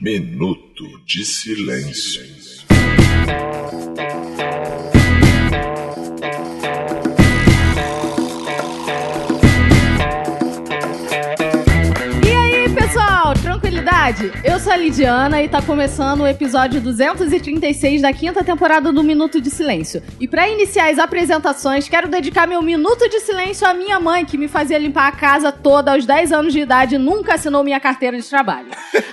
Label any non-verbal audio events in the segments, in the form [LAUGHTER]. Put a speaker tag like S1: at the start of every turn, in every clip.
S1: Minuto de Silêncio.
S2: E aí, pessoal, tranquilidade? Eu sou a Lidiana e tá começando o episódio 236 da quinta temporada do Minuto de Silêncio. E pra iniciar as apresentações, quero dedicar meu minuto de silêncio à minha mãe, que me fazia limpar a casa toda aos 10 anos de idade e nunca assinou minha carteira de trabalho.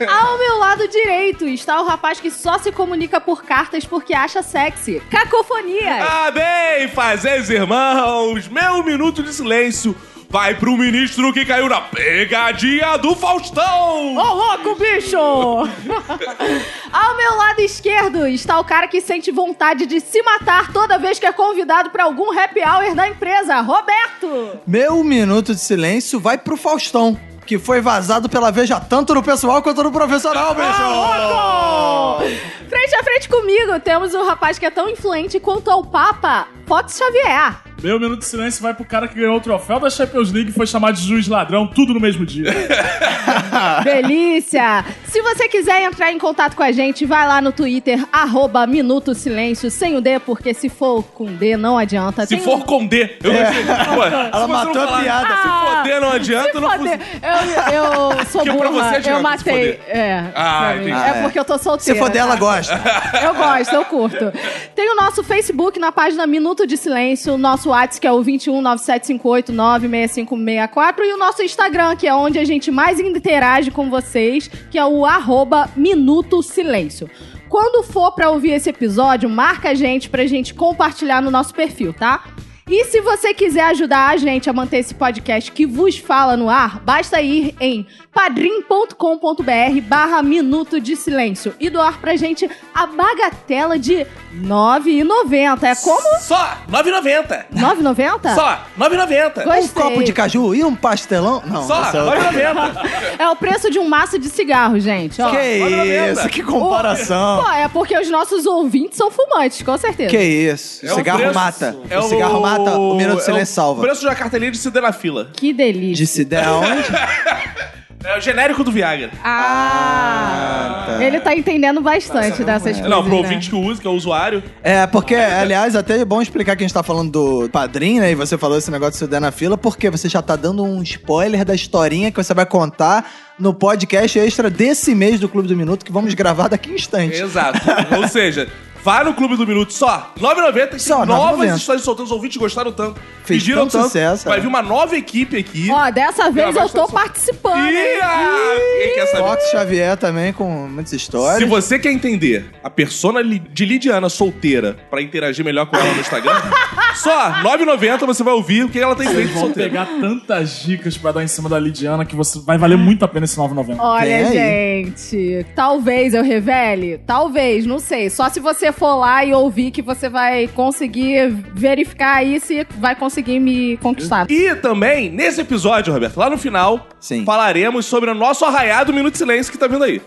S2: Ao meu lado direito está o rapaz que só se comunica por cartas porque acha sexy. Cacofonia!
S3: Ah, bem, fazeres irmãos, meu minuto de silêncio vai pro ministro que caiu na pegadinha do Faustão.
S2: Ô, louco, bicho! [LAUGHS] Ao meu lado esquerdo está o cara que sente vontade de se matar toda vez que é convidado para algum happy hour da empresa, Roberto!
S4: Meu minuto de silêncio vai pro Faustão, que foi vazado pela Veja tanto no pessoal quanto no profissional,
S3: Ah,
S4: bicho!
S2: Frente a frente comigo temos o rapaz que é tão influente quanto ao Papa, Fox
S3: [LAUGHS]
S2: Xavier.
S5: Meu minuto de silêncio vai pro cara que ganhou o troféu da Champions League e foi chamado de juiz ladrão, tudo no mesmo dia.
S2: Delícia! Se você quiser entrar em contato com a gente, vai lá no Twitter, arroba Minuto Silêncio, sem o D, porque se for com D, não adianta.
S3: [LAUGHS] Se
S2: Tem um
S3: for com D, eu gostei. Ué, se você não
S4: É. matou a
S3: falar,
S4: piada.
S3: Se for D, não
S2: Se
S3: [LAUGHS] adianta, eu não
S2: foder.
S3: fuz-
S2: Eu,
S3: [LAUGHS]
S2: eu sou
S3: Porque pra
S2: burra,
S3: você adianta
S2: eu
S3: se
S2: matei.
S3: foder.
S2: É,
S3: Ah,
S2: pra mim.
S3: entendi.
S2: é porque eu tô
S4: Se
S2: solteira.
S4: for dela,
S2: tá?
S4: gosta.
S2: [LAUGHS] Eu gosto, eu curto. Tem o nosso Facebook na página Minuto de Silêncio, o nosso WhatsApp que é o 21975896564 e o nosso Instagram, que é onde a gente mais interage com vocês, que é o arroba Minuto Silêncio. Quando for pra ouvir esse episódio, marca a gente pra gente compartilhar no nosso perfil, tá? E se você quiser ajudar a gente a manter esse podcast que vos fala no ar, basta ir em padrim.com.br barra Minuto de Silêncio e doar pra gente a bagatela de R$ 9,90. É como?
S3: Só 9,90.
S2: R$ 9,90?
S3: Só 9,90.
S2: Gostei.
S4: Um copo de caju e um pastelão. Não,
S3: Só
S4: essa é outra.
S3: 9,90.
S4: [LAUGHS]
S2: É o preço de um maço de cigarro, gente. ó.
S4: Que
S3: Olha a
S4: isso,
S3: venda.
S4: que
S2: O-
S4: comparação.
S2: Pô, é porque os nossos ouvintes são fumantes, com certeza.
S4: Que isso,
S3: É o
S4: cigarro
S3: preço-
S4: mata.
S3: é
S4: o cigarro mata, o minuto de
S3: é
S4: silêncio
S3: O
S4: salva.
S3: preço da cartelinha de se der na fila.
S2: Que delícia.
S4: Disse de onde?
S3: É o genérico do Viagra.
S2: Ah,
S4: É.
S2: Ele tá entendendo bastante dessas coisas.
S3: É Não, pro
S2: né?
S3: ouvinte que usa, que é o usuário.
S4: É, porque, aliás, até é bom explicar que a gente tá falando do padrinho, né? E você falou esse negócio de se der na fila, porque você já tá dando um spoiler da historinha que você vai contar no podcast extra desse mês do Clube do Minuto, que vamos gravar daqui a instantes.
S3: Exato. [LAUGHS] Ou seja, vai no Clube do Minuto só. 9,90 e
S4: Só,
S3: tem novas
S4: 9,90.
S3: histórias soltando. Os ouvintes gostaram tanto.
S4: Fez
S3: pediram
S4: tanto sucesso,
S3: Vai
S4: é.
S3: vir uma nova equipe aqui.
S2: Ó, dessa vez eu
S3: Não, mas
S2: tô
S3: só-
S2: participando.
S3: Ih,
S2: hein?
S3: ah, quem quer saber?
S4: Fox Xavier também com muitas histórias.
S3: Se você quer entender a persona li- de Lidiana solteira pra interagir melhor com ela no Instagram, [LAUGHS] só 9,90 você vai ouvir o que ela tem feito
S5: Vocês vão
S3: solteira.
S5: pegar tantas dicas pra dar em cima da Lidiana que você vai valer muito a pena esse 9,90.
S2: Olha,
S4: Tem
S2: gente, talvez eu revele, talvez, não sei. Só se você for lá e ouvir que você vai conseguir verificar aí se vai conseguir me conquistar.
S3: E também, nesse episódio, Roberto, lá no final,
S4: Sim.
S3: falaremos sobre o nosso arraiá do Minuto de Silêncio que tá vindo aí.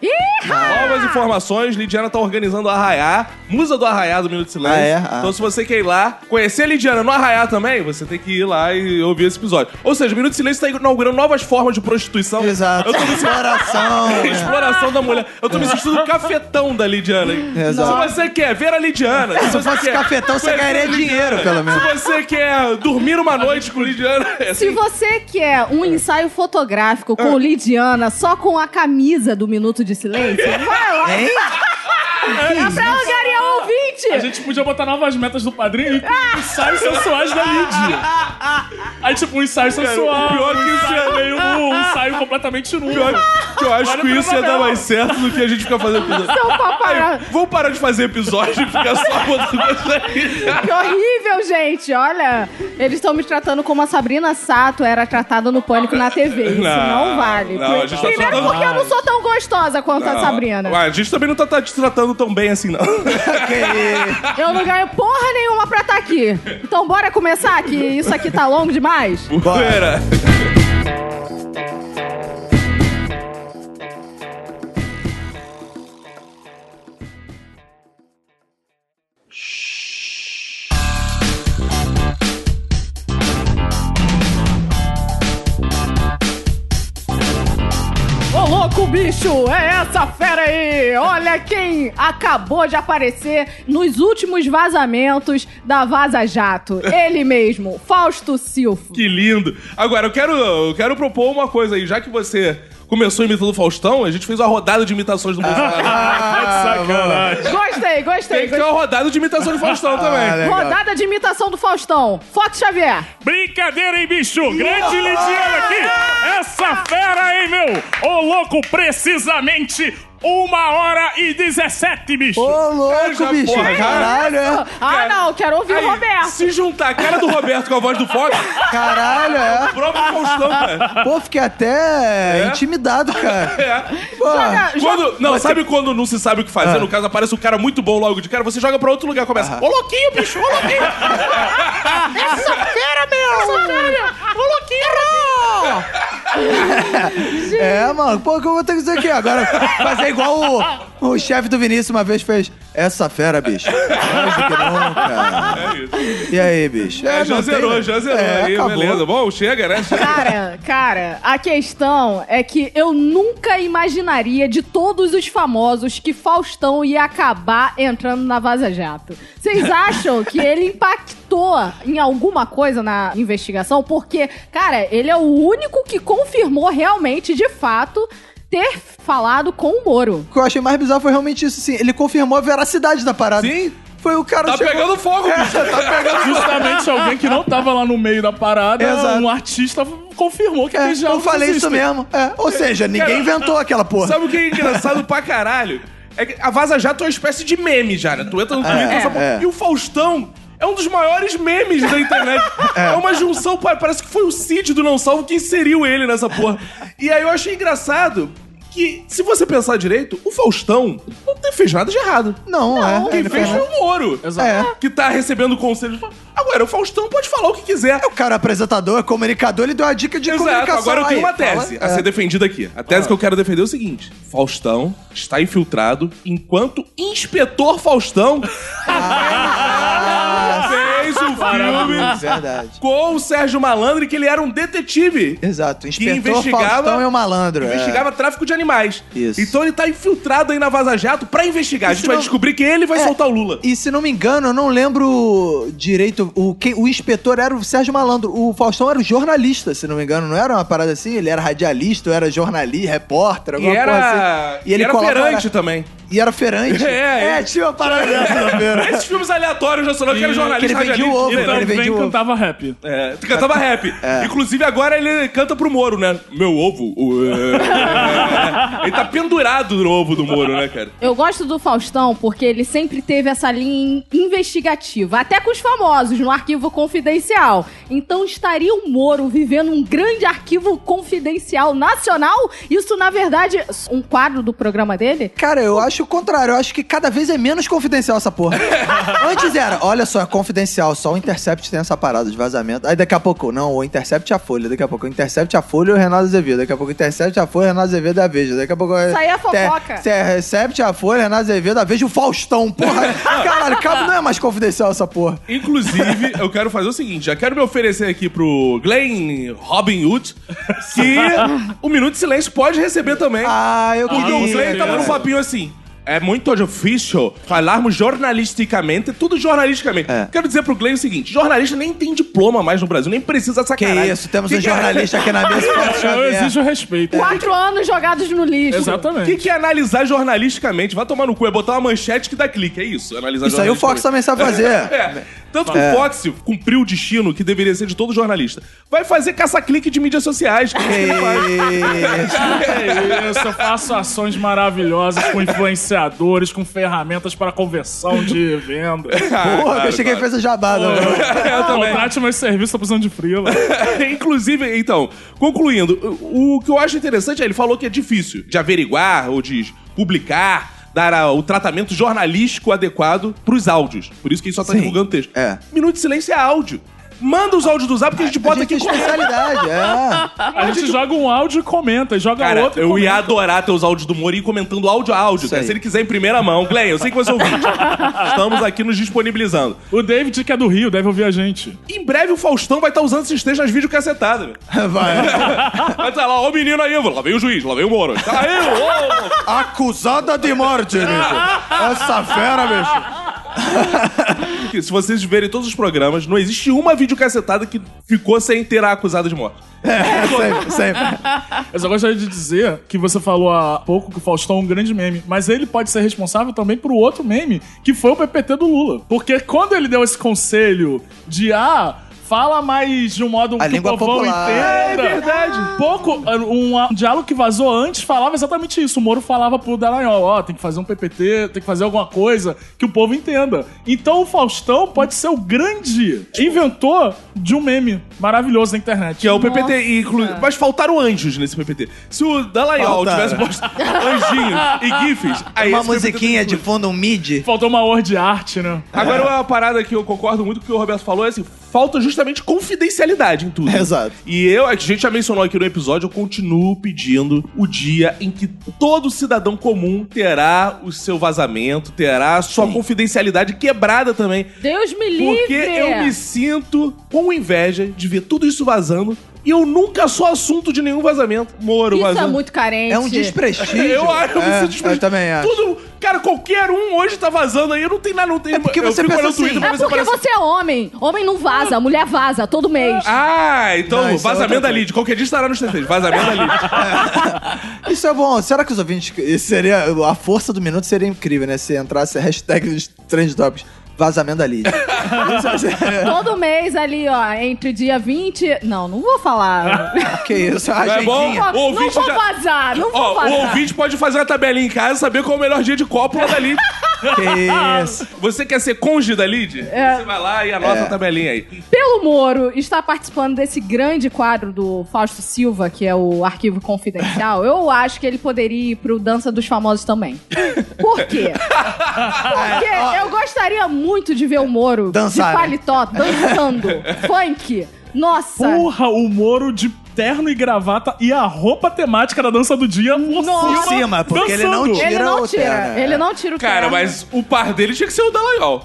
S3: Novas informações, Lidiana tá organizando o arraiá, musa do arraiá do Minuto de Silêncio.
S4: Ah, é? Ah.
S3: Então se você quer ir lá, conhecer a Lidiana no arraiá também, você tem que ir lá e ouvir esse episódio. Ou seja, o Minuto de Silêncio tá inaugurando novas formas de prostituição.
S4: Exato.
S3: Eu tô me
S4: Exploração. né?
S3: [LAUGHS] Exploração da mulher. Eu tô me sentindo um cafetão da Lidiana.
S4: Exato.
S3: Se você quer ver a Lidiana. Se você
S4: fosse cafetão, você ganharia
S3: conhecer a
S4: dinheiro,
S3: Lidiana,
S4: pelo menos.
S3: Se você quer dormir uma noite com Lidiana. [LAUGHS] é
S2: Se
S3: assim.
S2: você quer um
S5: É.
S2: ensaio fotográfico com
S5: Ah.
S2: Lidiana só com a camisa do Minuto de Silêncio,
S5: [LAUGHS]
S2: vai lá
S4: Hein?
S2: pra Algaria Ouvinte!
S5: A gente podia botar novas metas do padrinho e ensaios sensuais da Lidia. Aí, tipo, um ensaio sensual,
S3: pior que
S5: um
S3: isso
S5: ensaio
S3: é-
S5: meio nu, um ensaio completamente nu.
S3: Pior que eu acho
S5: Olha
S3: que
S5: pra
S3: isso ia dar
S5: novela.
S3: mais certo do que a gente ficar fazendo episódio.
S5: [LAUGHS]
S2: Seu papai,
S3: Vamos parar de fazer episódio e ficar só botando coisa aí.
S2: Que horrível, gente! Olha, eles estão me tratando como a Sabrina Sato era tratada no Pânico na TV. Isso não,
S3: Não,
S2: vale.
S3: não, a gente tá
S2: Primeiro
S3: tratando-
S2: porque eu não sou tão gostosa quanto a Tá, Sabrina.
S3: Ah, A gente também não tá, tá te tratando tão bem assim, não.
S4: Que-
S2: Eu não ganho porra nenhuma pra estar aqui. Então bora começar, que isso aqui tá longo demais.
S3: [LAUGHS] Poeira.
S2: Ô, louco, bicho! É essa fera aí! Olha quem acabou de aparecer nos últimos vazamentos da Vaza Jato. Ele mesmo, Fausto Silfo.
S3: Que lindo. Agora, eu quero, eu quero propor uma coisa aí. Já que você começou imitando o Faustão, a gente fez uma rodada de imitações do
S5: Ah,
S3: Bolsonaro. Ah,
S5: Sacanagem.
S2: Gostei,
S3: Tem
S2: gostei,
S3: que ter
S2: gostei.
S3: uma rodada de imitação de Faustão também.
S4: legal.
S2: Rodada de imitação do Faustão. Fox Xavier.
S5: Brincadeira, hein, bicho? Grande Lidiana aqui! Essa fera, hein, meu? Ô, louco, precisamente uma hora e 17, bicho!
S4: Ô, louco,
S3: Canja,
S4: bicho.
S3: porra.
S4: Caralho, é.
S2: Ah, não, quero ouvir o Roberto.
S3: Se juntar a cara do Roberto com a voz do Fox,
S4: Caralho, é.
S3: prova o Faustão, cara.
S4: Pô, fiquei até intimidado, cara.
S3: É.
S4: Pô,
S2: Joga- joga-
S3: Quando, não, sabe quando não se sabe o que fazer?
S4: Ah.
S3: No caso, aparece um cara muito bom logo de cara, você joga pra outro lugar, começa. Ô, louquinho, bicho,
S2: [LAUGHS]
S3: ô, louquinho.
S4: é, mano. Pô, o que eu vou ter que dizer aqui? Agora, fazer igual o, o chefe do Vinícius uma vez fez. Essa fera, bicho. Mais do que nunca.
S3: É isso.
S4: E aí, bicho?
S3: É, já
S4: não tem-
S3: zerou, já zerou.
S4: É,
S3: aí,
S4: acabou.
S3: beleza. Bom, chega,
S4: [LAUGHS]
S3: né? Chega.
S2: Cara, cara, a questão é que eu nunca imaginaria de todos os famosos que Faustão ia acabar entrando na Vaza Jato. Vocês acham que ele impactou em alguma coisa na investigação? Porque, cara, ele é o único que confirmou realmente, de fato, ter falado com o Moro.
S4: O que eu achei mais bizarro foi realmente isso, assim. Ele confirmou a veracidade da parada.
S3: Sim.
S4: Foi o cara
S3: Tá
S4: chegou-
S3: pegando fogo, bicho.
S4: tá pegando
S5: Justamente alguém que não tava lá no meio da parada,
S4: Exato.
S5: um artista confirmou que
S4: É,
S5: aqueles
S4: eu
S5: diálogos
S4: falei isso
S5: existem.
S4: mesmo. É, ou seja, ninguém inventou aquela porra.
S3: Sabe o que é engraçado pra caralho? É que a Vaza Jato é uma espécie de meme já, né? Tu entra no Twitter, essa porra.
S4: é.
S3: e o Faustão é um dos maiores memes da
S4: [LAUGHS]
S3: internet. É, uma junção, pa- parece que foi o Cid do Não Salvo que inseriu ele nessa porra. E aí eu achei engraçado que, se você pensar direito, o Faustão não te- fez nada de errado.
S4: Não, é.
S3: Quem
S4: Ele
S3: fez foi
S4: falou.
S3: o Moro.
S4: Exato.
S3: Que tá recebendo conselhos. Agora, o Faustão pode falar o que quiser.
S4: O cara é apresentador, é comunicador, ele deu a dica de
S3: Exato,
S4: comunicação.
S3: agora eu tenho
S4: aí.
S3: uma tese a
S4: Fala- É.
S3: ser defendida aqui. A tese que eu quero defender é o seguinte: Faustão está infiltrado enquanto inspetor Faustão fez o
S4: É,
S3: filme
S4: verdade.
S3: com o Sérgio Malandro e que ele era um detetive.
S4: Exato. O
S3: Que
S4: inspetor
S3: investigava,
S4: Faustão é o malandro. é.
S3: investigava tráfico de animais.
S4: Isso.
S3: Então ele tá infiltrado aí na Vaza Jato pra investigar. A gente
S4: Isso
S3: vai
S4: não-
S3: descobrir que ele vai
S4: É,
S3: soltar o Lula.
S4: E se não me engano, eu não lembro direito. O, quem, o inspetor era o Sérgio Malandro. O Faustão era o jornalista, se não me engano. Não era uma parada assim? Ele era radialista, ou era jornalista, repórter,
S3: E
S4: alguma porra
S3: era.
S4: assim.
S3: E ele era
S4: colocava-
S3: perante também.
S4: E era feirante.
S3: [LAUGHS] É,
S4: é tinha uma
S3: [LAUGHS]
S4: parada dessa na feira.
S3: Esses filmes aleatórios nacional que era
S5: E-
S3: jornalista
S4: que ele vendia o
S3: radialista,
S4: ovo, né? É.
S5: E
S4: Ele
S5: também
S4: vendia o-
S5: cantava rap.
S3: É, tu cantava rap. Inclusive, agora ele canta pro Moro, né? Meu ovo. o-
S4: [LAUGHS]
S3: é. ele tá pendurado no ovo do Moro, né, cara?
S2: Eu gosto do Faustão porque ele sempre teve essa linha in- investigativa, até com os famosos, no arquivo confidencial. Então estaria o Moro vivendo um grande arquivo confidencial nacional? Isso, na verdade, um quadro do programa dele?
S4: Cara, eu acho o contrário. Eu acho que cada vez é menos confidencial essa porra. Antes era, olha só, é confidencial. Só o Intercept tem essa parada de vazamento. Aí daqui a pouco, não, o Intercept e a Folha. Daqui a pouco, o Intercept e a Folha e o Renato Azevedo. Daqui a pouco, o Intercept e a Folha e o Renato Azevedo e a Veja. Daqui a pouco...
S2: Isso aí é fofoca.
S4: Te- Intercept é a Folha, Renato Azevedo, a Veja e o Faustão. Porra, caralho, cabo não é mais confidencial essa porra.
S3: Inclusive, eu quero fazer o seguinte: já quero me oferecer aqui pro Glenn Robin Hood
S4: [LAUGHS]
S3: que o Minuto de Silêncio pode receber também.
S4: Ah, eu
S3: Porque
S4: queria...
S3: o Glenn tava
S4: cara.
S3: num papinho assim. É muito difícil falarmos jornalisticamente, tudo jornalisticamente.
S4: É.
S3: Quero dizer pro Glenn o seguinte: jornalista nem tem diploma mais no Brasil, nem precisa essa
S4: Que
S3: caralho.
S4: isso, temos um
S3: que é-
S4: jornalista aqui na mesa. Fausto
S5: Eu
S4: Xavier.
S5: exijo respeito.
S2: Quatro anos jogados no lixo.
S3: [LAUGHS] O que,
S5: Exatamente.
S3: que é analisar jornalisticamente? Vai tomar no cu, é botar uma manchete que dá clique, é isso. Analisar
S4: Isso aí o Fox também sabe fazer.
S3: É. Tanto que o Fox cumpriu o destino que deveria ser de todo jornalista. Vai fazer caça-clique de mídias sociais. que é isso que ele faz.
S4: Ei.
S5: [LAUGHS] É isso, eu faço ações maravilhosas com influenciadores, com ferramentas para conversão de [LAUGHS] venda.
S4: Porra,
S3: Ah, é Claro,
S4: eu cheguei e
S3: claro.
S4: fez a jabada.
S3: Eu também.
S5: Contrate meus serviços, tô precisando de frila.
S3: [LAUGHS] Inclusive, então, concluindo, o o que eu acho interessante é ele falou que é difícil de averiguar ou de publicar, dar a- o tratamento jornalístico adequado pros áudios. Por isso que ele só tá
S4: Sim.
S3: divulgando texto.
S4: É.
S3: Minuto de silêncio é áudio. Manda os áudios do zap que a gente
S4: A
S3: bota
S4: gente
S3: aqui
S4: tem
S3: [LAUGHS]
S4: especialidade, é.
S5: A gente joga um áudio e comenta, e joga
S3: Cara,
S5: outro. e
S3: eu ia
S5: comenta.
S3: adorar ter os áudios do Moro e ir comentando áudio a áudio,
S4: Isso
S3: cara.
S4: aí.
S3: Se ele quiser em primeira mão. Glenn, eu sei que você é ouvinte. Estamos aqui nos disponibilizando.
S5: O David, que é do Rio, deve ouvir a gente.
S3: Em breve o Faustão vai estar usando esses textos nas videocacetadas.
S4: Vai.
S3: Vai estar lá, ó o menino aí, lá vem o juiz, lá vem o Moro. Tá aí, ô, ô.
S4: Acusada de morte, bicho. Essa fera, bicho.
S3: Que Se vocês verem todos os programas, não existe uma videocacetada que ficou sem ter a acusada de morte.
S4: É, sempre, sempre.
S5: Eu só gostaria de dizer que você falou há pouco que o Faustão é um grande meme, mas ele pode ser responsável também por outro meme, que foi o PPT do Lula. Porque quando ele deu esse conselho de ah, fala mais de um modo
S4: A
S5: que o
S4: língua
S5: povão
S4: popular.
S5: entenda.
S3: É verdade.
S5: Pouco, um, um diálogo que vazou antes falava exatamente isso. O Moro falava pro Dallagnol, ó, tem que fazer um PPT, tem que fazer alguma coisa que o povo entenda. Então o Faustão pode ser o grande inventor de um meme maravilhoso na internet.
S3: Que é o PPT, e inclui... mas faltaram anjos nesse PPT. Se o Dallagnol
S4: Faltaram.
S3: tivesse posto anjinhos e gifs... Aí
S4: É Uma
S3: esse PPT
S4: musiquinha de É. fundo, um mid.
S5: Faltou uma word art, né?
S3: Agora, uma parada que eu concordo muito com o que o Roberto falou é assim: falta justamente confidencialidade em tudo.
S4: Exato.
S3: E eu, a gente já mencionou aqui no episódio, eu continuo pedindo o dia em que todo cidadão comum terá o seu vazamento, terá a sua confidencialidade quebrada também.
S2: Deus me livre!
S3: Porque eu me sinto com inveja de ver tudo isso vazando e eu nunca sou assunto de nenhum vazamento. Moro
S2: Isso é
S3: vazando.
S2: muito carente.
S4: É um desprestígio.
S3: Eu acho eu me
S4: É,
S3: sinto despre-
S4: Eu também acho.
S3: Tudo, cara, qualquer um hoje tá vazando aí, eu não tenho nada, não tenho.
S4: É porque
S3: eu
S4: você
S3: fico
S4: pensa
S3: olhando o Twitter
S4: assim,
S3: pra
S2: É
S3: ver se
S2: porque
S3: aparece
S2: você é homem. Homem não vaza, mulher vaza todo mês.
S3: Ah, então
S4: Não, isso é
S3: vazamento
S4: outra
S3: da lead. Qualquer dia estará nos TTs. Vazamento da lead.
S2: [LAUGHS]
S4: Isso é bom. Será que os ouvintes. isso Seria, a força do minuto seria incrível, né? Se entrasse a hashtag dos trend topics. Vazamento
S3: [LAUGHS]
S4: da Lídia.
S3: Ah.
S2: Todo mês ali, ó, entre o dia 20. Não, não vou
S3: [LAUGHS]
S2: falar.
S4: que isso? A
S3: É bom?
S4: agendinha.
S2: Não vou- não
S3: ouvinte
S2: vou
S3: já-
S2: vazar, não vou
S3: Ó,
S2: vazar.
S3: o ouvinte pode fazer uma tabelinha em casa e saber qual é o melhor dia de cópula da lead.
S4: Que isso?
S3: Você quer ser conge da lead?
S2: É.
S3: Você vai lá e anota
S4: É.
S3: a tabelinha aí.
S2: Pelo Moro está participando desse grande quadro do Fausto Silva, que é o Arquivo Confidencial, eu acho que ele poderia ir pro Dança dos Famosos também. Por quê?
S4: É,
S2: Porque eu gostaria muito de ver o Moro
S4: Dançar,
S2: de
S4: né?
S2: paletó, dançando, funk. Nossa!
S5: Porra, o Moro de terno e gravata e a roupa temática da dança do dia por
S2: Nossa.
S5: cima,
S4: Por cima, porque ele não
S5: dançando.
S4: tira.
S2: Ele não
S4: o
S2: tira,
S4: terno, é.
S2: ele não tira o
S3: Cara,
S2: terno.
S3: mas o par dele tinha que ser o Dallagnol.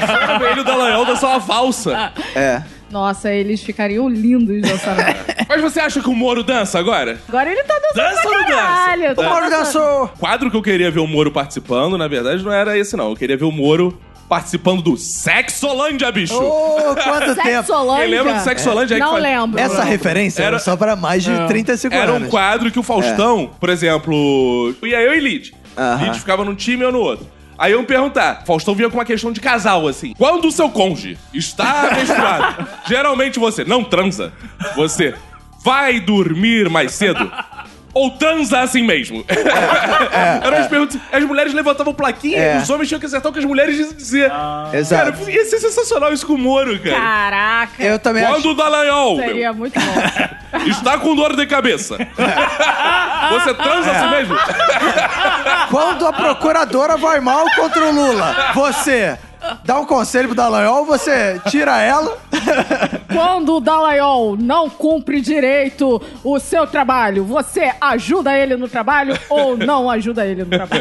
S3: Sinceramente, o Dallagnol dançar uma valsa.
S4: É.
S2: Nossa, eles ficariam lindos dançando.
S3: Mas você acha que o Moro dança agora?
S2: Agora ele tá dançando
S3: Dança ou
S2: pra
S3: não dança?
S2: caralho.
S4: O Mauro Dançou!
S3: O quadro que eu queria ver o Moro participando, na verdade, não era esse, não. Eu queria ver o Moro participando do Sexolândia, bicho.
S4: Ô, quanto tempo!
S2: Sexolândia.
S3: Quem lembra do Sexolândia? aí que
S2: Não
S3: faz-
S2: lembro.
S4: Essa referência
S3: Era-
S4: era só para mais de 35
S3: Era um
S4: anos.
S3: quadro que o Faustão, por exemplo, ia eu e Lid.
S4: Aham.
S3: Lid ficava num time ou no outro. Aí eu me perguntar, Faustão vinha com uma questão de casal, assim. Quando o seu cônjuge
S4: [LAUGHS]
S3: está menstruado, geralmente você não transa, você vai dormir mais cedo. Ou transa assim mesmo. [LAUGHS]
S4: É,
S3: Eram as perguntas. As mulheres levantavam plaquinha
S4: É.
S3: e os homens tinham que acertar o que as mulheres diziam. Cara,
S4: Exato.
S3: ia ser sensacional isso com o Moro, cara.
S2: Caraca.
S4: Eu também
S3: Quando o Dallagnol, meu,
S2: Seria muito bom.
S3: Está com dor de [LAUGHS] cabeça. Você transa assim mesmo?
S4: acho. Quando a procuradora vai mal contra o Lula, você dá um conselho pro Dallagnol, você tira ela.
S2: Quando o Dallagnol não cumpre direito o seu trabalho, você ajuda ele no trabalho ou não ajuda ele no trabalho?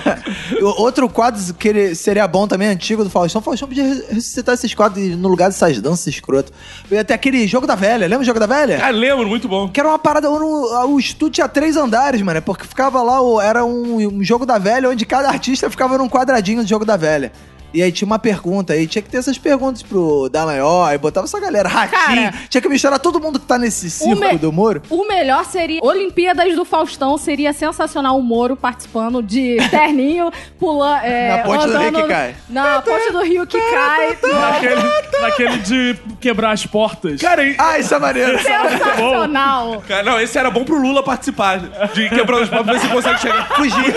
S4: O- Outro quadro que ele- seria bom também, antigo do Faustão. Faustão podia res- ressuscitar esses quadros e no lugar dessas danças escrotas. E até aquele jogo da velha, lembra o jogo da velha?
S3: Ah, lembro, muito bom.
S4: Que era uma parada, onde o, o estúdio tinha três andares, mano. é Porque ficava lá, o- era um, um jogo da velha, onde cada artista ficava num quadradinho do jogo da velha. E aí tinha uma pergunta, aí tinha que ter essas perguntas pro Dallagnol, aí botava essa galera, ratinho.
S2: Cara,
S4: tinha que misturar todo mundo que tá nesse circo
S2: me-
S4: do Moro.
S2: O melhor seria Olimpíadas do Faustão, seria sensacional o Moro participando de terninho, pulando. É,
S4: Na ponte do
S2: andando
S4: Rio que cai.
S2: Na ponte do Rio que cai.
S5: Naquele, naquele de quebrar as portas.
S3: Cara, e-
S4: Ah, isso é maneiro.
S2: Sensacional.
S3: cara, não, esse era bom pro Lula participar. De quebrar os papos, ver se consegue chegar.
S4: Fugir.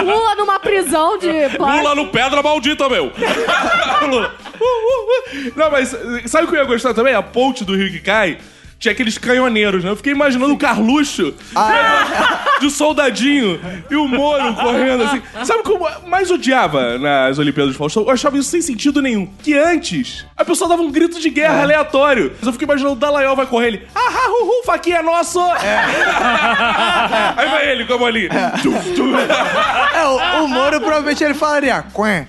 S2: Pula numa prisão de plástico.
S3: Lula no pedra maldita, meu. [LAUGHS] Lula. Uh, uh, uh. Não, mas eh, sabe o que eu ia gostar também? A ponte do Rio que cai. Tinha aqueles canhoneiros, né? Eu fiquei imaginando o Carluxo [LAUGHS] de soldadinho e o Moro correndo assim. Sabe o que eu mais odiava nas Olimpíadas de Faustão? Eu achava isso sem sentido nenhum. Que antes, a pessoa dava um grito de guerra aleatório. Mas eu fico imaginando o Dallagnol vai correr ele. Ah, ah, uhul, faquinha é nosso! [LAUGHS] Aí vai ele, como ali. Tuf, tuf.
S4: É, o, o Moro provavelmente ele falaria, quen.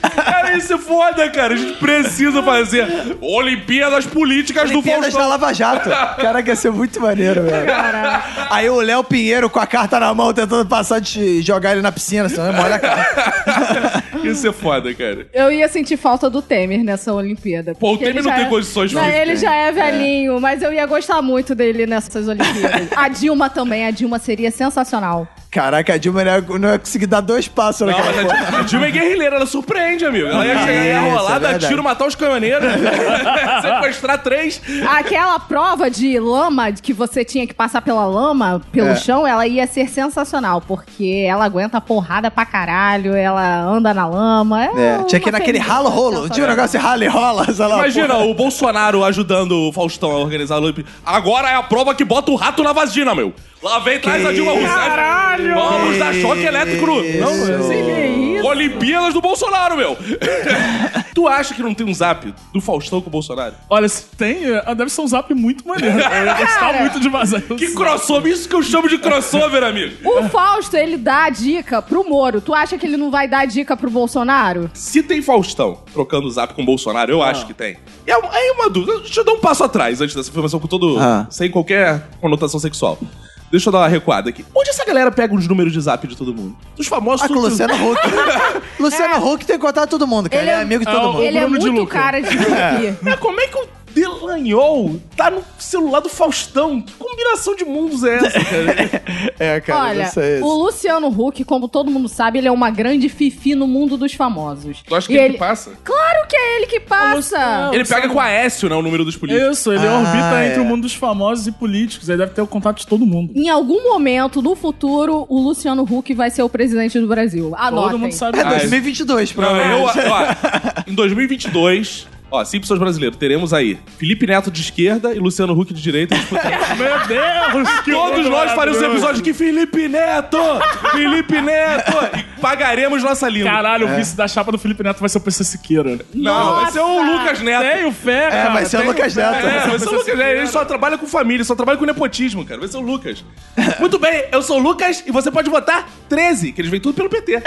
S3: Cara, isso é foda, cara. A gente precisa fazer Olimpíadas Políticas
S4: Olimpíadas
S3: do
S4: da
S3: Faustão.
S4: Lava Jato. Caraca, ia ser muito maneiro, velho. Aí o Léo Pinheiro com a carta na mão tentando passar de jogar ele na piscina, senão ele molha a cara.
S3: Isso é foda, cara.
S2: Eu ia sentir falta do Temer nessa Olimpíada.
S3: Pô, o
S2: porque
S3: Temer
S2: ele
S3: não
S2: já
S3: tem
S2: é-
S3: condições
S2: Não,
S3: físicas.
S2: ele já é velhinho, mas eu ia gostar muito dele nessas
S3: [LAUGHS]
S2: Olimpíadas. a Dilma também, a Dilma seria sensacional.
S4: Caraca, a Dilma não ia, não ia conseguir dar dois passos
S3: Não,
S4: naquela
S3: mas
S4: porra.
S3: a, a Dilma é guerrilheira, ela surpreende, amigo. Ela ia chegar, ia
S4: Isso,
S3: rolar,
S4: é
S3: dar
S4: verdade.
S3: tiro, matar os caminhoneiros, né? [LAUGHS] sequestrar três.
S2: Aquela prova de lama, de que você tinha que passar pela lama, pelo
S4: É.
S2: chão, ela ia ser sensacional, porque ela aguenta porrada pra caralho, ela anda na lama.
S4: É, tinha que ir
S2: uma né?
S4: naquele
S2: feliz
S4: ralo rolo. Tinha um
S2: sensacional.
S4: negócio de ralo e rola, sei lá.
S3: Imagina o Bolsonaro ajudando o Faustão a organizar a Olimpíada. Agora é a prova que bota o rato na vagina, meu. Lá vem, traz a Dilma Rousseff. Caralho! Vamos dar choque elétrico.
S4: assim,
S3: Não,
S2: Que isso?
S3: Olimpíadas do Bolsonaro, meu. [LAUGHS] tu acha que não tem um zap do Faustão com o Bolsonaro?
S5: Olha, se tem, eh, deve ser um zap
S4: [LAUGHS]
S5: muito maneiro. Eu ia gostar muito de vazar.
S3: Que crossover, isso que eu chamo de crossover, amigo.
S2: O Fausto, ele dá a dica pro Moro. Tu acha que ele não vai dar a dica pro Bolsonaro?
S3: [LAUGHS] Se tem Faustão trocando zap com Bolsonaro,
S4: Ah.
S3: eu acho que tem. E é uma- é uma dúvida. Deixa eu dar um passo atrás antes dessa informação com todo.
S4: Ah.
S3: sem qualquer conotação sexual. Deixa eu dar uma recuada aqui. Onde essa galera pega os números de zap de todo mundo? Dos famosos.
S4: Ah, com o
S3: tudo-
S4: Luciano
S2: [LAUGHS]
S4: Huck. Luciano Huck tem contato todo mundo, cara. Ele, é amigo de todo
S3: Ah,
S5: é o-
S4: mundo.
S2: É. Ele é
S5: Bruno de
S2: muito
S5: Luca.
S2: cara de hippie.
S3: Mas como é que o Delanhol tá no celular do Faustão? Que combinação de mundos é
S4: [LAUGHS]
S3: essa, cara?
S4: É, cara,
S2: Olha,
S4: não sei.
S2: o Luciano Huck, como todo mundo sabe, ele é uma grande fifi no mundo dos famosos.
S3: tu acha que
S2: E
S3: ele que passa?
S2: Claro que é ele que passa!
S5: Luciano-
S3: Ele pega com a Aécio, né? O número dos políticos.
S5: Isso, ele
S4: Ah,
S5: orbita
S4: é.
S5: entre o mundo dos famosos e políticos. Aí deve ter o contato de todo mundo.
S2: Em algum momento, no futuro, o Luciano Huck vai ser o presidente do Brasil. Anotem.
S5: Todo mundo sabe.
S4: É
S5: disso.
S4: 2022,
S3: Não, eu,
S4: provavelmente.
S3: ó, [LAUGHS] em 2022, ó, Simpsons brasileiro, teremos aí Felipe Neto de esquerda e Luciano Huck de direita disputando. [LAUGHS]
S5: Meu Deus! que
S3: Todos nós
S5: horror.
S3: faremos um episódio que Felipe Neto! Felipe Neto! E pagaremos nossa língua.
S5: Caralho,
S4: É.
S5: o vice da chapa do Felipe Neto vai ser o PC Siqueira.
S3: Não, vai ser o Lucas Neto.
S5: Tenho fé,
S4: É,
S5: cara.
S4: vai ser o
S5: tenho
S4: Lucas
S5: fé.
S4: Neto.
S3: É, vai ser o Lucas, né? ele só trabalha com família, só trabalha com nepotismo, cara. Vai ser o Lucas. [LAUGHS] Muito bem, eu sou o Lucas e você pode votar 13, que eles vêm tudo pelo PT.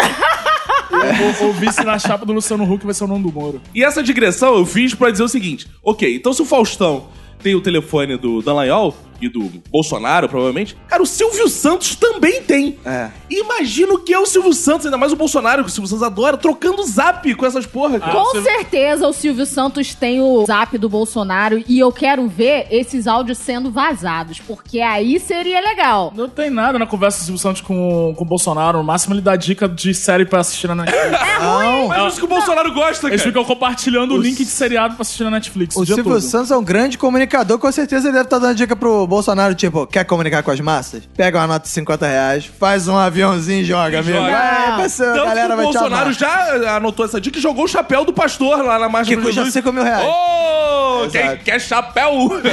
S5: O, o vice na chapa do Luciano Huck vai ser o nome do Moro.
S3: E essa digressão eu fiz pra dizer o seguinte: ok, então se o Faustão tem o telefone do Dallagnol e do Bolsonaro, provavelmente, cara, o Silvio Santos também tem.
S4: É.
S3: Imagino que é o Silvio Santos, ainda mais o Bolsonaro, que o Silvio Santos adora, trocando zap com essas porra, cara.
S2: Com
S5: você-
S2: certeza o Silvio Santos tem o zap do Bolsonaro e eu quero ver esses áudios sendo vazados, porque aí seria legal.
S5: Não tem nada na conversa do Silvio Santos com, com o Bolsonaro. No máximo, ele dá dica de série pra assistir na
S4: [LAUGHS]
S5: Netflix.
S4: Não,
S3: Mas isso que o Bolsonaro gosta,
S5: Ah, Eles
S3: cara.
S5: ficam compartilhando o link de seriado pra assistir na Netflix.
S4: O
S5: dia
S4: Silvio
S5: todo.
S4: Santos é um grande comunicador, com certeza ele deve estar dando dica pro Bolsonaro, tipo, quer comunicar com as massas? Pega uma nota de 50 reais, faz um aviãozinho e joga, amigo. É,
S3: joga.
S4: Vai, parceiro,
S3: Tanto
S4: a galera
S3: que o
S4: vai te
S3: Bolsonaro
S4: amar.
S3: já anotou essa dica e jogou o chapéu do pastor lá na margem
S4: Que
S3: do
S4: custa
S3: Jesus.
S4: 5 mil reais.
S3: Ô, quem
S4: Exato.
S3: quer chapéu?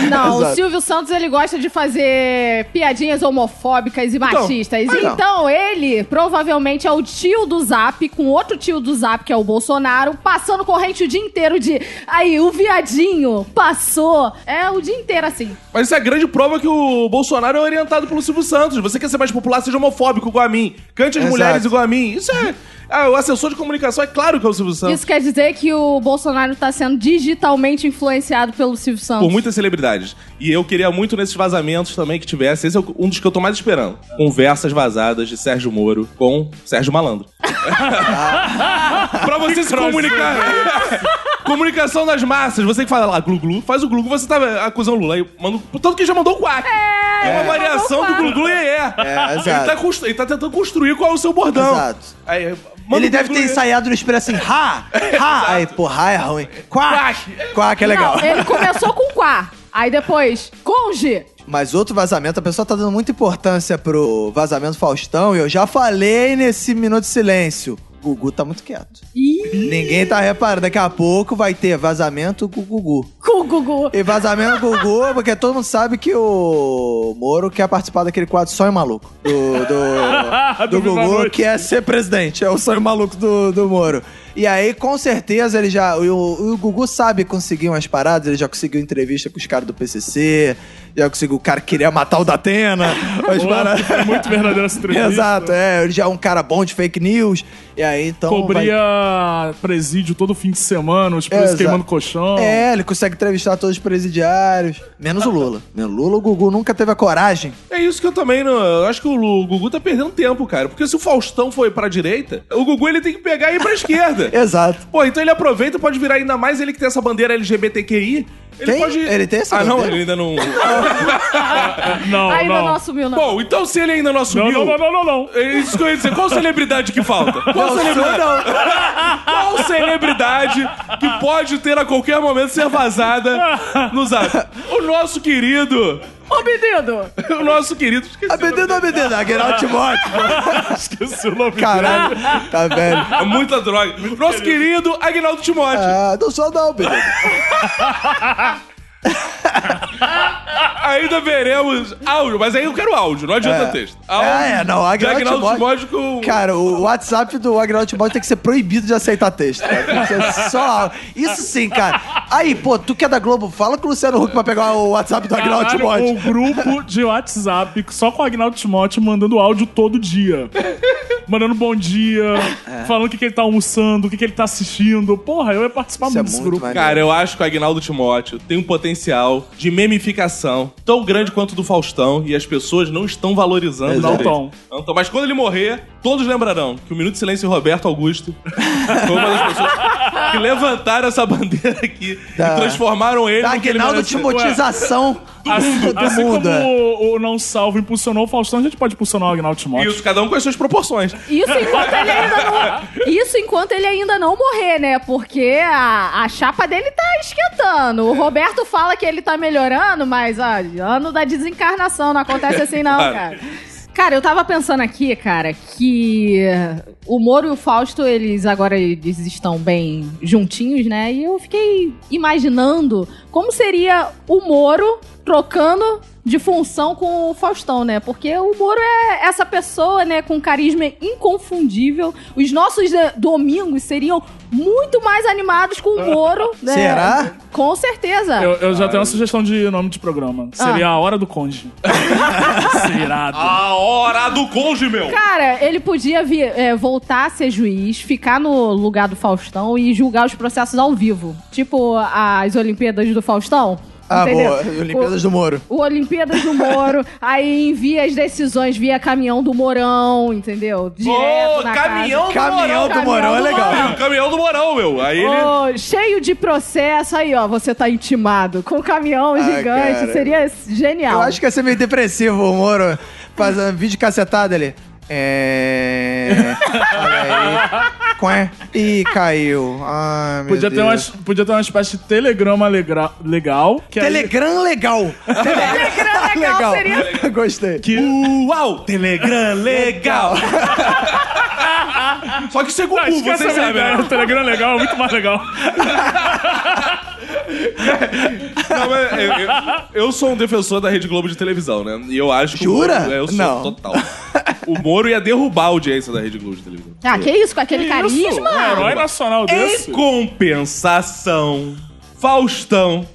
S2: Não, o
S4: Exato.
S2: Silvio Santos ele gosta de fazer piadinhas homofóbicas e machistas.
S4: então.
S2: Então, ele provavelmente é o tio do Zap, com outro tio do Zap, que é o Bolsonaro, passando corrente o dia inteiro de. Aí, o viadinho passou. É o dia inteiro assim.
S3: Mas isso é a grande prova que o Bolsonaro é orientado pelo Silvio Santos. Você quer ser mais popular, seja homofóbico igual a mim. Cante as
S4: Exato.
S3: mulheres igual a mim. Isso é. Ah, o assessor de comunicação é claro que é o Silvio Santos.
S2: Isso quer dizer que o Bolsonaro tá sendo digitalmente influenciado pelo Silvio Santos.
S3: Por muitas celebridades. E eu queria muito nesses vazamentos também que tivesse. Esse é um dos que eu tô mais esperando. Conversas vazadas de Sérgio Moro com Sérgio [LAUGHS] Malandro. pra você se comunicar. [LAUGHS] Comunicação das massas. Você que fala lá, glu-glu, faz o glu-glu, você tá acusando o Lula. Aí manda... o- Tanto que já mandou o quack. É, uma variação do
S2: quack.
S3: glu-glu e é.
S4: É, exato.
S3: Ele tá, constru- ele tá tentando construir qual é o seu bordão.
S4: Exato.
S3: Aí, manda
S4: Ele
S3: o
S4: deve ter
S3: glu-glu-iê.
S4: ensaiado no espelho assim, ha, ha. Aí, pô, ha é ruim. Quack,
S3: Quack.
S4: quack é legal.
S2: Não, ele começou com quá. Aí depois, conge.
S4: Mas outro vazamento, a pessoa tá dando muita importância pro vazamento Faustão, e eu já falei nesse Minuto de Silêncio. Gugu tá muito quieto.
S2: Ih,
S4: Ninguém tá reparando. Daqui a pouco vai ter vazamento com o Gugu.
S2: com o Gugu.
S4: E vazamento com o Gugu, porque todo mundo sabe que o Moro quer participar daquele quadro Sonho Maluco. Do, do, do
S5: Do Viva a
S4: Gugu,
S5: Noite.
S4: que é ser presidente. É o sonho maluco do, do Moro. E aí, com certeza, ele já. O, o Gugu sabe conseguir umas paradas, ele já conseguiu entrevista com os caras do PCC, já conseguiu o cara que queria matar o Datena. umas
S5: Boa,
S4: paradas.
S5: Foi é muito verdadeira essa
S4: [LAUGHS]
S5: entrevista.
S4: Exato, é. Ele já é um cara bom de fake news. E aí, então. vai-
S5: Cobria presídio todo fim de semana, os presos
S4: Exato.
S5: queimando colchão.
S4: É, ele consegue entrevistar todos os presidiários. Menos o Lula. [LAUGHS] Menos o Lula, o Gugu nunca teve a coragem.
S3: É isso que eu também não. Eu acho que o Lu- o Gugu tá perdendo tempo, cara. Porque se o Faustão foi pra direita, o Gugu ele tem que pegar e ir pra [LAUGHS] esquerda.
S4: Exato.
S3: Pô, então ele aproveita e pode virar ainda mais ele que tem essa bandeira LGBTQI. Ele
S4: Tem?
S3: pode.
S4: Ele tem essa
S3: Ah, não,
S4: bandeira?
S3: ele ainda não. Ah,
S5: Não,
S2: Ainda
S5: não.
S2: não assumiu, não.
S3: Bom, então se ele ainda não
S5: Não,
S3: assumiu.
S5: não, não, não, não, não.
S3: É Isso que eu ia dizer. Qual celebridade que falta? Qual celebridade? Qual celebridade que pode ter a qualquer momento ser vazada no zap? O nosso querido.
S2: Ô, menino!
S3: O nosso querido. esqueci o nome
S4: ABD não ABD, não. Aguinaldo Ah, Timóteo.
S5: Esqueci o nome
S4: Caralho, tá velho.
S3: É muita droga. Nosso querido Agnaldo Timóteo.
S4: Ah, não sou não, bebê.
S3: Ainda veremos áudio, mas aí eu quero áudio, não adianta
S4: É.
S3: texto.
S4: Ah, é, não.
S3: de
S4: Agnaldo
S3: Agnaldo
S4: Timóteo.
S3: Timóteo com...
S4: Cara, o WhatsApp do Agnaldo Timóteo tem que ser proibido de aceitar texto. Cara. Tem que ser só. Isso sim, cara. Aí, pô, tu que é da Globo, fala com o Luciano Huck pra pegar o WhatsApp do Agnaldo
S5: Caralho,
S4: Timóteo.
S5: o grupo de WhatsApp só com o Agnaldo Timóteo mandando áudio todo dia. Mandando bom dia,
S4: É.
S5: falando o que, que ele tá almoçando, o que, que ele tá assistindo. Porra, eu ia participar
S4: Isso é
S5: muito desse
S4: muito
S5: grupo.
S4: maneiro.
S3: Cara, eu acho que o Agnaldo Timóteo tem um potencial de memificação tão grande quanto o do Faustão e as pessoas não estão valorizando.
S5: Não
S3: direito.
S5: tão.
S3: Não tão. Mas quando ele morrer, todos lembrarão que o Minuto de Silêncio e Roberto
S4: [LAUGHS]
S3: Augusto foi uma das pessoas que levantaram essa bandeira aqui
S4: Tá.
S3: e transformaram ele
S4: Da
S3: no que ele
S4: Agnaldo
S3: merece.
S4: Timotização do
S5: Assim,
S4: mundo, do
S5: assim
S4: mundo.
S5: como
S4: é.
S5: o, o Não Salvo impulsionou o Faustão, a gente pode impulsionar o Agnaldo Timóteo.
S3: Isso, cada um com as suas proporções.
S2: Isso enquanto ele ainda não. Isso enquanto ele ainda não morrer, né? Porque a, a chapa dele tá esquentando. O Roberto fala que ele tá melhorando, mas ó, ano da desencarnação, não acontece assim, não,
S3: Claro.
S2: cara. Cara, eu tava pensando aqui, cara, que o Moro e o Fausto, eles agora eles estão bem juntinhos, né? E eu fiquei imaginando como seria o Moro trocando de função com o Faustão, né? Porque o Moro é essa pessoa, né, com carisma inconfundível. Os nossos eh, domingos seriam muito mais animados com o Moro, né?
S4: Será?
S2: Com certeza.
S5: Eu, eu já tenho uma sugestão de nome de programa. Seria A Hora do Conde. é Serado.
S3: A hora do conge, meu!
S2: Cara, ele podia vir, é, voltar a ser juiz, ficar no lugar do Faustão e julgar os processos ao vivo. Tipo as Olimpíadas do Faustão.
S4: Ah,
S2: entendeu?
S4: boa. [LAUGHS] Olimpíadas do Moro.
S2: O Olimpíadas do
S4: [LAUGHS]
S2: Moro, aí envia as decisões via caminhão do Morão, entendeu? Direto
S3: Ô,
S2: na
S3: caminhão do
S4: Caminhão
S3: Morão!
S4: do Morão é legal.
S3: Aí, o caminhão do Morão, meu. Aí ele.
S2: casa. Ô, cheio de processo, aí ó, você tá intimado com um caminhão gigante,
S4: cara.
S2: seria genial.
S4: Eu acho que ia ser meio depressivo o Moro fazendo vídeo cacetado ali. É. Olha aí. Quém. Ih, caiu. Ai, meu
S5: Podia ter, uma,
S4: Deus.
S5: podia ter uma espécie de telegrama legra- legal. Que aí-
S4: Telegram legal. Telegram [LAUGHS]
S2: legal assim.
S4: Gostei.
S3: Uau! Telegram legal! Só que isso é
S5: Ah,
S3: Gugu,
S5: esquece
S3: você
S5: a minha
S3: sabe,
S5: ideia. O
S3: né?
S5: Telegram é legal, é muito mais legal.
S3: Não, mas eu, eu- eu sou um defensor da Rede Globo de televisão, né? E eu acho que. o
S4: Jura?
S3: Moro- é, eu sou
S4: Não.
S3: total. O Moro ia derrubar a audiência da Rede Globo de televisão.
S2: Ah, que isso, com aquele carisma?
S5: Isso, um herói nacional desse.
S3: Em compensação, Faustão,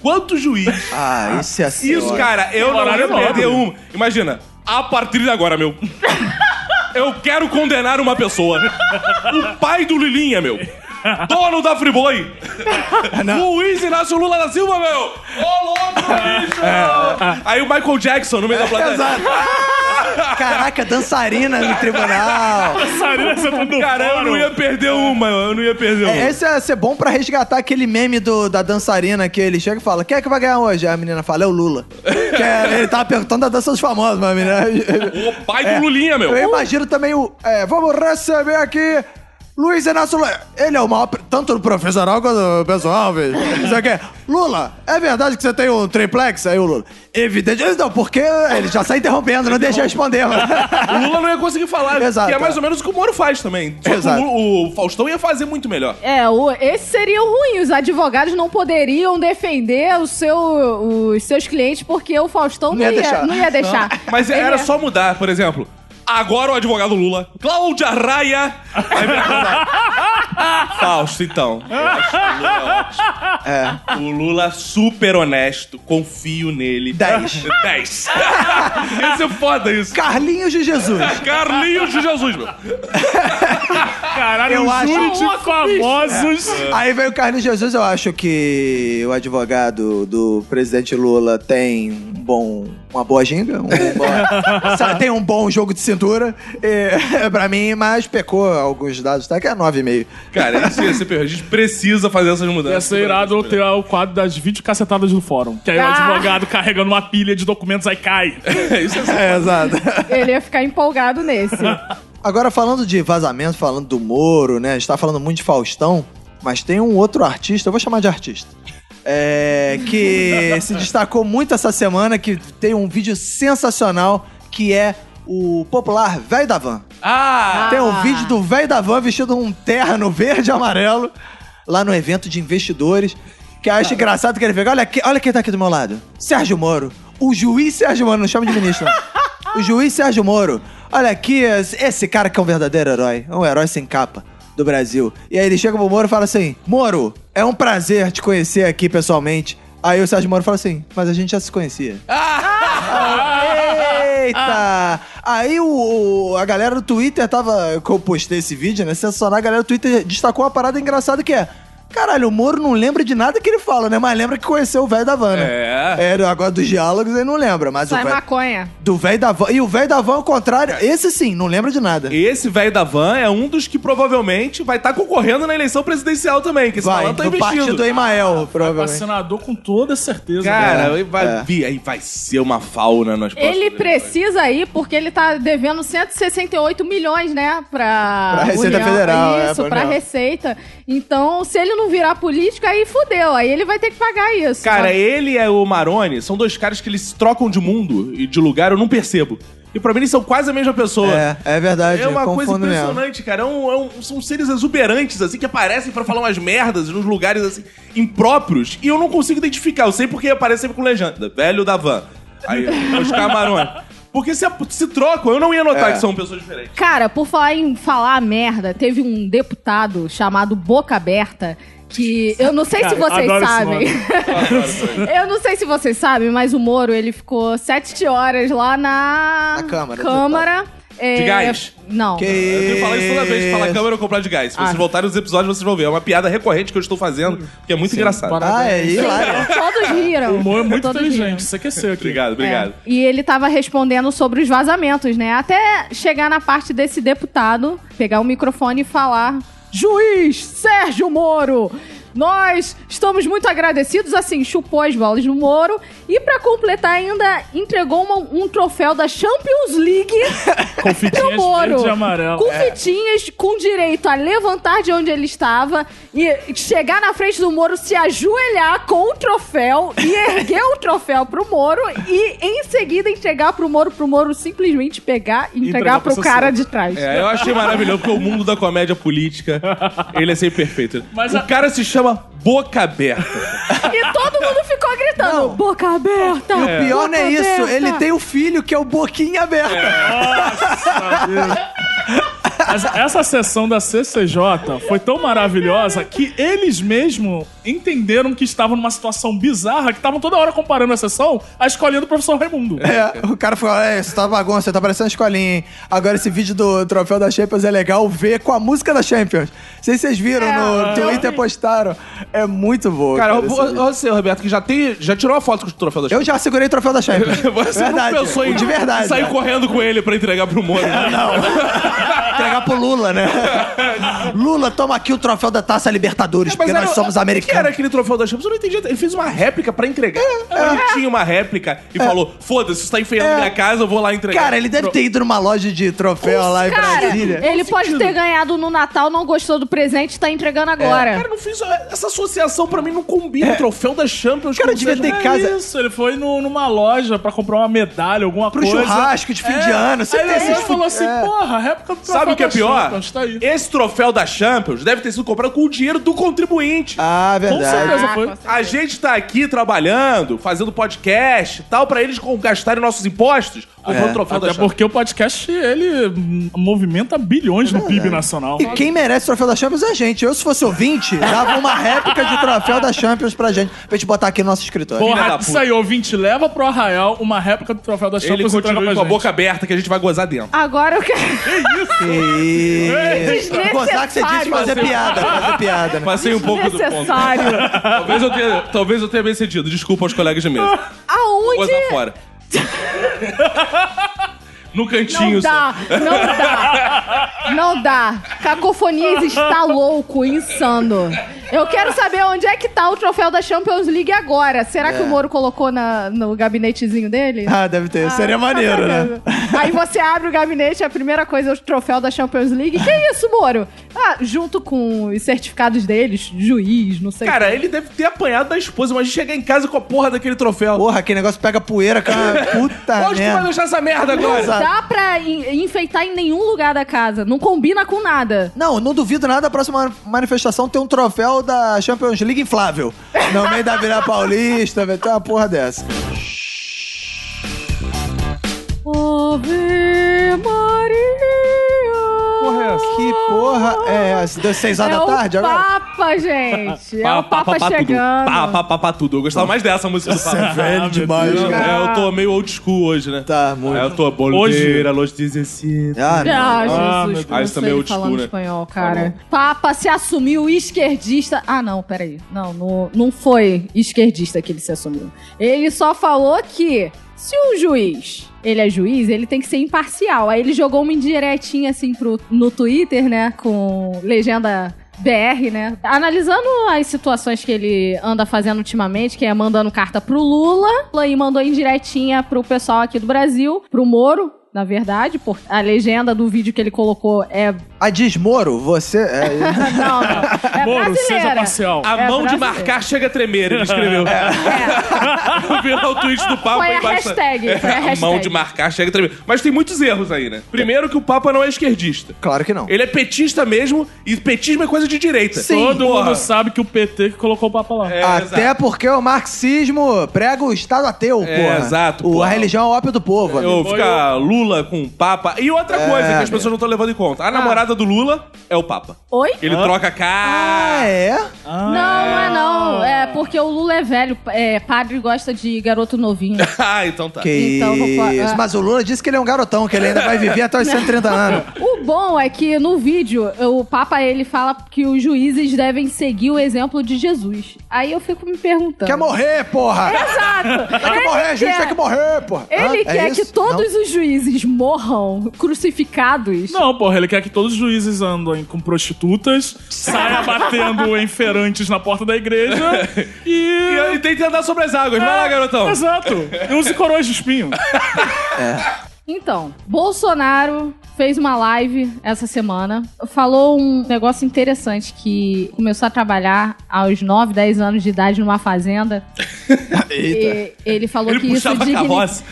S3: quanto juiz.
S4: Ah, isso é assim.
S3: Isso, cara, eu não
S5: Horário
S3: ia
S5: nobre.
S3: perder uma. Imagina, a partir de agora, meu. Eu quero condenar uma pessoa. O pai do Lilinha, meu. Dono da Friboi.
S4: É,
S3: Luiz Inácio Lula da Silva, meu. Ô, louco, bicho! Aí o Michael Jackson no meio da plateia.
S4: É, Exato. Caraca, dançarina no tribunal.
S5: Sarina, você tá no
S3: Cara, eu não
S5: fórum.
S3: ia perder uma, eu não ia perder um. uma.
S4: É, esse ia ser bom pra resgatar aquele meme do, da dançarina que ele chega e fala: Quem é que vai ganhar hoje? Aí A menina fala: É
S3: [LAUGHS]
S4: o Lula. Que é- ele tava perguntando a dança dos famosos, mas a menina. [LAUGHS] É,
S3: O pai do Lulinha, meu. Uh!
S4: Eu imagino também o. é, vamos é, receber aqui Luiz Inácio Lula, ele é o maior, pre- tanto do profissional quanto do
S3: [LAUGHS]
S4: pessoal, velho. Isso aqui é, Lula, é verdade que você tem um triplex? Aí o Lula, evidente. Não, porque ele já sai interrompendo, não deixa eu responder.
S3: O [LAUGHS] Lula não ia conseguir falar,
S4: Exato,
S3: que é mais
S4: é.
S3: ou menos o que o Moro faz também. Só que
S4: Exato.
S3: o Lu- o Faustão ia fazer muito melhor.
S2: É, o- esse seria o ruim. Os advogados não poderiam defender o seu- os seus clientes porque o Faustão não
S4: Não
S2: ia,
S4: ia deixar.
S2: não ia deixar.
S3: Mas
S2: Ele
S4: é.
S3: era
S2: ia-
S3: só mudar, por exemplo. Agora o advogado Lula, Cláudia Raia. Aí vem a
S4: [LAUGHS]
S3: Cláudia. Fausto, então. Eu acho o Lula ótimo.
S4: É.
S3: O Lula super honesto, confio nele.
S4: 10.
S3: [LAUGHS] 10. Isso é foda, isso.
S4: Carlinhos de Jesus.
S3: Carlinhos de Jesus, meu.
S5: Caralho,
S4: Eu
S5: um
S4: acho-
S5: júri de famosos.
S4: Aí veio o Carlos Jesus, eu acho que o advogado do presidente Lula tem um bom. uma boa ginga, um
S3: [LAUGHS]
S4: bom- sabe, tem um bom jogo de cintura e, [LAUGHS] pra mim, mas pecou alguns dados, tá? Que é 9,5.
S3: Cara, isso ia ser pior. A gente precisa fazer essas mudanças.
S5: Ia ser irado ter o quadro das videocacetadas do fórum. Que aí o
S2: Ah.
S5: advogado carregando uma pilha de documentos aí cai.
S3: Isso é
S4: [LAUGHS] É, exato.
S2: Ele ia ficar empolgado nesse.
S4: Agora, falando de vazamento, falando do Moro, né? A gente tá falando muito de Faustão, mas tem um outro artista, eu vou chamar de artista. é,
S3: [LAUGHS]
S4: que se destacou muito essa semana, que tem um vídeo sensacional, que é o popular Velho da Van.
S3: Ah!
S4: Tem
S2: Ah.
S4: um vídeo do velho da van vestido um terno verde e amarelo lá no evento de investidores. Que eu acho engraçado que ele pega. Olha, que, olha quem tá aqui do meu lado. Sérgio Moro. O juiz Sérgio Moro. Não chama de ministro. não. o juiz Sérgio Moro. Olha aqui, esse esse cara que é um verdadeiro herói. É um herói sem capa do Brasil. E aí ele chega pro Moro e fala assim: Moro, é um prazer te conhecer aqui pessoalmente. Aí o Sérgio Moro fala assim: Mas a gente já se conhecia. Eita! Aí o, o- a galera do Twitter tava. Que eu postei esse vídeo, né? Sensacional, a galera do Twitter destacou uma parada engraçada que é. Caralho, o Moro não lembra de nada que ele fala, né? Mas lembra que conheceu o velho da van, né?
S3: É.
S4: É, agora dos diálogos ele não lembra, mas
S2: Sai
S4: o velho.
S2: é maconha.
S4: Do velho da van. E o velho da van, ao contrário, esse sim, não lembra de nada.
S3: Esse velho da van é um dos que provavelmente vai estar concorrendo na eleição presidencial também, que esse
S4: Vai,
S3: malandro tá
S4: do
S3: investindo. Tá
S4: partido Emael,
S5: Pra
S4: provavelmente.
S5: senador com toda certeza.
S3: Cara,
S4: É,
S3: aí vai,
S4: é.
S3: vi- aí vai ser uma fauna nas próximas
S2: Ele
S3: eleições.
S2: precisa ir porque ele tá devendo 168 milhões, né? Pra,
S4: Pra Receita Federal, é,
S2: Isso,
S4: pra
S2: pra,
S4: União.
S2: Receita. Então, se ele não virar político, aí fudeu. Aí ele vai ter que pagar isso.
S3: Cara,
S2: sabe?
S3: ele e o Maroni são dois caras que eles trocam de mundo e de lugar, eu não percebo. E pra mim eles são quase a mesma pessoa.
S4: É, é verdade.
S3: É uma coisa
S4: confundo mesmo.
S3: impressionante, cara. É um- é um- são seres exuberantes, assim, que aparecem pra falar umas merdas nos lugares, assim, impróprios. E eu não consigo identificar. Eu sei porque aparece sempre com legenda. Velho da van. Aí, [LAUGHS] os camarões. Porque se, se trocam, eu não ia notar
S4: É.
S3: que são pessoas diferentes.
S2: Cara, por falar em falar merda, teve um deputado chamado Boca Aberta que eu não sei se
S5: Cara,
S2: vocês
S5: adoro esse
S2: sabem. [LAUGHS] eu não sei se vocês sabem, mas o Moro ele ficou sete horas lá na,
S4: Na Câmara,
S2: Câmara. É,
S3: De gás?
S2: Não.
S4: Que
S3: Eu tenho que falar isso toda vez, falar
S4: isso.
S3: câmera ou comprar de gás. Se vocês
S2: Ah.
S3: voltarem os episódios, vocês vão ver. É uma piada recorrente que eu estou fazendo, que é muito engraçado.
S5: parada.
S4: Ah, é,
S2: Sim,
S4: hilário.
S2: todos riram.
S5: O humor é muito
S2: Todos riram.
S5: inteligente. Isso aqueceu aqui.
S3: Obrigado, obrigado.
S2: É, E ele tava respondendo sobre os vazamentos, né? Até chegar na parte desse deputado, pegar o microfone e falar: Juiz Sérgio Moro! Nós estamos muito agradecidos, assim, chupou as bolas no Moro. E pra completar, ainda entregou uma- um troféu da Champions League
S5: [LAUGHS] Com fitinhas
S2: pro Moro.
S5: verde e amarelo.
S2: Com
S3: É.
S2: fitinhas, com direito a levantar de onde ele estava e chegar na frente do Moro, se ajoelhar com o troféu e erguer o troféu pro Moro e em seguida entregar pro Moro, pro Moro simplesmente pegar e entregar,
S5: Entregar pra
S2: pro cara
S5: sociedade.
S2: de trás.
S3: É, eu achei maravilhoso, porque o mundo da comédia política, ele é sempre perfeito.
S5: Mas
S3: o
S5: a-
S3: cara se chama Boca Aberta.
S2: E todo mundo ficou gritando,
S4: Não.
S2: boca aberta!
S4: E o pior não é
S2: boca
S4: isso,
S2: aberta."
S4: ele tem o filho que é o Boquinha Aberta.
S5: Mas essa sessão da CCJ foi tão maravilhosa que eles mesmo entenderam que estavam numa situação bizarra, que estavam toda hora comparando a sessão à escolinha do professor Raimundo.
S4: É, o cara falou, é, isso tá bagunça, tá parecendo uma escolinha, hein? Agora esse vídeo do troféu da Champions é legal ver com a música da Champions. Não sei se vocês viram no Twitter, postaram. É muito bom.
S3: Cara,
S4: esse
S3: vo-
S4: vídeo.
S3: você, Roberto, que já, tem, já tirou a foto com o troféu da
S4: eu já segurei o troféu da Champions.
S3: [LAUGHS] Você
S4: verdade,
S3: não pensou em
S4: De verdade.
S3: sair correndo com ele pra entregar pro Moro. [LAUGHS] Não.
S4: [LAUGHS] Entregar pro
S3: [LAUGHS]
S4: Lula, né? Lula, toma aqui o troféu da Taça Libertadores, porque nós
S3: O
S4: somos
S3: que É, era
S4: americanos.
S3: aquele troféu da Champions? Eu não entendi. Ele fez uma réplica pra entregar. Ele tinha uma réplica e falou: foda-se, você tá enfeiando
S4: É.
S3: minha casa, eu vou lá entregar.
S4: Cara, ele deve ter ido numa loja de troféu lá em
S2: Cara,
S4: Brasília.
S2: ele pode ter ganhado no Natal, não gostou do presente, tá entregando
S3: Cara,
S2: agora.
S3: não fiz.
S5: é,
S3: Essa associação pra mim não combina. Troféu da Champions.
S4: É. Cara,
S3: com
S4: devia
S3: seja-
S4: ter
S5: É
S4: casa-
S5: isso, ele foi no- numa loja pra comprar uma medalha, alguma
S4: Pro
S5: coisa.
S4: churrasco de fim
S5: É.
S4: de ano, sempre
S5: Aí ele
S4: tem esses
S5: só falou assim,
S4: é.
S5: porra, réplica do
S3: Sabe o que é
S5: da
S3: pior?
S5: Champions, tá aí.
S3: Esse troféu da Champions deve ter sido comprado com o dinheiro do contribuinte.
S4: Ah, verdade.
S5: certeza. foi.
S2: com certeza.
S3: A gente tá aqui trabalhando, fazendo podcast e tal, pra eles com- gastarem nossos impostos. Comprou o troféu da
S5: É, Até
S3: Champions.
S5: porque o podcast, ele hum, movimenta bilhões
S3: É.
S5: no PIB nacional.
S4: E quem merece o troféu da Champions é a gente. Eu, se fosse ouvinte, dava uma réplica de troféu da Champions pra gente. Pra gente botar aqui no nosso escritório.
S3: Filha da
S5: Porra,
S3: puta.
S5: isso aí, ouvinte, leva pro Arraial uma réplica do troféu da
S3: Ele
S5: Champions e entrega
S3: continua
S5: pra
S3: com a
S5: gente.
S3: boca aberta que a gente vai gozar dentro.
S2: Agora eu quero.
S4: E...
S2: Desnecessário.
S4: Gozar que você disse fazer piada, fazer piada, né?
S3: Passei um pouco
S2: é
S3: do ponto.
S2: Necessário.
S3: [LAUGHS] Talvez eu, tenha, talvez eu tenha bem cedido. Desculpa aos colegas de mesa. Vou
S2: Aonde.
S3: gozar fora. [LAUGHS] No
S2: Não
S3: cantinho
S2: dá, não dá, não dá. Cacofonias está louco, insano. Eu quero saber onde é que tá o troféu da Champions League agora. Será que o Moro colocou na- no gabinetezinho dele?
S4: É. Ah, deve ter. Seria maneiro, né?
S2: Aí você abre o gabinete, a primeira coisa é o troféu da Champions League. Que isso, Moro? Ah, junto com os certificados deles, juiz, não sei.
S3: Cara, ele deve ter apanhado da esposa. Imagina chegar em casa com a porra daquele troféu.
S4: Porra, aquele negócio pega poeira, cara. Puta
S3: Onde tu vai
S4: merda.
S3: deixar essa merda
S2: não
S3: agora?
S4: Exato.
S2: dá pra en- enfeitar em nenhum lugar da casa. Não combina com nada.
S4: Não, não duvido nada. A próxima manifestação tem um troféu da Champions League inflável. No meio da Vila Paulista, vai ter uma porra dessa.
S2: Ave Maria.
S3: Porra, é essa?
S4: Que porra é essa? Deu seis horas
S2: é
S4: da tarde
S2: o
S4: agora?
S2: Papa, gente. É o Papa
S3: tudo.
S2: chegando.
S3: Pá, pá, pá, pá, tudo. Eu gostava mais dessa música do Papa.
S5: Ah,
S4: velho demais, cara.
S3: É, eu tô meio old school hoje, né?
S4: Tá, muito.
S3: É, eu tô
S5: Hoje-
S3: boldeira, los 17.
S4: Ah, não.
S2: Ah,
S5: Ah, meu
S2: Jesus,
S5: Deus.
S2: como
S3: Ah,
S2: eu
S3: isso
S2: sei
S3: também é old
S2: falando
S3: school, né?
S2: espanhol, cara. Papa se assumiu esquerdista. Ah, não, peraí. Não, não, não foi esquerdista que ele se assumiu. Ele só falou que se o juiz, ele é juiz, ele tem que ser imparcial. Aí ele jogou uma indiretinha, assim, pro, no Twitter, né, com legenda... BR, né? Analisando as situações que ele anda fazendo ultimamente, que é mandando carta pro Lula, e mandou indiretinha pro pessoal aqui do Brasil, pro Moro, na verdade, porque a legenda do vídeo que ele colocou é.
S4: A Desmoro, você. É, [LAUGHS]
S2: Não, não. É
S5: Moro, seja
S2: brasileira.
S5: parcial.
S3: A
S2: É
S3: mão de
S2: brasileiro.
S3: marcar chega a tremer, ele escreveu.
S2: É,
S3: [LAUGHS] Eu vi lá o tweet do Papa
S2: Foi a
S3: embaixo.
S2: hashtag, foi a
S3: A mão
S2: hashtag.
S3: de marcar chega a tremer. Mas tem muitos erros aí, né? Primeiro que o Papa não é esquerdista.
S4: claro que não.
S3: Ele é petista mesmo, e petismo é coisa de direita.
S5: Todo
S3: Porra.
S5: mundo sabe que o PT que colocou o papo lá.
S3: É,
S4: Até
S3: exato.
S4: porque o marxismo prega o Estado ateu,
S3: É,
S4: porra.
S3: exato,
S4: O-
S3: porra.
S4: A religião é o ópio do povo. amigo.
S3: Eu ficar Lula com o Papa. E outra coisa que as
S4: meu.
S3: pessoas não estão levando em
S2: Ah.
S3: conta. A namorada do Lula é o Papa.
S2: Oi?
S3: Ele troca a cara.
S4: Ah, é?
S2: Não, não é
S5: Ah.
S2: não. É porque o Lula é velho. É, padre gosta de garoto
S5: [LAUGHS]
S2: novinho.
S4: é.
S3: Ah, então tá.
S4: Que
S2: Então, vou fa-
S4: isso.
S2: é.
S4: Mas o Lula disse que ele é um garotão, que ele ainda vai viver até os 130 anos.
S2: O bom é que no vídeo o Papa ele fala que os juízes devem seguir o exemplo de Jesus. Aí eu fico me perguntando.
S4: Quer morrer,
S2: é
S4: porra!
S2: Exato.
S4: Tem que morrer, a gente tem que morrer, porra! Hã?
S2: é. Ele
S4: É
S2: quer
S4: isso?
S2: que todos os juízes morram crucificados.
S5: Não, porra, ele quer que todos os juízes andem com prostitutas,
S3: [LAUGHS]
S5: saia batendo em feirantes na porta da igreja
S3: E
S5: e... É,
S3: ele tem que andar sobre as águas. Vai
S4: Ah,
S3: lá, garotão.
S5: Exato. E use coroas
S3: [LAUGHS]
S5: de espinho.
S2: Então, Bolsonaro fez uma live essa semana, falou um negócio interessante que começou a trabalhar aos 9, 10 anos de idade numa
S3: [LAUGHS]
S2: fazenda.
S4: Não? Eita.
S2: E ele falou
S3: Ele
S2: que isso,
S3: puxava a
S2: digni-
S3: carroça.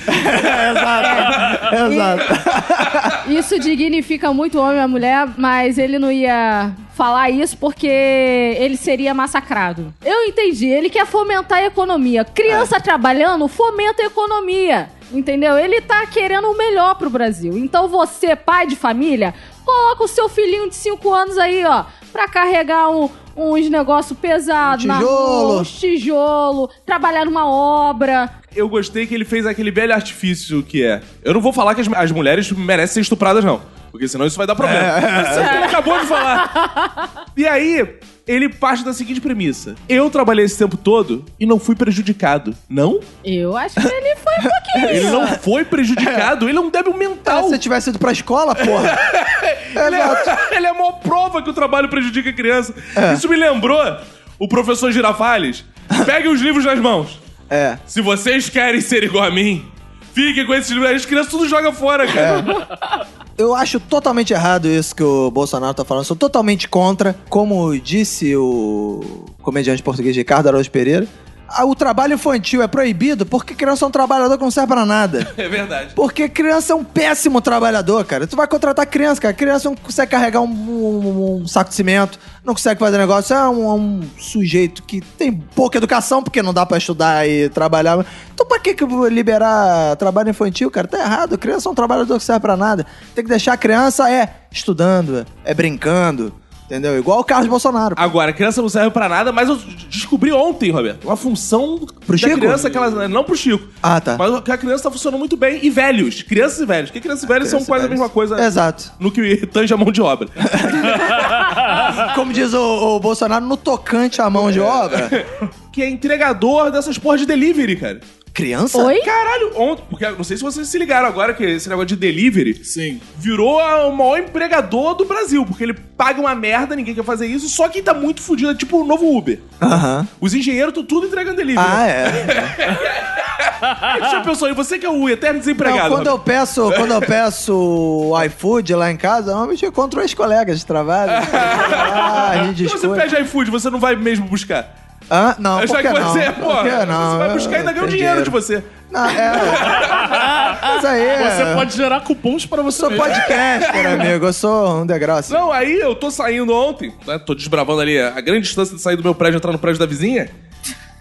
S4: Exato. [LAUGHS]
S2: Então-
S4: Exato.
S2: isso dignifica muito o homem e a mulher, mas ele não ia falar isso porque ele seria massacrado. Eu entendi, ele quer fomentar a economia. Criança trabalhando fomenta a economia. Entendeu? Ele tá querendo o melhor pro Brasil. Então você, pai de família, coloca o seu filhinho de 5 anos aí, ó, pra carregar um- uns negócios pesados, na
S4: Tijolo.
S2: rua, uns tijolo, trabalhar numa obra.
S3: Eu gostei que ele fez aquele velho artifício que é. Eu não vou falar que as, as mulheres merecem ser estupradas, não. Porque senão isso vai dar problema.
S4: É.
S3: Mas
S4: [LAUGHS]
S3: sabe o que ele acabou de falar. E aí, ele parte da seguinte premissa: Eu trabalhei esse tempo todo e não fui prejudicado. Não?
S2: Eu acho que ele foi um pouquinho.
S3: Ele não foi prejudicado, ele é um débil mental.
S4: Cara, É. Ah, se eu tivesse ido pra escola, porra.
S3: Ele é, [LAUGHS] ele é a maior prova que o trabalho prejudica a criança.
S4: É.
S3: Isso me lembrou o professor Girafales. Peguem os livros nas mãos.
S4: É.
S3: Se vocês querem ser igual a mim, fiquem com esses livros. As crianças tudo joga fora,
S4: É.
S3: cara. [LAUGHS]
S4: Eu acho totalmente errado isso que o Bolsonaro tá falando. Sou totalmente contra. Como disse o comediante português Ricardo Araújo Pereira, ah, o trabalho infantil é proibido porque criança é um trabalhador que não serve pra nada.
S3: É, verdade.
S4: Porque criança é um péssimo trabalhador, cara. Tu vai contratar criança, cara. Criança não consegue carregar um, um- um saco de cimento, não consegue fazer negócio. É um, é um sujeito que tem pouca educação, porque não dá pra estudar e trabalhar. Então pra que, que eu vou liberar trabalho infantil, cara? Tá errado. Criança é um trabalhador que serve pra nada. Tem que deixar a criança é estudando, é brincando, entendeu? Igual o Carlos Bolsonaro.
S3: Agora, a criança não serve pra nada, mas eu descobri ontem, Roberto, uma função da
S4: Chico?
S3: criança que ela. Não pro Chico.
S4: Ah, tá.
S3: Mas que a criança tá funcionando muito bem. E velhos. Crianças e velhos. Porque crianças e velhos são
S4: Criança
S3: quase
S4: vai-
S3: a mesma coisa. né?
S4: Exato.
S3: [LAUGHS] No que tange a mão de obra.
S4: Como diz o, o Bolsonaro, no tocante à mão de obra.
S3: que é entregador dessas porras de delivery, cara.
S4: Criança?
S2: Oi?
S3: Caralho, ontem, porque eu não sei se vocês se ligaram agora que esse negócio de delivery
S5: Sim.
S3: virou a- o maior empregador do Brasil, porque ele paga uma merda, ninguém quer fazer isso, só quem tá muito fudido é tipo o novo Uber.
S4: Aham.
S3: Os engenheiros estão tudo entregando delivery.
S4: Ah, é.
S3: Deixa eu pensar, e você que é o eterno
S4: Não,
S3: desempregado. Roberto?
S4: quando eu peço, quando eu peço o iFood lá em casa, normalmente eu encontro ex-colegas de trabalho. Ah, a gente
S3: Se você
S4: discute.
S3: pede iFood, você não vai mesmo buscar.
S4: Hã? não, por
S3: Já
S4: que
S3: que
S4: não?
S3: você, pô,
S4: Por que não?
S3: você vai buscar e
S4: Eu-
S3: ainda ganha o
S4: tem
S3: dinheiro de você.
S4: Não, é. Isso aí. é-
S5: Você pode gerar cupons pra
S4: Eu
S5: você
S4: sou
S5: mesmo.
S4: podcaster, amigo. Eu sou um degrau assim.
S3: Não, aí eu tô saindo ontem, né? Tô desbravando ali a grande distância de sair do meu prédio e entrar no prédio da vizinha.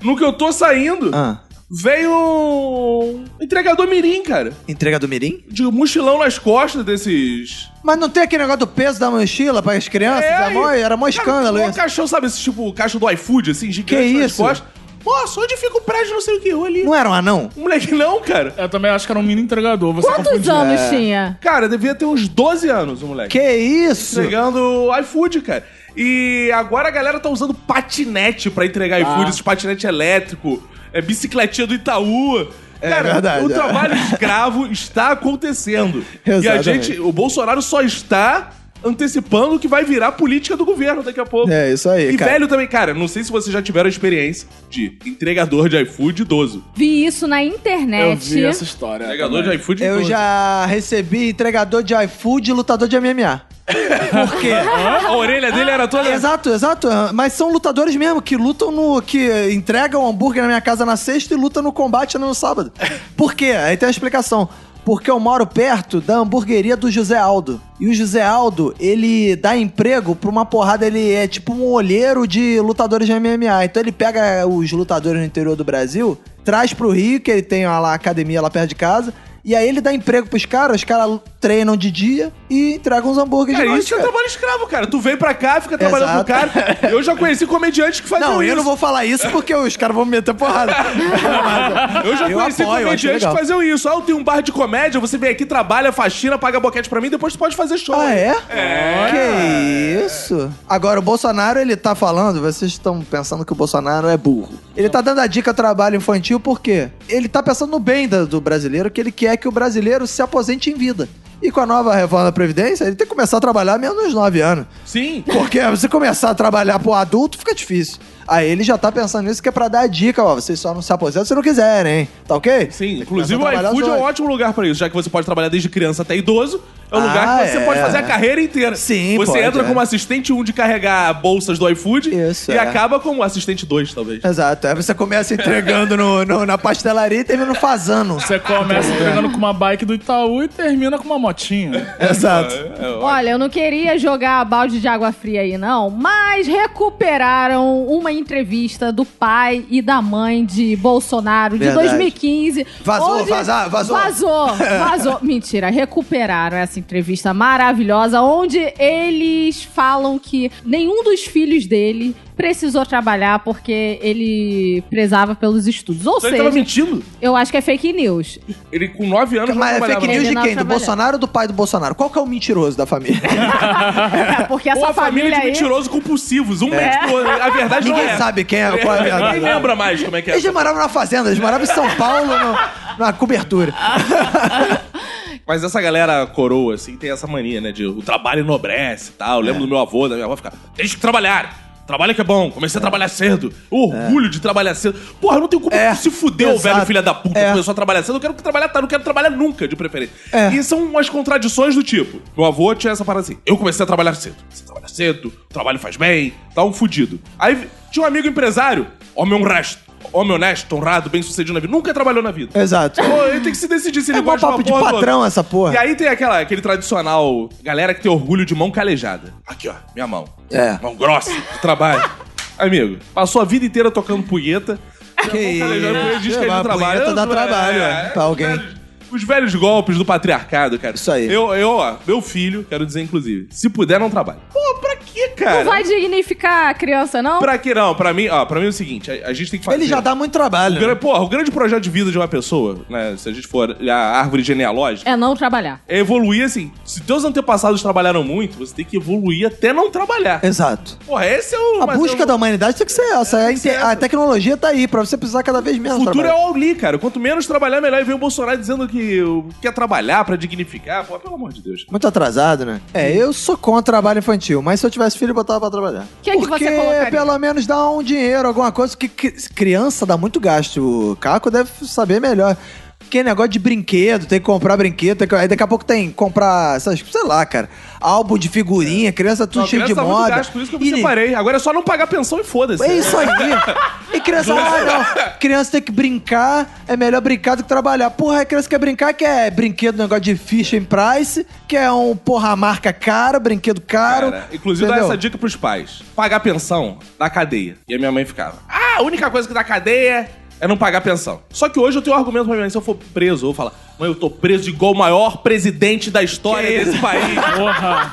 S3: No que eu tô saindo,
S4: Ah,
S3: veio um entregador mirim, cara.
S4: entrega do Mirim?
S3: De um mochilão nas costas desses...
S4: Mas não tem aquele negócio do peso da mochila para as crianças? É, mó-
S3: aí-
S4: era mó
S3: Cara,
S4: escândalo
S3: mó
S4: isso.
S3: caixão, sabe? Esse tipo, caixa do iFood, assim, gigante
S4: Que
S3: nas
S4: isso?
S3: costas. Nossa, onde fica o prédio, não sei o que, eu ali.
S4: Não era um anão?
S3: Um moleque não, cara.
S5: Eu também acho que era um mini entregador. Você
S2: Quantos
S5: confundiu.
S2: anos tinha?
S3: Cara, devia ter uns 12 anos o moleque.
S4: Que isso?
S3: Entregando iFood, cara. E agora a galera tá usando patinete pra entregar
S4: Ah.
S3: iFood, esses patinete elétrico, é bicicletinha do Itaú.
S4: É
S3: Cara,
S4: verdade,
S3: o
S4: é.
S3: trabalho escravo está
S4: [LAUGHS]
S3: acontecendo. E a
S4: Exatamente.
S3: gente, o Bolsonaro só está antecipando o que vai virar política do governo daqui a pouco.
S4: É, isso aí,
S3: E
S4: cara.
S3: velho também, cara, não sei se vocês já tiveram a experiência de entregador de iFood idoso.
S2: Vi isso na
S5: Eu
S2: internet.
S5: vi essa história.
S3: Entregador de iFood
S4: Eu
S3: idoso.
S4: [LAUGHS] já recebi entregador de iFood e lutador de MMA. Por quê?
S3: A orelha dele era toda...
S4: Exato, exato. Mas são lutadores mesmo, que lutam no. que entregam hambúrguer na minha casa na sexta e lutam no combate no sábado. Por quê? Aí tem uma explicação. Porque eu moro perto da hamburgueria do José Aldo. E o José Aldo, ele dá emprego pra uma porrada, ele é tipo um olheiro de lutadores de MMA. Então ele pega os lutadores no interior do Brasil, traz pro Rio, que ele tem lá a academia lá perto de casa, e aí ele dá emprego pros caras, os caras treinam de dia e entregam os hambúrgueres
S3: Cara,
S4: de noite,
S3: isso é
S4: cara.
S3: trabalho escravo, cara. Tu vem pra cá, fica trabalhando com o
S4: Exato.
S3: cara. Eu já conheci comediantes que faziam
S4: Não,
S3: isso.
S4: eu não vou falar isso porque os caras vão me meter porrada.
S3: Eu já
S4: Eu
S3: conheci
S4: apoio, eu acho
S3: comediantes que
S4: legal.
S3: faziam isso. Ah, eu tenho um bar de comédia, você vem aqui, trabalha, faxina, paga boquete pra mim, depois tu pode fazer show.
S4: Ah, é?
S3: É.
S4: Que isso? Agora, o Bolsonaro, ele tá falando, vocês estão pensando que o Bolsonaro é burro. Ele tá dando a dica trabalho infantil por quê? Ele tá pensando no bem da- do brasileiro, que ele quer que o brasileiro se aposente em vida. E com a nova reforma da Previdência, ele tem que começar a trabalhar menos nos 9 anos.
S3: Sim.
S4: Porque [LAUGHS] você começar a trabalhar pro adulto fica difícil. Aí ele já tá pensando nisso, que é pra dar a dica, ó. Vocês só não se aposentam se não quiserem, hein? Tá ok?
S3: Sim, inclusive
S4: Começa a
S3: o
S4: trabalhar
S3: iFood é
S4: às
S3: um
S4: oito.
S3: ótimo lugar pra isso, já que você pode trabalhar desde criança até idoso. É um
S4: Ah,
S3: lugar que você
S4: é.
S3: pode fazer a carreira inteira.
S4: Sim,
S3: Você
S4: pode,
S3: entra
S4: é.
S3: como assistente 1 de carregar bolsas do iFood
S4: Isso,
S3: e
S4: é.
S3: acaba como assistente 2, talvez.
S4: Exato. Aí você começa entregando no, no- na pastelaria e termina no fazano.
S5: Você começa entregando com uma bike do Itaú e termina com uma motinha.
S4: Exato.
S2: Olha, eu não queria jogar balde de água fria aí, não, mas recuperaram uma entrevista do pai e da mãe de Bolsonaro de
S4: Verdade.
S2: 2015.
S4: Vazou,
S2: onde-
S4: vazar, vazou.
S2: Vazou,
S4: [LAUGHS]
S2: vazou. Mentira, recuperaram essa entrevista maravilhosa, onde eles falam que nenhum dos filhos dele precisou trabalhar porque ele prezava pelos estudos. Ou
S3: Então ele tava
S2: seja,
S3: mentindo?
S2: eu acho que é fake
S3: [LAUGHS]
S2: news.
S3: Ele com 9 anos já
S4: Mas é
S3: trabalhava.
S4: fake news de
S2: Ele
S4: quem?
S2: não
S4: Do Bolsonaro ou do pai do Bolsonaro? Qual que é o mentiroso da família?
S2: É, porque essa
S3: Ou a família, de
S2: aí... É.
S3: mentirosos compulsivos. Um médico. do outro. A verdade
S4: Ninguém
S3: não é.
S4: sabe quem é. Qual é a verdade.
S3: Ninguém lembra mais como é que é.
S4: Eles já moravam na fazenda, eles moravam em São Paulo, no- na cobertura.
S3: Mas essa galera coroa, assim, tem essa mania, né? De o trabalho enobrece e tal. Eu
S4: É.
S3: lembro do meu avô, da minha avó ficar, deixa que trabalhar. Trabalha que é bom, comecei a trabalhar cedo. O orgulho de trabalhar cedo. Porra, eu não tenho culpa
S4: É.
S3: que se fudeu,
S4: Exato.
S3: velho filha da puta,
S4: É.
S3: começou a trabalhar cedo. Eu quero que trabalhar tarde, eu não quero trabalhar nunca, de preferência.
S4: É.
S3: E são umas contradições do tipo. Meu avô tinha essa parada assim, eu comecei a trabalhar cedo. Você trabalha cedo, o trabalho faz bem, tá um fudido. Aí tinha um amigo empresário, homem honesto, homem honesto, honrado, bem sucedido na vida. Nunca trabalhou na vida.
S4: Exato.
S3: Pô, ele tem que se decidir se ele
S4: É mó
S3: gosta
S4: papo
S3: uma
S4: de
S3: porra ou
S4: patrão
S3: outra.
S4: essa porra.
S3: E aí tem aquela, aquele tradicional galera que tem orgulho de mão calejada. Aqui, ó, minha mão.
S4: É.
S3: Mão grossa, de trabalho. Amigo, passou a vida inteira tocando punheta.
S4: Que
S3: Mão calejada, punheta, diz que é
S4: Mas
S3: de
S4: a
S3: trabalho.
S4: punheta dá
S3: Eu-
S4: trabalho,
S3: é,
S4: é, pra alguém.
S3: Os velhos golpes do patriarcado, cara.
S4: Isso aí.
S3: Eu, eu, ó, meu filho, quero dizer, inclusive, se puder, não trabalhe. Pô, pra quê, cara?
S2: Não vai dignificar a criança, não?
S3: Pra quê, não? Pra mim, ó, pra mim é o seguinte, a, a gente tem que fazer...
S4: Ele já dá muito
S3: O
S4: trabalho.
S3: grande- Porra, o grande projeto de vida de uma pessoa, né? Se a gente for olhar a árvore genealógica,
S2: É não trabalhar.
S3: é evoluir assim. Se teus antepassados trabalharam muito, você tem que evoluir até não trabalhar.
S4: Exato.
S3: Porra, esse é o.
S4: A
S3: mas
S4: busca
S3: é o-
S4: da humanidade tem que ser essa. A,
S3: que ser
S4: inte-
S3: essa.
S4: a tecnologia tá aí pra você precisar cada vez menos.
S3: O futuro é
S4: trabalho.
S3: o Auli, cara. Quanto menos trabalhar, melhor. E vem o Bolsonaro dizendo que o- quer trabalhar pra dignificar. Pô, pelo amor de Deus.
S4: Muito atrasado, né? É, eu sou contra trabalho infantil, mas se eu tivesse filho, eu botava pra trabalhar.
S2: Que é que você
S4: Porque
S2: colocaria?
S4: pelo menos dá um dinheiro, alguma coisa, que cri- criança dá muito gasto. O Caco deve saber melhor. Porque é negócio de brinquedo, tem que comprar brinquedo, tem que- aí daqui a pouco tem que comprar, essas, sei lá, cara, álbum de figurinha, criança tudo
S3: Não,
S4: cheio é um de
S3: criança tá muito
S4: moda.
S3: gasto, por isso que eu me
S4: E-
S3: separei. Agora é só não pagar pensão e foda-se.
S4: é isso aí. E criança, ah, não. Criança tem que brincar, é melhor brincar do que trabalhar. Porra, a criança quer brincar, quer brinquedo, negócio de ficha em price, que é um, porra, a marca cara, brinquedo caro.
S3: Cara, inclusive, dá
S4: entendeu?
S3: essa dica pros pais: pagar pensão na cadeia. E a minha mãe ficava: Ah, a única coisa que dá cadeia é não pagar pensão. Só que hoje eu tenho um argumento pra minha mãe: se eu for preso, eu vou falar, mãe, eu tô preso igual o maior presidente da história desse país.
S5: Porra.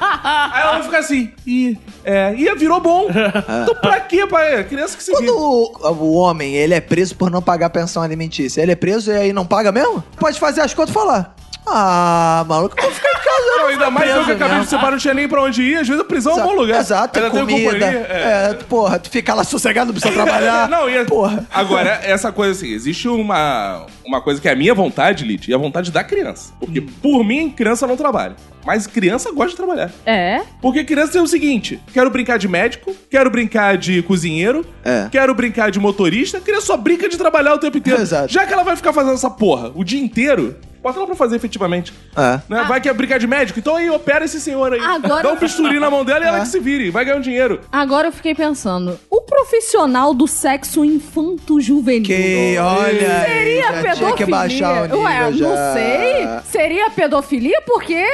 S3: Aí ela vai ficar assim, e, é, e virou bom. então pra quê, pai? Criança que se
S4: Quando
S3: vira.
S4: o, o homem, ele é preso por não pagar pensão alimentícia, ele é preso e aí não paga mesmo? Pode fazer as contas e falar, ah, maluco, eu vou ficar em casa.
S3: Não,
S4: vou
S3: ainda
S4: ficar
S3: mais eu
S4: preso
S3: que acabei
S4: mesmo."
S3: de separar, não tinha nem pra onde ir. Às vezes a prisão é um bom lugar.
S4: Exato,
S3: Ainda
S4: tem
S3: tem
S4: comida.
S3: companhia, é.
S4: É, porra, tu fica lá sossegado, não
S3: [LAUGHS]
S4: precisa trabalhar.
S3: Não, e é-
S4: Porra.
S3: Agora, essa coisa assim, existe uma, uma coisa que é a minha vontade, Lid, e a vontade da criança. Porque,
S4: Hum.
S3: por mim, criança não trabalha. Mas criança gosta de trabalhar.
S2: É.
S3: Porque criança tem o seguinte: quero brincar de médico, quero brincar de cozinheiro,
S4: É.
S3: quero brincar de motorista. Criança só brinca de trabalhar o tempo inteiro.
S4: Exato.
S3: Já que ela vai ficar fazendo essa porra o dia inteiro, bota ela pra fazer efetivamente.
S4: É.
S3: Né? Vai que é brincar de médico? Então aí opera esse senhor aí.
S2: Agora-
S3: Dá um bisturi na mão dela
S4: É.
S3: e ela que se vire. Vai ganhar um dinheiro.
S2: Agora eu fiquei pensando, o profissional do sexo infanto-juvenil
S4: Que olha.
S2: seria
S4: aí, já
S2: pedofilia?
S4: Tinha que baixar o nível,
S2: Ué,
S4: já.
S2: não sei. Seria pedofilia porque...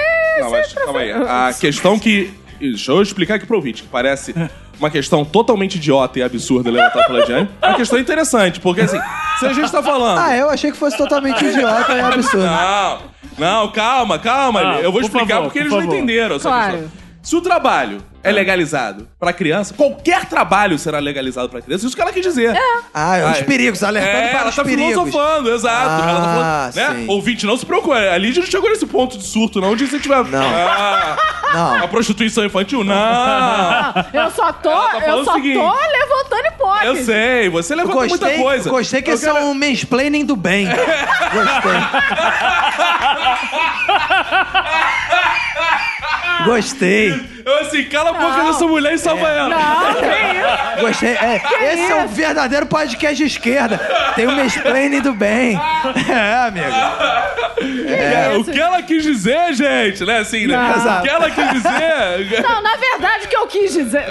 S3: Não, mas é calma aí. [LAUGHS] A questão que. Deixa eu explicar aqui pro ouvinte, que parece uma questão totalmente idiota e absurda levantada pela Jane. É uma questão interessante, porque assim, se a gente tá falando.
S4: Ah, eu achei que fosse totalmente idiota e absurdo.
S3: Ah. Não, não, calma, calma.
S5: Ah,
S3: eu vou
S5: por
S3: explicar
S5: favor,
S3: porque
S5: por
S3: eles não
S5: favor.
S3: entenderam essa
S2: Claro.
S3: questão. Se o trabalho é legalizado pra criança, qualquer trabalho será legalizado pra criança. Isso que ela quis dizer. É.
S4: Ah, os
S3: Ai.
S4: perigos, alertando para
S3: ela
S4: os
S3: tá
S4: perigos.
S3: filosofando, exato.
S4: Ah,
S3: ela tá falando, né?
S4: sim.
S3: Ouvinte, não se preocupe. A Lídia não chegou nesse ponto de surto, não, de se tiver.
S4: Não.
S3: Ah, a
S4: Não.
S3: prostituição infantil?
S4: [LAUGHS]
S3: Não.
S2: [LAUGHS] Eu só tô,
S3: Ela tá falando
S2: eu só tô
S3: o seguinte.
S2: levantando
S3: Eu
S2: hipótese.
S3: sei, você levanta tá muita
S4: Gostei,
S3: coisa.
S4: gostei que
S3: Eu
S4: esse é um mansplaining do bem. Gostei. Gostei.
S3: Eu assim, cala a boca
S2: Não.
S3: dessa mulher e
S4: É.
S3: salva ela.
S2: Ah, que isso?
S4: Gostei. É, esse é um verdadeiro podcast de esquerda. Tem um mansplaining do
S3: [LAUGHS]
S4: bem. É, amigo.
S3: É, o que ela quis dizer, gente, né? Assim, né?
S2: Não.
S3: O que ela quis dizer.
S2: Não, na verdade o que eu quis dizer...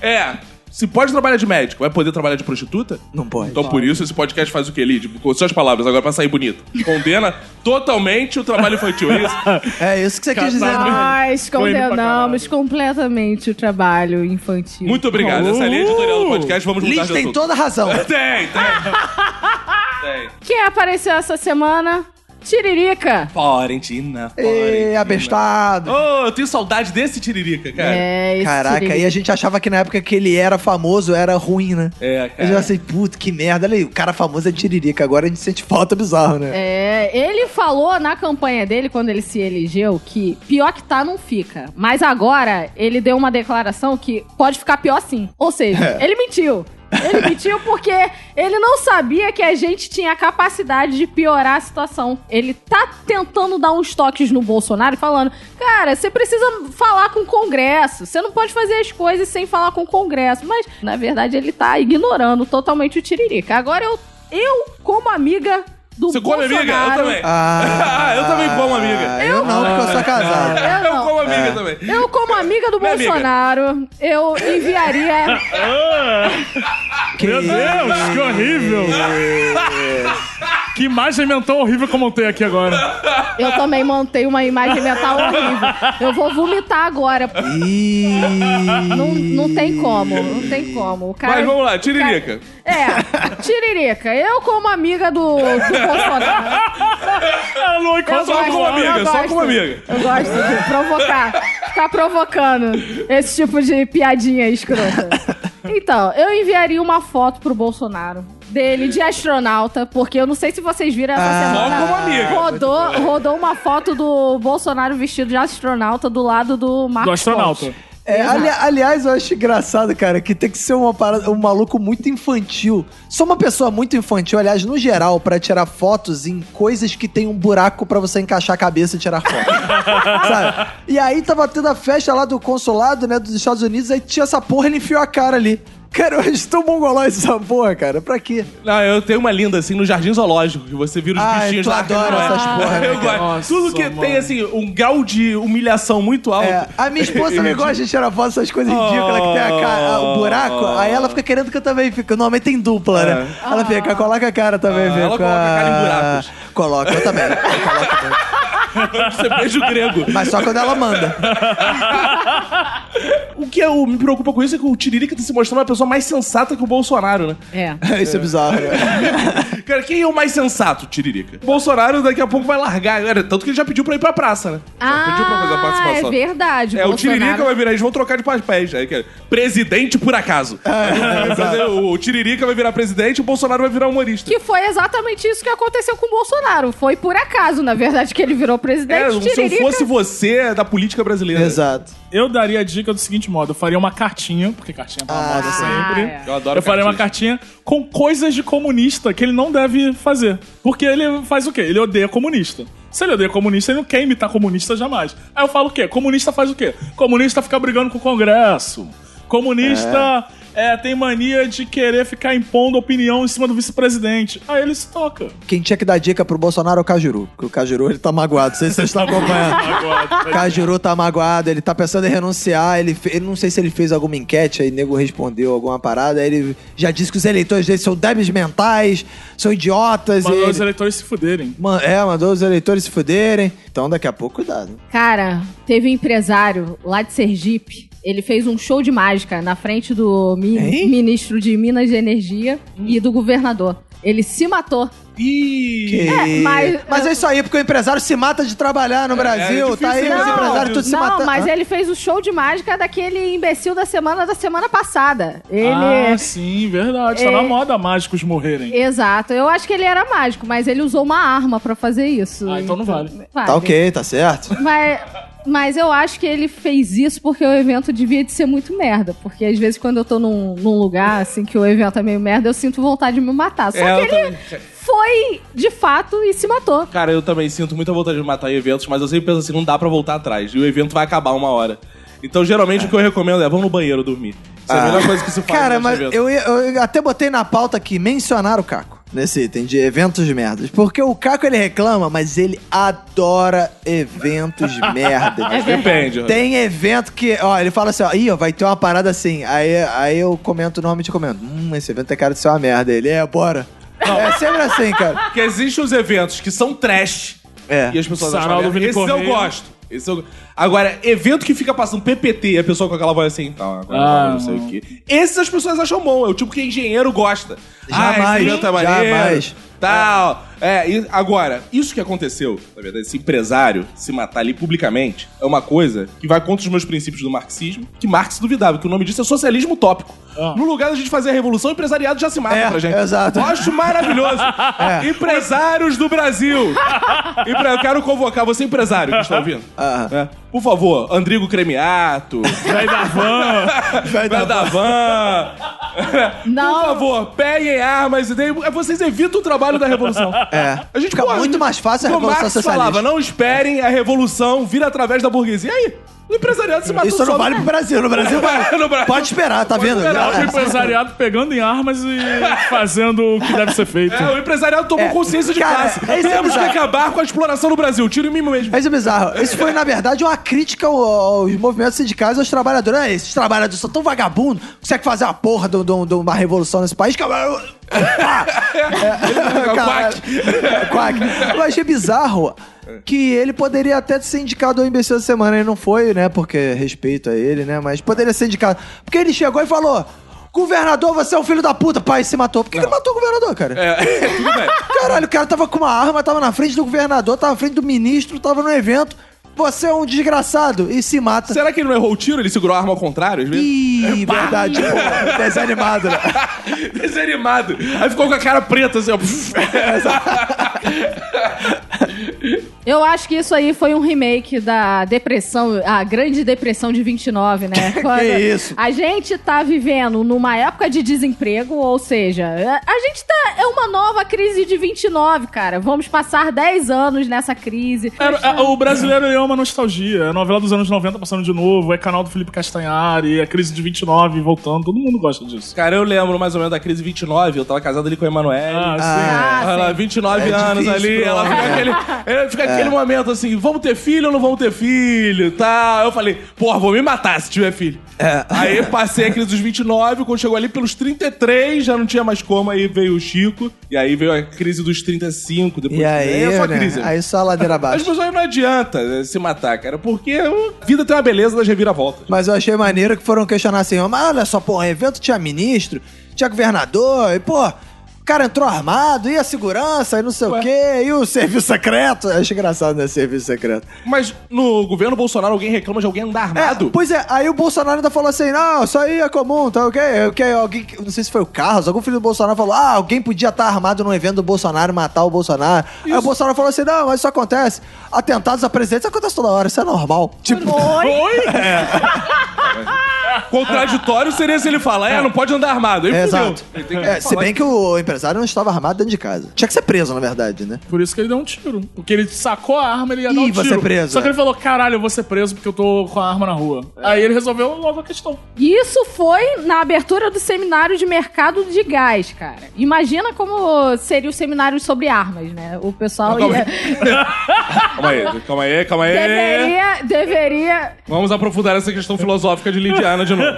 S3: é. Se pode trabalhar de médico, vai poder trabalhar de prostituta?
S4: Não pode.
S3: Então, por isso, esse podcast faz o que, Lid? Com suas palavras, agora pra sair bonito. Condena totalmente o trabalho infantil, é isso?
S4: É isso que você quis dizer.
S2: Nós
S5: Foi indo pra
S2: condenamos completamente o trabalho infantil.
S3: Muito obrigado. Essa é a linha editorial do podcast. Vamos mudar
S4: Liz
S3: de
S4: tem
S3: [LAUGHS] assunto.
S4: toda a razão.
S3: Tem,
S4: [LAUGHS]
S3: tem. tem.
S2: Quem apareceu essa semana? Tiririca.
S3: Florentina.
S4: Ei, É, abestado.
S3: Oh, eu tenho saudade desse Tiririca, cara.
S2: É, esse
S4: Caraca, aí
S2: Tiririca.
S4: a gente achava que na época que ele era famoso era ruim, né?
S3: É,
S4: A gente assim, puto, que merda. Olha aí, o cara famoso é tiririca. Agora a gente sente falta bizarro, né?
S2: É, ele falou na campanha dele, quando ele se elegeu, que pior que tá não fica. Mas agora ele deu uma declaração que pode ficar pior sim. Ou seja, ele mentiu. Ele mentiu porque ele não sabia que a gente tinha a capacidade de piorar a situação. Ele tá tentando dar uns toques no Bolsonaro, falando: cara, você precisa falar com o Congresso, você não pode fazer as coisas sem falar com o Congresso. Mas, na verdade, ele tá ignorando totalmente o Tiririca. Agora eu, eu como amiga do
S3: Você come
S2: Bolsonaro.
S3: amiga? Eu também.
S2: [LAUGHS]
S4: Ah,
S3: [LAUGHS] eu também como amiga.
S4: Eu não, porque
S2: Ah,
S4: eu sou casado.
S2: Eu
S3: [LAUGHS] Eu
S2: não.
S3: como amiga também.
S2: é. Eu, como amiga do
S3: Minha amiga.
S2: Bolsonaro, eu enviaria.
S4: Que-
S5: Meu Deus, que horrível! que imagem mental horrível que eu montei aqui agora.
S2: Eu também montei uma imagem mental horrível. Eu vou vomitar agora.
S4: Ih.
S2: Não, não tem como, não tem como. O cara,
S3: Mas vamos lá, Tiririca.
S2: É, tiririca. Eu, como amiga do, do Bolsonaro.
S5: Ah, Lu,
S2: Eu
S5: enquanto-
S3: Só como amiga,
S2: eu
S3: só
S2: gosto-
S3: como amiga.
S2: Eu gosto de provocar, ficar provocando esse tipo de piadinha escrota. Então, eu enviaria uma foto pro Bolsonaro dele de astronauta, porque eu não sei se vocês viram essa
S4: Ah,
S2: semana.
S3: só como amiga.
S2: Rodou, rodou uma foto do Bolsonaro vestido de astronauta do lado do Marcos
S5: Do astronauta.
S2: Pontes.
S4: É, ali- aliás, eu acho engraçado, cara, que tem que ser uma parada- um maluco muito infantil. Só uma pessoa muito infantil, aliás, no geral, pra tirar fotos em coisas que tem um buraco pra você encaixar a cabeça e tirar foto. sabe? E aí tava tendo a festa lá do consulado, né, dos Estados Unidos, aí tinha essa porra, ele enfiou a cara ali. Cara, eu acho tão mongolóide essa porra, cara. Pra quê?
S3: Não, eu tenho uma linda, assim, no Jardim Zoológico, que você vira os
S4: Ah,
S3: bichinhos
S4: tu
S3: lá.
S4: adora
S3: que não é.
S4: essas porra, né,
S3: Eu
S4: cara?
S3: gosto.
S5: Nossa,
S3: Tudo que
S5: mano.
S3: tem, assim, um grau de humilhação muito alto. [LAUGHS]
S4: É, a minha esposa também gosta de tirar foto dessas coisas ridículas que tem a cara, o buraco.
S3: Oh.
S4: Aí ela fica querendo que eu também fique. Normalmente tem dupla, né? Ela fica, coloca a cara também,
S3: É. Ah,
S4: vê.
S3: ela
S4: com
S3: coloca a cara em buracos.
S4: Coloca, eu também. Coloco também.
S3: Você beijo grego.
S4: Mas só quando
S3: [LAUGHS]
S4: ela manda.
S3: O que eu me preocupa com isso é que o Tiririca tá se mostrando uma pessoa mais sensata que o Bolsonaro, né?
S2: É.
S4: Isso é bizarro, né?
S3: [LAUGHS] Cara, quem é o mais sensato, Tiririca? O Bolsonaro daqui a pouco vai largar. Cara, tanto que ele já pediu pra ir pra praça, né? já pediu pra fazer
S2: Ah,
S3: a
S2: é
S3: participação.
S2: verdade.
S3: É, o
S2: Bolsonaro.
S3: Tiririca vai virar, eles vão trocar de papéis. Aí, que é, presidente por acaso.
S4: Ah, [LAUGHS]
S3: o Tiririca vai virar presidente e o Bolsonaro vai virar humorista.
S2: Que foi exatamente isso que aconteceu com o Bolsonaro. Foi por acaso, na verdade, que ele virou presidente.
S3: É, se eu
S2: Tiririca-
S3: fosse você é da política brasileira.
S4: Exato.
S5: Eu daria a dica do seguinte modo: eu faria uma cartinha, porque cartinha tá na
S4: Ah,
S5: moda
S4: sim.
S3: assim.
S5: sempre.
S2: Ah, é.
S3: Eu adoro
S5: eu faria uma cartinha com coisas de comunista que ele não deve fazer. Porque ele faz o quê? Ele odeia comunista. Se ele odeia comunista, ele não quer imitar comunista jamais. Aí eu falo o quê? Comunista faz o quê? Comunista fica brigando com o Congresso. Comunista é, tem mania de querer ficar impondo opinião em cima do vice-presidente. Aí ele se toca.
S4: Quem tinha que dar dica pro Bolsonaro é o Cajuru. Porque o Cajuru, ele tá magoado. Não sei se vocês estão acompanhando.
S5: Agora.
S4: Cajuru tá magoado, ele tá pensando em renunciar. Ele, fe- ele não sei se ele fez alguma enquete, aí nego respondeu alguma parada. Aí ele já disse que os eleitores dele são débeis mentais, são idiotas. e
S5: Mandou
S4: ele-
S5: os eleitores se fuderem.
S4: Man- é, mandou os eleitores se fuderem. Então daqui a pouco, cuidado.
S2: Cara, teve um empresário lá de Sergipe. Ele fez um show de mágica na frente do mi-
S4: Hein?
S2: ministro de Minas e Energia e do governador. Ele se matou.
S3: Ih!
S2: É, mas-
S4: é isso aí, porque o empresário se mata de trabalhar no Brasil.
S3: é difícil,
S4: tá aí
S3: né?
S4: os
S3: Não,
S4: empresários tudo se
S2: não,
S4: matando.
S2: mas
S4: Ah,
S2: ele fez o show de mágica daquele imbecil da semana da semana passada. Ele.
S5: Ah, sim, verdade.
S2: É.
S5: Tá na moda mágicos morrerem.
S2: Exato. Eu acho que ele era mágico, mas ele usou uma arma pra fazer isso.
S5: Ah, então não vale.
S2: é
S4: Tá ok, tá certo.
S2: Mas, mas eu acho que ele fez isso porque o evento devia de ser muito merda. Porque às vezes quando eu tô num, num lugar, assim, que o evento é meio merda, eu sinto vontade de me matar. Só
S3: É, eu
S2: que ele
S3: também-
S2: foi, de fato, e se matou.
S3: Cara, eu também sinto muita vontade de matar eventos, mas eu sempre penso assim, não dá pra voltar atrás. E o evento vai acabar uma hora. Então, geralmente, o que eu recomendo é, vamos no banheiro dormir. Isso é a
S4: Ah.
S3: melhor coisa que se faz.
S4: Cara,
S3: nesse
S4: mas
S3: evento.
S4: eu, ia- eu até botei na pauta aqui, mencionar o Caco. Nesse item de eventos merdas. Porque o Caco ele reclama, mas ele adora eventos
S3: [LAUGHS]
S4: merdas.
S3: É Depende.
S4: Tem evento que, ó, ele fala assim, ó, Ih, ó, vai ter uma parada assim. Aí, aí eu comento, normalmente eu comento, hum, esse evento é cara de ser uma merda. Ele, é, bora. É sempre assim, cara.
S3: Porque existem os eventos que são trash.
S4: É.
S3: E as pessoas
S5: Sarau
S3: acham
S5: do Vini
S3: merda. Esse eu
S5: Correia.
S3: gosto. Esse eu... Agora, evento que fica passando PPT e a pessoa com aquela voz assim, então, agora
S5: Ah,
S3: não sei o quê. Esses as pessoas acham bom. É o tipo que engenheiro gosta. Ah,
S4: Jamais,
S3: esse evento é maneiro.
S4: jamais.
S3: tal. É, e agora, isso que aconteceu, na verdade, esse empresário se matar ali publicamente, é uma coisa que vai contra os meus princípios do marxismo, que Marx duvidava, que o nome disso é socialismo utópico.
S5: Ah.
S3: No lugar da gente fazer a revolução, o empresariado já se mata
S4: É,
S3: pra gente.
S4: exato. É.
S3: Eu acho
S4: [LAUGHS]
S3: maravilhoso. Empresários do Brasil. Empre- Eu quero convocar você, empresário, que está ouvindo.
S4: Ah.
S3: É. Por favor, Andrigo
S4: [LAUGHS]
S3: Cremiato,
S5: Vai da van.
S3: Bradavan. Por
S2: Não.
S3: favor, peguem armas e deem... Vocês evitam o trabalho da revolução.
S4: É.
S3: A gente
S4: Fica
S3: porra,
S4: muito mais fácil a
S3: como
S4: Revolução
S3: Marx
S4: Socialista.
S3: falava, não esperem a revolução vir através da burguesia. E aí? O empresariado se matou
S4: Isso não
S3: só-
S4: vale pro Brasil. No Brasil,
S3: [LAUGHS]
S4: vai.
S3: No Brasil.
S4: pode esperar, tá vendo?
S3: esperar,
S5: O empresariado pegando em armas e fazendo o que deve ser feito.
S3: É, o empresariado tomou
S4: É.
S3: consciência de
S4: Cara,
S3: classe.
S4: é isso que é
S3: Temos que
S4: bizarro.
S3: acabar com a exploração no Brasil. Tiro em mim mesmo.
S4: Mas isso é bizarro. Isso foi, na verdade, uma crítica ao- aos movimentos sindicais e aos trabalhadores. Ah, esses trabalhadores são tão vagabundos, consegue fazer uma porra de, um- de um- de uma revolução nesse país. que- Ah,
S3: É,
S4: Cara,
S3: quack.
S4: é, quack. Eu achei bizarro que ele poderia até ser indicado ao imbecil da semana. Ele não foi, né? Porque respeito a ele, né? Mas poderia ser indicado. Porque ele chegou e falou: Governador, você é um filho da puta. Pai, se matou. Por que, que ele matou o governador, cara?
S3: É, tudo
S4: [LAUGHS]
S3: bem.
S4: Caralho, o cara tava com uma arma, tava na frente do governador, tava na frente do ministro, tava no evento. Você é um desgraçado e se mata.
S3: Será que ele não errou o tiro? Ele segurou a arma ao contrário, às vezes?
S4: Ih, verdade, pô,
S3: [LAUGHS]
S4: desanimado, né?
S3: Desanimado. Aí ficou com a cara preta, assim, ó. [LAUGHS]
S2: Eu acho que isso aí foi um remake da depressão, a grande depressão de 29, né? Quando
S4: isso?
S2: A gente tá vivendo numa época de desemprego, ou seja, a- a gente tá. É uma nova crise de 29, cara. Vamos passar 10 anos nessa crise.
S5: Era- é, o brasileiro ele é uma nostalgia. É a novela dos anos 90 passando de novo, é canal do Felipe Castanhari, é crise de 29 voltando, todo mundo gosta disso.
S3: Cara, eu lembro mais ou menos da crise 29. Eu tava casado ali com a Emanuele.
S5: Ah,
S2: Ah,
S3: Ela,
S2: sim.
S3: 29
S4: É
S3: anos
S4: difícil
S3: ali,
S4: pro
S3: ela
S4: homem,
S3: fica,
S4: né?
S3: aquele, é, fica aquele momento assim, vamos ter filho ou não vamos ter filho e tal. Eu falei, porra, vou me matar se tiver filho.
S4: É.
S3: Aí passei a crise dos 29, quando chegou ali pelos 33, já não tinha mais como, aí veio o Chico, e aí veio a crise dos 35, depois
S4: E aí,
S3: é só
S4: né?
S3: crise.
S4: aí só a ladeira
S3: As
S4: abaixo.
S3: pessoas não adianta né, se matar, cara, porque a vida tem uma beleza das reviravoltas.
S4: Mas eu achei maneiro que foram questionar assim, mas olha só, pô, o evento tinha ministro, tinha governador, e pô, o cara entrou armado, e a segurança, e não sei o quê, e o serviço secreto. Eu achei engraçado, né, serviço secreto.
S3: Mas no governo Bolsonaro alguém reclama de alguém andar armado?
S4: É, pois é, aí o Bolsonaro ainda falou assim, não, isso aí é comum, tá ok? okay alguém, que- não sei se foi o Carlos, algum filho do Bolsonaro falou, ah, alguém podia estar armado num evento do Bolsonaro, matar o Bolsonaro. Aí o Bolsonaro falou assim, não, mas isso acontece, atentados a presidente, isso acontece toda hora, isso é normal. Tipo,
S5: Oi?
S4: É.
S3: Contraditório seria se ele falar, é, não pode andar armado. Aí
S4: [LAUGHS] É,
S3: fudeu.
S4: exato.
S3: Ele tem que
S4: É, se
S3: falar
S4: bem que o empresário não estava armado dentro de casa. Tinha que ser preso, na verdade, né?
S5: Por isso que ele deu um tiro. Porque ele sacou a arma, ele ia
S4: Ih,
S5: dar um
S4: vou
S5: tiro.
S4: ser preso,
S5: Só que
S4: é.
S5: ele falou, caralho, eu vou ser preso porque eu tô com a arma na rua. Aí ele resolveu logo a questão.
S2: E Isso foi na abertura do seminário de mercado de gás, cara. Imagina como seria o seminário sobre armas, né? O pessoal
S3: Calma
S2: ia,
S3: Calma aí, calma aí, calma aí.
S2: deveria, deveria
S3: Vamos aprofundar essa questão filosófica de Lidiana de
S2: [LAUGHS]
S3: novo.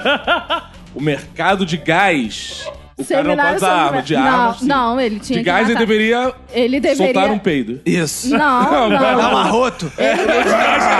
S3: O mercado de gás. O cara não pode usar
S2: sobre-
S3: arma, de
S2: não,
S3: arma. sim.
S2: Não, ele tinha
S3: de
S2: que
S3: gás ele
S2: matar.
S3: deveria,
S2: Ele deveria-
S3: soltar um peido.
S4: Isso.
S2: [LAUGHS]
S3: [LAUGHS]
S2: Não, não.
S4: Dá um arroto.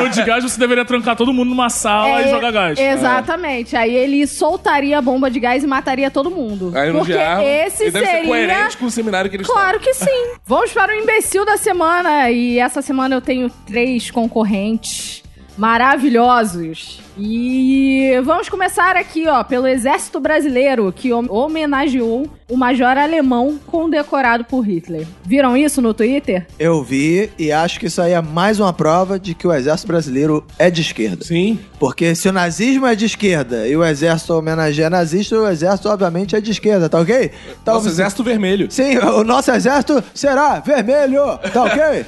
S5: Ou de gás, você deveria trancar todo mundo numa sala
S2: É,
S5: e jogar gás.
S2: Exatamente. Aí ele soltaria a bomba de gás e mataria todo mundo.
S3: Aí não
S2: Porque
S3: de arma.
S2: esse
S3: ele deve ser
S2: seria.
S3: coerente com o seminário que eles
S2: Claro que sim. [LAUGHS] Vamos para o imbecil da semana. E essa semana eu tenho três concorrentes maravilhosos. E vamos começar aqui, ó, pelo Exército Brasileiro, que hom- homenageou o major alemão condecorado por Hitler. Viram isso no Twitter?
S4: Eu vi e acho que isso aí é mais uma prova de que o exército brasileiro é de esquerda.
S3: Sim.
S4: Porque se o nazismo é de esquerda e o exército homenageia nazista, o exército obviamente é de esquerda, tá ok? Tá
S3: Nosso exército vermelho.
S4: Sim, o nosso exército será vermelho, tá ok?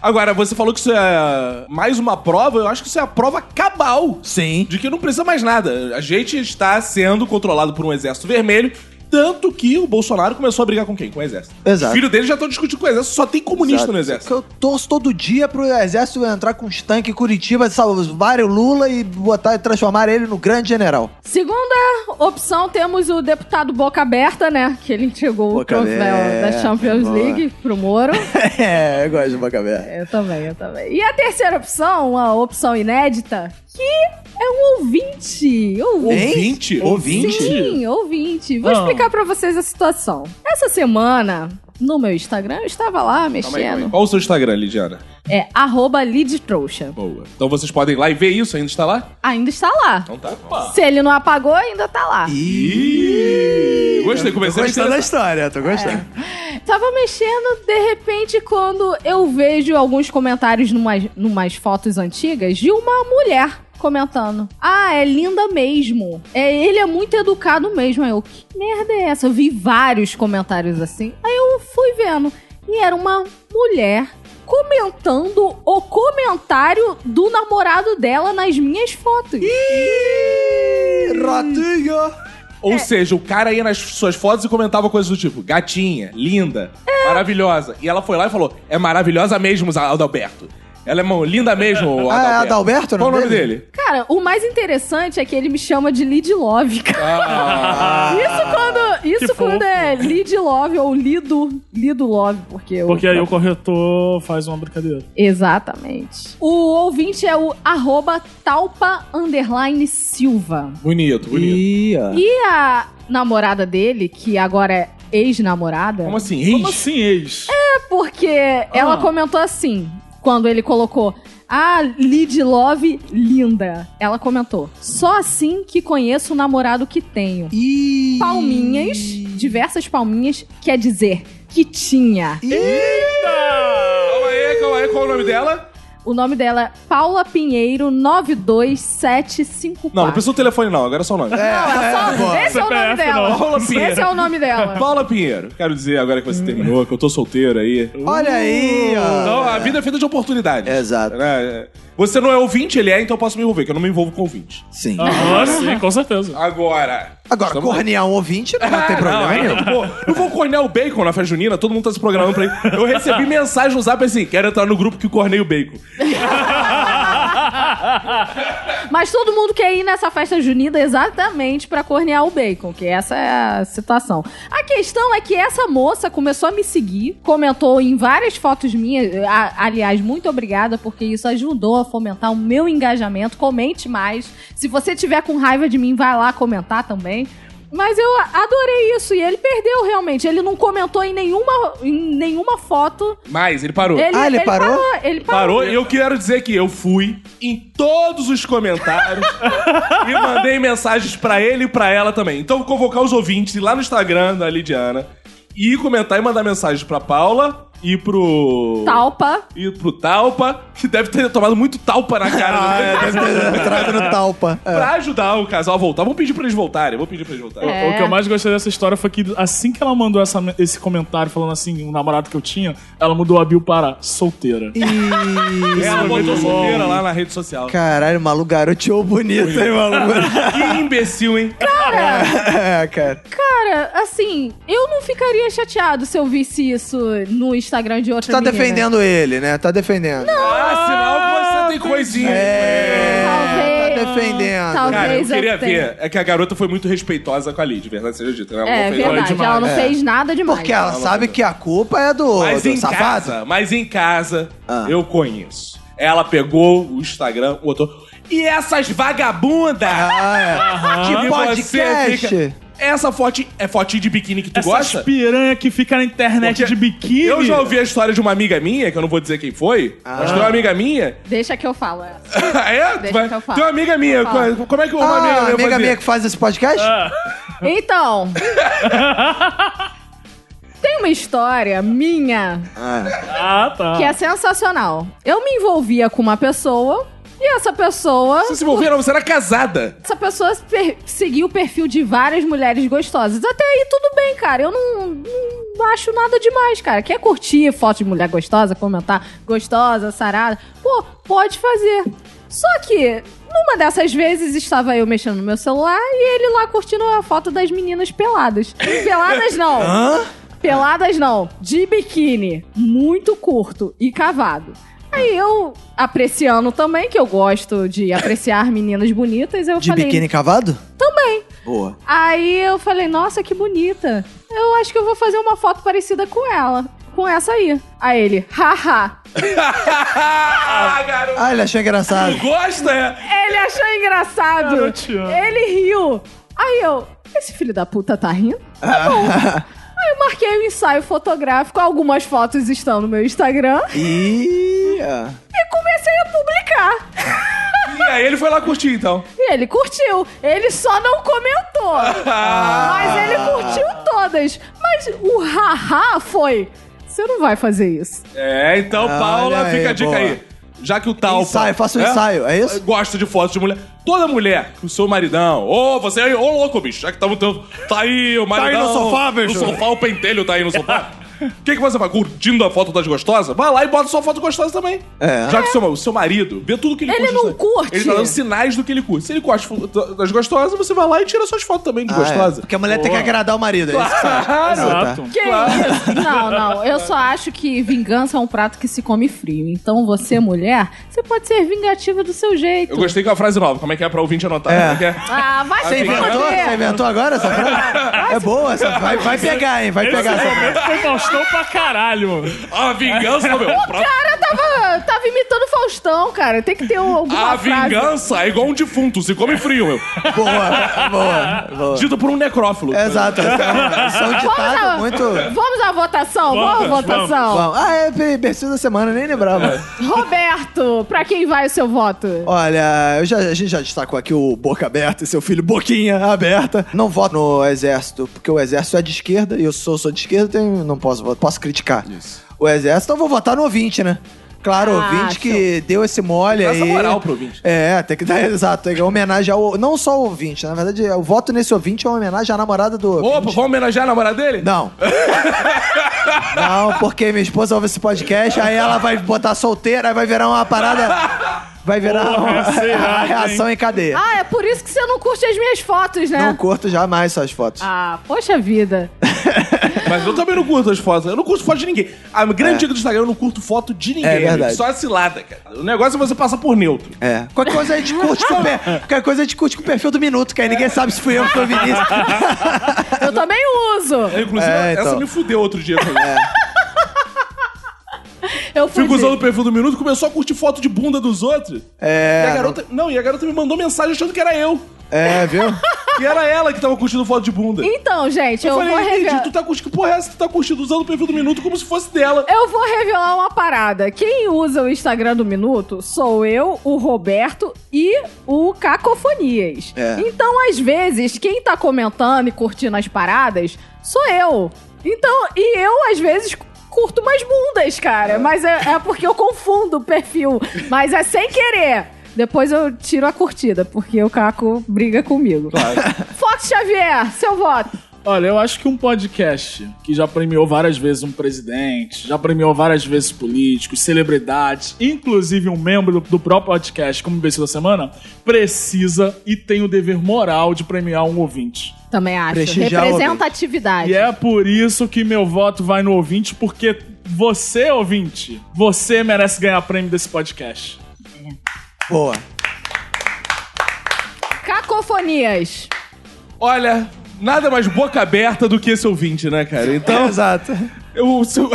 S3: Agora, você falou que isso é mais uma prova. Eu acho que isso é a prova cabal
S4: Sim.
S3: de que não precisa mais nada. A gente está sendo controlado por um exército vermelho. Tanto que o Bolsonaro começou a brigar com quem? Com o exército.
S4: Exato.
S3: Os filhos dele já estão discutindo com o exército, só tem [LAUGHS] comunista
S4: Exato.
S3: no exército.
S4: Porque eu torço todo dia pro exército entrar com os tanques em Curitiba, salvar o Lula e botar transformar ele no grande general. [LAUGHS]
S2: Segunda opção, temos o deputado Boca Aberta, né? Que ele entregou o
S4: Boca
S2: troféu
S4: Aberta,
S2: da Champions
S4: boa.
S2: League pro Moro.
S4: é, eu gosto de boca aberta.
S2: eu também, eu também. E a terceira opção, uma opção inédita, que é um ouvinte. Ouvinte.
S3: Ouvinte?
S4: Hein? Ouvinte?
S2: Sim, ouvinte. Vou
S5: Não.
S2: explicar pra vocês a situação. Essa semana, No meu Instagram, eu estava lá mexendo.
S3: Calma aí, calma aí. Qual o seu Instagram, Lidiana?
S2: É arroba lidtrouxa.
S3: Boa. Então vocês podem ir lá e ver isso, ainda está lá?
S2: Ainda está lá.
S3: Então tá. Opa.
S2: Se ele não apagou, ainda tá lá.
S3: Ih, gostei,
S4: Tô
S3: comecei a
S4: gostando da
S3: interessar.
S4: história, tô gostando.
S2: Tava mexendo, de repente, quando eu vejo alguns comentários numas, numas fotos antigas de uma mulher comentando. Ah, é linda mesmo. É, ele é muito educado mesmo. Aí eu, que merda é essa? Eu vi vários comentários assim. Aí eu fui vendo. E era uma mulher comentando o comentário do namorado dela nas minhas fotos.
S3: É.
S4: Ih, Ratinho!
S5: É.
S3: Ou seja, o cara ia nas suas fotos e comentava coisas do tipo, gatinha, linda, maravilhosa. E ela foi lá e falou, é maravilhosa mesmo, Adalberto. Ela é mão, linda mesmo, Adalberto.
S4: Ah, é Adalberto o
S3: Qual o
S4: nome
S3: nome dele?
S2: Cara, o mais interessante é que ele me chama de Lead Love, cara.
S3: Ah.
S2: Isso quando, isso
S5: que
S2: quando
S5: fofo.
S2: é lead love ou lido, lido love, porque eu...
S5: Porque aí o corretor faz uma brincadeira.
S2: Exatamente. O ouvinte é o arroba talpa underline silva.
S3: Bonito, bonito.
S4: Ih, ó.
S2: E a namorada dele, que agora é ex-namorada,
S3: Como assim? Ah. Ex?
S5: Como assim, ex?
S2: é porque ela comentou assim, quando ele colocou... Ah, lead love linda. Ela comentou: só assim que conheço o namorado que tenho.
S4: Ih.
S2: palminhas, diversas palminhas, quer dizer que tinha.
S3: Calma aí, calma aí, qual o nome dela?
S2: O nome dela é Paula Pinheiro 92754.
S5: Tá.
S3: Não, não precisa o telefone não, agora é só o nome.
S4: É, é,
S2: Só-
S4: boa.
S2: Esse é o nome
S5: CPF
S2: dela.
S5: não.
S3: Paula
S2: Esse é
S3: Pinheiro.
S2: o nome dela.
S3: Paula Pinheiro. Quero dizer agora que
S4: Hum.
S3: você terminou, que eu tô solteiro aí.
S2: Uh.
S4: Olha aí, ó.
S3: Então, a vida é feita de oportunidades.
S4: Exato.
S3: Né? Você não é ouvinte, ele é, então eu posso me envolver, que eu não me envolvo com ouvinte.
S4: Sim.
S5: Aham, sim, com certeza. [LAUGHS]
S3: Agora.
S4: Agora,
S3: Estamos-
S4: cornear um ouvinte
S3: [LAUGHS]
S4: não é.
S3: Ah,
S4: tem problema
S3: aí eu
S4: nenhum.
S3: vou- eu vou cornear o bacon na festa junina, todo mundo tá se programando pra ir. Eu recebi mensagem no zap assim: quero entrar no grupo que corneia o bacon.
S2: Mas todo mundo quer ir nessa festa junina exatamente pra cornear o bacon, que essa é a situação. A questão é que essa moça começou a me seguir, comentou em várias fotos minhas. a- aliás, muito obrigada, porque isso ajudou a fomentar o meu engajamento. Comente mais. Se você tiver com raiva de mim, vai lá comentar também. Mas eu a- adorei isso e ele perdeu realmente. Ele não comentou em nenhuma, em nenhuma foto.
S3: Mas ele parou.
S2: Ele,
S4: Ah, ele parou?
S2: Ele parou.
S3: Parou, e eu quero dizer que eu fui em todos os comentários e mandei mensagens pra ele e pra ela também. Então, vou convocar os ouvintes ir lá no Instagram da Lidiana e comentar e mandar mensagem pra Paula e pro.
S2: Talpa.
S3: E pro Talpa, que deve ter tomado muito talpa na cara.
S4: Ah,
S3: né?
S4: é, deve ter entrado no talpa. É.
S3: [LAUGHS] Pra ajudar o casal a voltar. Vou pedir pra eles voltarem, vou pedir pra eles voltarem.
S2: É.
S5: O que eu mais gostei dessa história foi que assim que ela mandou essa- esse comentário falando assim, o namorado que eu tinha, ela mudou a bio para solteira.
S4: Ih,
S3: Ela
S5: foi
S3: É botou
S5: muito bom.
S3: solteira lá na rede social.
S4: Caralho, o maluco garoteou bonito, hein, maluco?
S3: Que imbecil, hein?
S4: [LAUGHS] é, cara.
S2: Cara, assim, eu não ficaria chateado se eu visse isso no Instagram de
S4: Tu
S2: outra
S4: tá
S2: menina.
S4: defendendo ele, né? Tá defendendo. Não.
S3: Ah, sinal que você tem coisinha.
S4: É,
S2: Talvez-
S4: tá defendendo.
S2: talvez-
S3: Cara, eu queria
S2: eu tenha.
S3: ver. É que a garota foi muito respeitosa com a Lid, verdade seja dita. Né? Ela
S2: É
S3: não fez nada
S2: verdade,
S3: demais.
S2: ela não
S4: é.
S2: fez nada demais.
S4: Porque ela sabe que a culpa é do,
S3: Mas
S4: do
S3: em
S4: safado.
S3: casa, mas em casa,
S4: Ah.
S3: eu conheço. Ela pegou o Instagram, botou... E essas vagabundas...
S4: Ah, é. Que
S3: que
S4: podcast!
S3: você fica- Essa foto é fotinho de biquíni que tu
S5: Essas
S3: gosta?
S5: piranha que fica na internet
S3: Porque
S5: de biquíni.
S3: Eu já ouvi a história de uma amiga minha, que eu não vou dizer quem foi, mas tem uma amiga minha.
S2: Deixa que eu falo. é.
S3: [LAUGHS] é?
S2: Deixa
S3: Vai-
S2: que eu falo.
S3: tem uma amiga minha.
S2: Fala.
S3: co- Como é que uma
S4: Ah,
S3: amiga minha Ah.
S4: amiga
S3: fazia?
S4: minha que faz esse podcast?
S3: [LAUGHS]
S2: Então. tem uma história minha
S4: Ah.
S5: Ah, tá.
S2: que é sensacional. Eu me envolvia com uma pessoa e essa pessoa.
S3: Você se envolvia, não, você era
S4: [LAUGHS]
S3: casada. [LAUGHS]
S2: Essa pessoa per- seguiu o perfil de várias mulheres gostosas. Até aí tudo bem, cara. Eu não, não acho nada demais, cara. Quer curtir foto de mulher gostosa, comentar gostosa, sarada? Pô, pode fazer. Só que numa dessas vezes estava eu mexendo no meu celular e ele lá curtindo a foto das meninas peladas. Peladas
S4: [LAUGHS]
S2: não. Peladas não, de biquíni, muito curto e cavado. Aí eu, apreciando também, que eu gosto de apreciar meninas bonitas, eu
S4: De
S2: falei.
S4: biquíni cavado?
S2: Também.
S4: Boa.
S2: Aí eu falei, nossa, que bonita. Eu acho que eu vou fazer uma foto parecida com ela. Com essa aí. Aí ele, haha.
S3: ah, garoto.
S4: Ah, ele achou engraçado.
S3: Tu gosta? é?
S2: Ele achou engraçado.
S5: Cara, eu te amo.
S2: Ele riu. Aí eu, esse filho da puta tá rindo? Tá bom. Aí Aí eu marquei o ensaio fotográfico, algumas fotos estão no meu Instagram
S4: [LAUGHS] Ih, ah.
S2: e comecei a publicar.
S3: E aí ele foi lá curtir, então.
S2: E ele curtiu. Ele só não
S5: [LAUGHS]
S2: comentou. mas ele curtiu todas. Mas o haha foi. Você não vai fazer isso.
S3: É, então,
S4: Ah, Olha
S3: Paula,
S4: aí,
S3: fica a dica
S4: boa.
S3: aí. Já que o tal.
S4: Ensaio, faça um ensaio, é isso?
S3: Gosta de fotos de mulher. Toda mulher, o seu maridão. Ô, você aí, ô louco, bicho. Já que tá muito. Tá aí, o maridão.
S5: aí no sofá, bicho.
S3: No sofá, o pentelho tá aí no
S4: [LAUGHS]
S3: sofá. O que, que você faz? Curtindo a foto das gostosas? Vai lá e bota sua foto gostosa também.
S4: É.
S3: Já que o seu, o seu marido vê tudo que ele,
S2: Ele
S3: curte.
S2: não
S3: no Instagram.
S2: curte.
S3: Ele tá dando sinais do que ele curte. Se ele curte fo- das gostosas, você vai lá e tira suas fotos também de gostosa.
S4: Ah, é. Porque a mulher tem que agradar o marido. É isso que você acha?
S5: Exato.
S3: Ah,
S2: Que isso? Não, não. Eu só acho que vingança é um prato que se come frio. Então você, mulher, você pode ser vingativa do seu jeito.
S3: Eu gostei com a frase nova. Como é que é pra ouvinte anotar?
S4: É.
S3: Como que é?
S2: Ah, vai
S4: Você
S2: se
S4: inventou? Você
S2: fuder.
S4: inventou agora essa frase? É boa essa. Vai, vai pegar, hein? Vai
S5: Esse
S4: pegar essa frase.
S3: tá.
S5: momento foi Faustão pra caralho.
S3: A vingança, meu.
S4: [LAUGHS]
S3: Pra...
S2: Cara, tava, tava imitando o Faustão, cara. Tem que ter um, alguma
S3: A
S2: frase.
S3: vingança é igual um defunto, se come frio,
S4: [LAUGHS]
S3: meu.
S4: Boa, boa, boa.
S3: Dito por um necrófilo.
S4: Exato. Isso é um
S2: Vamos à,
S4: ditado muito...
S2: vamos à votação, vamos, à
S5: Vamos,
S2: votação.
S4: Bom, ah, é pe- perfil da semana, nem lembrava.
S2: Roberto, pra quem vai o seu voto?
S4: Olha, eu já- a gente já destacou aqui o Boca Aberta e seu filho Boquinha Aberta. Não voto no Exército, porque o Exército é de esquerda e eu sou, sou de esquerda, então eu não posso votar, posso criticar o Exército. Então eu vou votar no ouvinte, né? Claro, o
S2: Ah,
S4: ouvinte que deu esse mole
S3: Dá
S4: aí.
S3: essa moral pro ouvinte.
S4: É, tem que dar, [LAUGHS] exato, tem que homenagem ao, não só ao ouvinte, na verdade, o voto nesse ouvinte é uma homenagem à namorada do
S3: Opa,
S4: ouvinte.
S3: vamos homenagear a namorada dele?
S4: Não. não, porque minha esposa ouve esse podcast, aí ela vai botar solteira, aí vai virar uma parada. Vai virar uma,
S5: será,
S4: [LAUGHS] a reação em cadeia.
S2: Ah, é por isso que você não curte as minhas fotos, né?
S4: Não curto jamais suas fotos.
S2: Ah, poxa vida.
S3: Mas eu também não curto as fotos. né? Eu não curto foto de ninguém. A grande dica do Instagram, eu não curto foto de ninguém.
S4: É verdade.
S3: Só a cilada, cara. O negócio é você passar por neutro.
S4: É. Qualquer coisa a gente curte com o per... Qualquer coisa a gente curte com o perfil do minuto, que aí ninguém sabe se fui eu que foi o Vinícius.
S2: Eu também uso.
S3: Inclusive,
S4: É, então. É,
S3: essa me fudeu outro dia.
S4: [LAUGHS]
S3: também.
S2: Eu fui.
S3: Fico usando o perfil do Minuto, começou a curtir foto de bunda dos outros.
S4: É.
S3: E a garota... Não, e a garota me mandou mensagem achando que era eu.
S4: É, viu?
S3: E era ela que tava curtindo foto de bunda.
S2: Então, gente, eu,
S3: Eu falei,
S2: vou
S3: entendi,
S2: revelar.
S3: tu tá curtindo... Que porra é essa que tu tá curtindo? Usando o perfil do Minuto como se fosse dela.
S2: Eu vou revelar uma parada. Quem usa o Instagram do Minuto sou eu, o Roberto e o Cacofonias.
S4: É.
S2: Então, às vezes, quem tá comentando e curtindo as paradas sou eu. Então, e eu, às vezes. Curto umas bundas, cara. Mas é, é porque eu confundo o perfil. Mas é sem querer. Depois eu tiro a curtida, porque o Caco briga comigo. [LAUGHS] Fox Xavier, seu voto.
S5: Olha, eu acho que um podcast que já premiou várias vezes um presidente, já premiou várias vezes políticos, celebridades, inclusive um membro do, do próprio podcast como imbecil da semana, precisa e tem o dever moral de premiar um ouvinte.
S2: Também acho.
S4: Prestigiar o ouvinte.
S2: Representatividade.
S5: E é por isso que meu voto vai no ouvinte, porque você, ouvinte, você merece ganhar prêmio desse podcast.
S4: Boa.
S2: Cacofonias.
S3: Olha, nada mais boca aberta do que esse ouvinte, né, cara? Então,
S4: [LAUGHS] Exato.
S3: eu, se eu-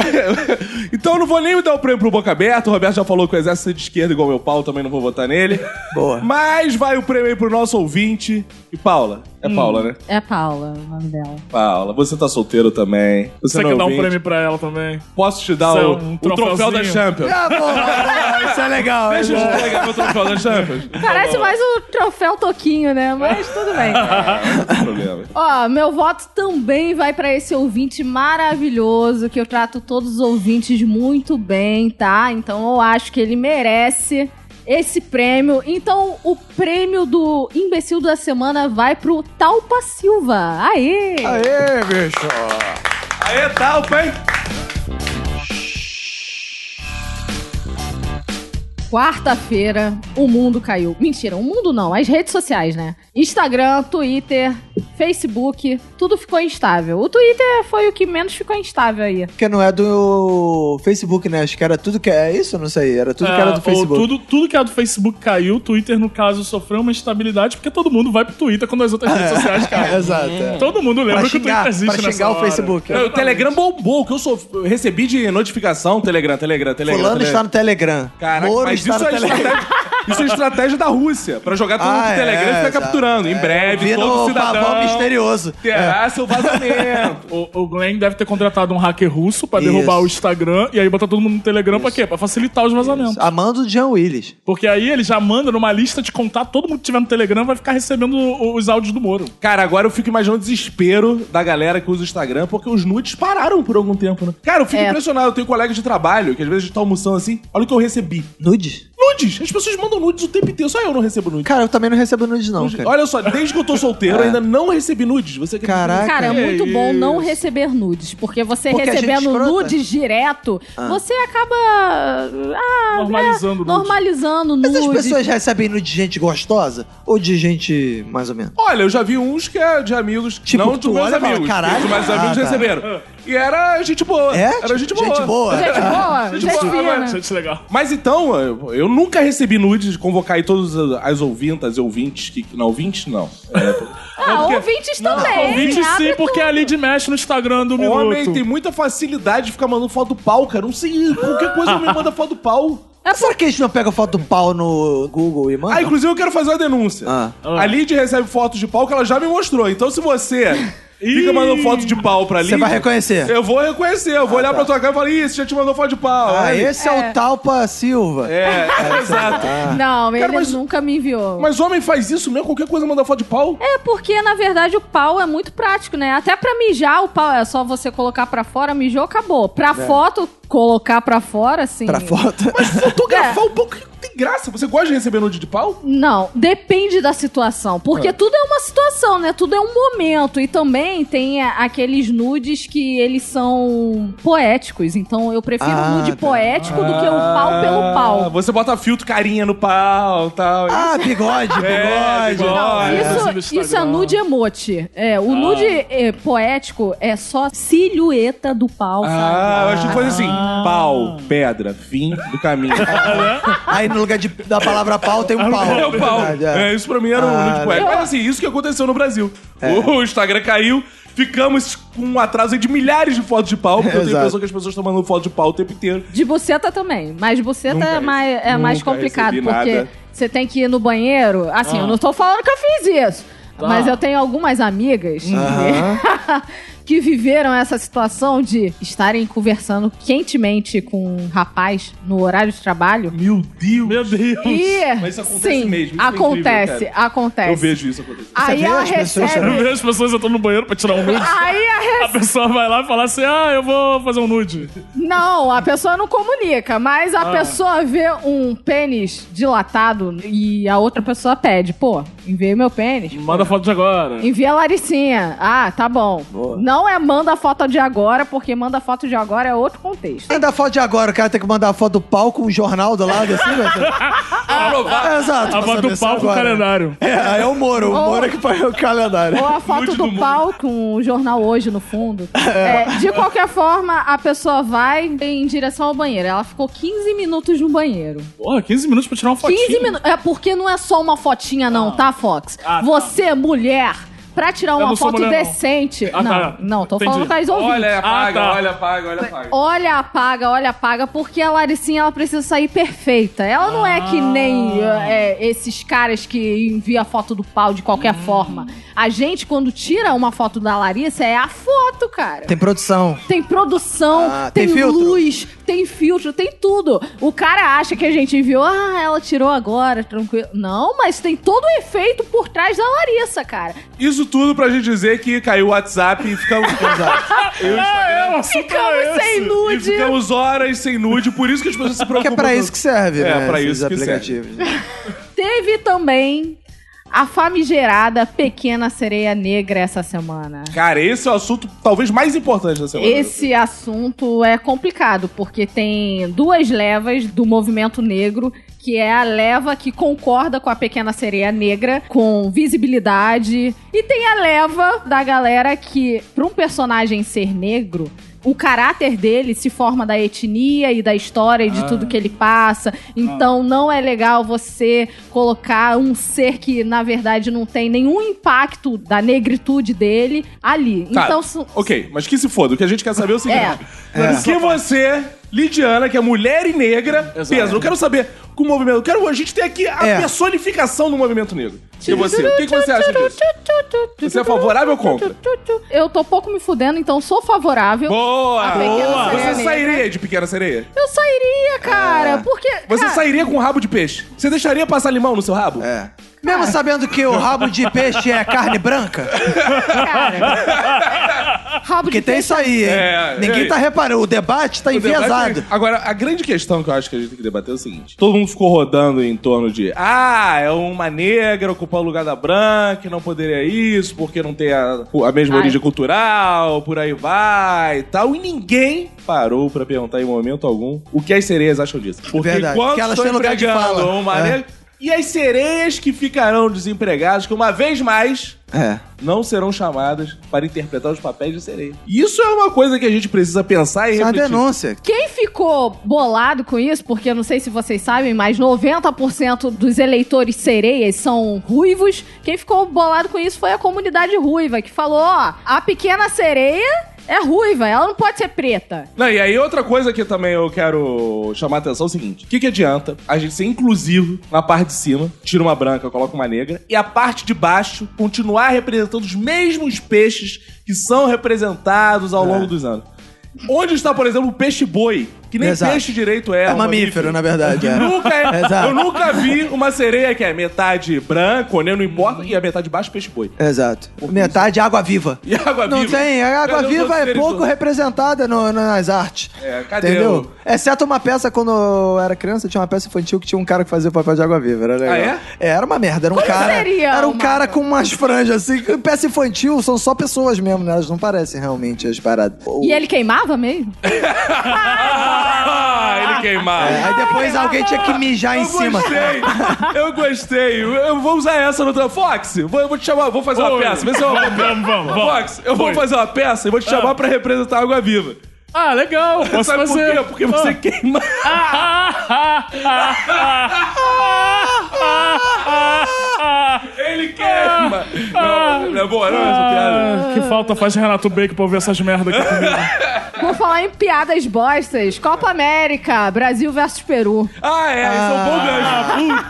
S3: [LAUGHS] então eu não vou nem dar o prêmio pro boca aberta. O Roberto já falou que o exército é de esquerda igual meu pau, também não vou votar nele.
S4: [LAUGHS] Boa.
S3: Mas vai o prêmio aí pro nosso ouvinte. E Paula. É Paula, né?
S2: É Paula, o nome dela.
S3: Paula, você tá solteiro também. Você,
S5: Você
S3: não
S5: quer
S3: é
S5: dar um
S3: ouvinte.
S5: prêmio pra ela também?
S3: Posso te dar
S5: Isso é
S3: o,
S5: um
S3: o troféu da
S5: troféuzinho.
S3: Champions?
S4: Ah, boa, boa. Isso é legal. é
S3: Deixa
S4: boa.
S3: eu te pegar meu troféu da Champions.
S2: Parece mais um troféu toquinho, né? Mas tudo bem.
S3: Não tem problema.
S2: Ó, meu voto também vai pra esse ouvinte maravilhoso, que eu trato todos os ouvintes muito bem, tá? Então eu acho que ele merece esse prêmio. Então o prêmio do imbecil da semana vai pro Talpa Silva. Aê!
S4: Aê, bicho.
S3: Aê, talpa, hein?
S2: Quarta-feira, o mundo caiu. Mentira, o mundo não, as redes sociais, né? Instagram, Twitter, Facebook, tudo ficou instável. O Twitter foi o que menos ficou instável aí.
S4: Porque não é do Facebook, né? Acho que era tudo que é isso, não sei. Era tudo que era
S5: É,
S4: do
S5: ou
S4: Facebook.
S5: Tudo, tudo que era do Facebook caiu, o Twitter, no caso, sofreu uma instabilidade, porque todo mundo vai pro Twitter quando as outras redes é sociais caem.
S4: [LAUGHS] Exato. é.
S5: Todo mundo lembra
S4: Pra
S5: que o Twitter
S4: xingar,
S5: existe
S4: pra
S5: nessa
S4: xingar o
S5: hora.
S4: Facebook.
S3: Não, o Telegram bombou. O que eu, sou, eu recebi de notificação, Telegram, Telegram, Telegram.
S4: Fulano
S3: Telegram.
S4: está no Telegram.
S3: né? Caraca,
S4: Moro
S3: mas
S4: está
S3: isso
S4: no
S3: é
S4: Telegram.
S3: estratégia. Isso é estratégia da Rússia, pra jogar todo mundo
S4: Ah,
S3: pro
S4: é,
S3: Telegram e ficar
S4: exato.
S3: capturando. Em
S4: É,
S3: breve,
S4: vira
S3: todo
S4: o pavão
S3: cidadão
S4: misterioso. É.
S3: terá seu
S4: [LAUGHS]
S3: vazamento.
S5: O, o Glenn deve ter contratado um hacker russo pra
S4: Isso.
S5: derrubar o Instagram e aí botar todo mundo no Telegram pra quê? Pra facilitar os vazamentos.
S4: Amando o Jean Willis.
S5: Porque aí ele já manda numa lista de contato, todo mundo que tiver no Telegram vai ficar recebendo o- os áudios do Moro.
S3: Cara, agora eu fico imaginando o desespero da galera que usa o Instagram, porque os nudes pararam por algum tempo, né? Cara, eu fico
S2: É.
S3: impressionado. Eu tenho colegas de trabalho que às vezes a gente tá almoçando assim, olha o que eu recebi.
S4: Nudes?
S3: Nudes! As pessoas mandam nudes o tempo inteiro, só eu não recebo nudes.
S4: Cara, eu também não recebo nudes, não.
S3: Nudes.
S4: Cara.
S3: Olha só, desde que eu tô solteiro, eu ainda não recebi nudes. Você acredita
S4: É. Caraca.
S2: Cara, é
S5: Que
S2: muito bom
S5: isso.
S2: não receber nudes, porque você
S4: Porque a gente
S2: recebendo
S4: escrota.
S2: nudes direto, você acaba ah,
S5: Normalizando
S2: é,
S5: nudes.
S2: normalizando nudes.
S4: Mas as pessoas recebem nudes de gente gostosa? Ou de gente mais ou menos?
S3: Olha, eu já vi uns que é de amigos,
S4: Tipo,
S3: não de
S4: tu
S3: meus
S4: olha e fala,
S3: amigos,
S4: "Caralho".
S3: de meus amigos
S4: Ah, tá.
S3: receberam. E era gente boa.
S4: É?
S3: Era gente boa.
S4: Gente boa.
S2: Gente boa,
S3: Gente
S2: gente
S3: boa,
S2: fina.
S5: Gente legal.
S3: Mas então, eu- eu nunca recebi nudes, convocar aí todas as ouvintas e ouvintes, que, não, ouvintes não. É,
S2: Ah, ouvintes também.
S5: Convite
S2: abre
S5: sim, porque
S2: tudo.
S5: a Lid mexe no Instagram do Um Minuto.
S3: um Homem tem muita facilidade de ficar mandando foto do pau, cara. Não sei, qualquer coisa me manda foto do pau.
S4: Será que a gente não pega foto do pau no Google e manda?
S3: Ah, inclusive eu quero fazer uma denúncia.
S4: Ah.
S3: A Lid recebe fotos de pau que ela já me mostrou. Então se você fica mandando foto de pau pra Lid...
S4: Você vai reconhecer. tá.
S3: Eu vou reconhecer, eu vou olhar pra tua cara e falar, ih, você já te mandou foto de pau.
S4: Ah,
S3: Aí-
S4: esse é, o Talpa Silva.
S2: [LAUGHS]
S3: É, exato.
S4: Ah.
S2: Não, ele
S3: mas-
S2: nunca me enviou.
S3: Mas homem faz isso mesmo? Qualquer coisa manda foto de pau?
S2: É porque, na verdade, o pau é muito prático, né? Até pra mijar, o pau é só você colocar pra fora, mijou, acabou. Pra foto, colocar pra fora, assim...
S4: Pra foto.
S2: é.
S3: Fotografar um pouco que tem graça. Você gosta de receber nude de pau?
S2: Não, depende da situação. Porque tudo é uma situação, né? Tudo é um momento. E também tem a- aqueles nudes que eles são poéticos. Então eu prefiro
S4: Ah,
S2: nude
S4: tá.
S2: poético do que o pau pelo
S3: Ah,
S2: pau.
S3: Você bota filtro carinha no pau e tal.
S4: [LAUGHS] Ah, bigode, bigode.
S3: É, bigode.
S5: Ah, é.
S2: Isso, isso é nude emote. É,
S5: Ah.
S2: o nude é, poético é só silhueta do pau, sabe?
S3: Ah, eu acho que coisa assim. Pau, pedra, fim do [LAUGHS] caminho.
S4: Aí no lugar de- da palavra pau tem um pau.
S3: [LAUGHS] É o É, pau.
S4: Verdade, é.
S3: É, isso pra mim era um
S4: Ah,
S3: nude poético. Mas assim, isso que aconteceu no Brasil. O Instagram caiu, ficamos com um atraso aí de milhares de fotos de pau, porque eu tenho a
S4: Exato.
S3: impressão que as pessoas estão mandando foto de pau o tempo inteiro.
S2: De buceta também, mas buceta
S3: Nunca
S2: é mais, é mais
S3: nunca
S2: complicado,
S3: recebi
S2: porque
S3: nada. Ah.
S2: você tem que ir no banheiro. Assim, eu não tô falando que eu fiz isso, mas eu tenho algumas amigas
S3: Ah.
S2: [LAUGHS] que, que viveram essa situação de estarem conversando quentemente com um rapaz no horário de trabalho.
S3: Meu Deus.
S5: Meu Deus.
S2: E,
S3: Mas isso acontece
S2: sim,
S3: mesmo, isso é
S2: acontece,
S3: incrível,
S2: acontece.
S3: Eu vejo isso acontecer.
S2: Aí
S4: vê
S2: ela
S4: as pessoas
S5: Eu
S2: recebe.
S5: vejo as pessoas entrando no banheiro pra tirar um nude.
S2: Aí a
S5: A pessoa vai lá e fala assim: ah, eu vou fazer um nude.
S2: Não, a pessoa não comunica, mas a pessoa vê um pênis dilatado e a outra pessoa pede, pô, envia meu pênis.
S5: Manda foto de agora.
S2: Envia a Laricinha. Ah, tá bom. Não é manda foto de agora, porque manda foto de agora é outro contexto.
S4: Manda foto de agora, o cara tem que mandar a foto do pau com o jornal do lado assim, velho. É, exato.
S5: [LAUGHS]
S4: pra
S5: A foto
S4: saber
S5: do
S4: se
S5: pau com o
S4: agora.
S5: calendário.
S4: É, aí é o Moro. O
S2: Ou-
S4: Moro é que põe o
S2: [LAUGHS]
S4: calendário.
S2: Ou a foto
S5: Nude
S2: do
S5: do
S2: pau com o jornal hoje no fundo. [LAUGHS] É, de qualquer forma, a pessoa vai em direção ao banheiro. Ela ficou 15 minutos no banheiro.
S5: Porra, 15 minutos pra tirar uma fotinha.
S2: 15 minutos. É porque não é só uma fotinha, não, tá, Fox?
S5: Ah, tá.
S2: Você, mulher, pra tirar uma
S5: não sou
S2: foto
S5: mulher, não.
S2: decente.
S5: Ah,
S2: não,
S5: tá.
S2: não, tô
S5: Entendi.
S2: falando com as ouvintes.
S3: Olha, apaga,
S5: Ah, tá.
S3: olha, apaga, olha, apaga.
S2: Olha, apaga, olha, apaga, porque a Laricinha ela precisa sair perfeita. Ela não
S5: Ah.
S2: é que nem é, é, esses caras que envia foto do pau de qualquer forma. A gente, quando tira uma foto da Larissa, é a foto, cara.
S4: Tem produção.
S2: Tem produção,
S4: Ah,
S2: tem,
S4: tem filtro?
S2: luz, tem filtro, tem tudo. O cara acha que a gente enviou, ah, ela tirou agora, tranquilo. Não, mas tem todo o efeito por trás da Larissa, cara.
S3: Isso tudo pra gente dizer que caiu o WhatsApp e ficamos.
S5: É, é, o assunto
S2: Ficamos
S5: é
S2: [LAUGHS]
S5: esse.
S2: sem
S3: e
S2: nude.
S3: ficamos horas sem nude, por isso que as
S2: [LAUGHS]
S3: pessoas se
S4: Porque
S3: preocupam.
S4: é pra isso que serve,
S3: É,
S4: né?
S3: pra
S4: esses
S3: isso que
S4: aplicativos.
S2: Teve também a famigerada Pequena Sereia Negra essa semana.
S3: Cara, esse é o assunto talvez mais importante da semana.
S2: Esse assunto é complicado, porque tem duas levas do movimento negro, que é a leva que concorda com a pequena sereia negra, com visibilidade, e tem a leva da galera que, para um personagem ser negro, o caráter dele se forma da etnia e da história e de tudo que ele passa. Então não é legal você colocar um ser que, na verdade, não tem nenhum impacto da negritude dele ali.
S3: Tá,
S2: Então, su-
S3: Ok, mas que se foda. O que a gente quer saber é o seguinte:
S2: É.
S3: que você Lidiana, que é mulher e negra,
S5: Exato.
S3: pensa, eu quero saber com o movimento. Eu quero, a gente tem aqui a
S4: É.
S3: personificação do movimento negro. E você? O que, que você acha disso? Você é favorável ou contra?
S2: Eu tô pouco me fudendo, então sou favorável.
S3: Boa!
S2: A pequena
S3: Boa!
S2: sereia
S3: Você
S2: negra.
S3: sairia de pequena sereia?
S2: Eu sairia, cara, porque...
S3: Você
S2: cara,
S3: sairia com um rabo de peixe? Você deixaria passar limão no seu rabo?
S4: É. Mesmo sabendo que o rabo de peixe é carne branca,
S3: [LAUGHS]
S2: cara. Rabo
S4: porque
S2: de
S4: tem
S2: peixe
S4: isso aí, hein?
S3: É,
S4: Ninguém
S3: é.
S4: tá reparando, o debate tá
S3: O debate
S4: enviesado.
S3: é- Agora, a grande questão que eu acho que a gente tem que debater é o seguinte: todo mundo ficou rodando em torno de ah, é uma negra ocupar o lugar da branca, não poderia isso, porque não tem a, a mesma
S2: Ai.
S3: origem cultural, por aí vai e tal. E ninguém parou pra perguntar em momento algum o que as sereias acham disso. Porque
S4: Verdade,
S3: quando
S4: que elas
S3: estão
S4: têm lugar de
S3: empregando
S4: fala.
S3: uma
S4: É.
S3: negra- E as sereias que ficarão desempregadas, que uma vez mais
S4: É.
S3: não serão chamadas para interpretar os papéis de sereia. Isso é uma coisa que a gente precisa pensar e
S4: Isso é uma
S3: refletir.
S4: denúncia.
S2: Quem ficou bolado com isso, porque eu não sei se vocês sabem, mas 90% dos eleitores sereias são ruivos. Quem ficou bolado com isso foi a comunidade ruiva, que falou: ó, a pequena sereia é ruiva, ela não pode ser preta.
S3: Não, e aí outra coisa que também eu quero chamar a atenção é o seguinte: o que, que adianta a gente ser inclusivo na parte de cima, tira uma branca, coloca uma negra, e a parte de baixo continuar representando os mesmos peixes que são representados
S4: É.
S3: ao longo dos anos? Onde está, por exemplo, o peixe boi, que nem
S4: Exato.
S3: peixe direito é.
S4: É,
S3: um
S4: mamífero, na verdade. É.
S3: Nunca é.
S4: [LAUGHS] Exato.
S3: Eu nunca vi uma sereia que é metade branco, né? Não importa, e a metade de baixo peixe boi.
S4: Exato. Metade água viva.
S3: E água
S4: Não
S3: viva?
S4: tem, a água
S3: Cadê os
S4: viva
S3: outros
S4: é
S3: seres
S4: pouco
S3: humanos?
S4: representada no- no- nas artes.
S3: É, cadê
S4: Entendeu?
S3: o-
S4: Exceto uma peça quando eu era criança, tinha uma peça infantil que tinha um cara que fazia o papel de água viva. Era legal.
S3: Ah, é?
S4: Era uma merda, era um
S2: Como
S4: cara.
S2: seria
S4: era um
S2: uma-
S4: cara com umas franjas assim. que Peça infantil são só pessoas mesmo, né? Elas não parecem realmente as paradas.
S2: E ele queimava mesmo?
S3: Ah, ele queimava.
S4: É, aí depois alguém tinha que mijar em
S3: eu
S4: cima.
S3: Gostei, eu gostei. Eu- Eu vou usar essa no trabalho. Fox, vou, eu vou te chamar, vou fazer uma
S5: Oi.
S3: peça. Vê se é uma boa peça.
S5: Vamos, vamos, vamos.
S3: Fox, eu vou
S5: Oi.
S3: fazer uma peça e vou te chamar pra representar a Água Viva.
S5: Ah, legal. Posso
S3: Sabe
S5: fazer. Ah.
S3: por quê? Porque você queima. Ele queima! Não, não é boa, não é essa piada.
S5: Ah, que falta faz Renato Bacon pra ouvir essas
S3: [LAUGHS]
S5: merdas aqui comigo.
S2: Vou falar em piadas bostas. Copa América, Brasil versus Peru.
S3: Ah, é, isso é um bom
S5: Ah.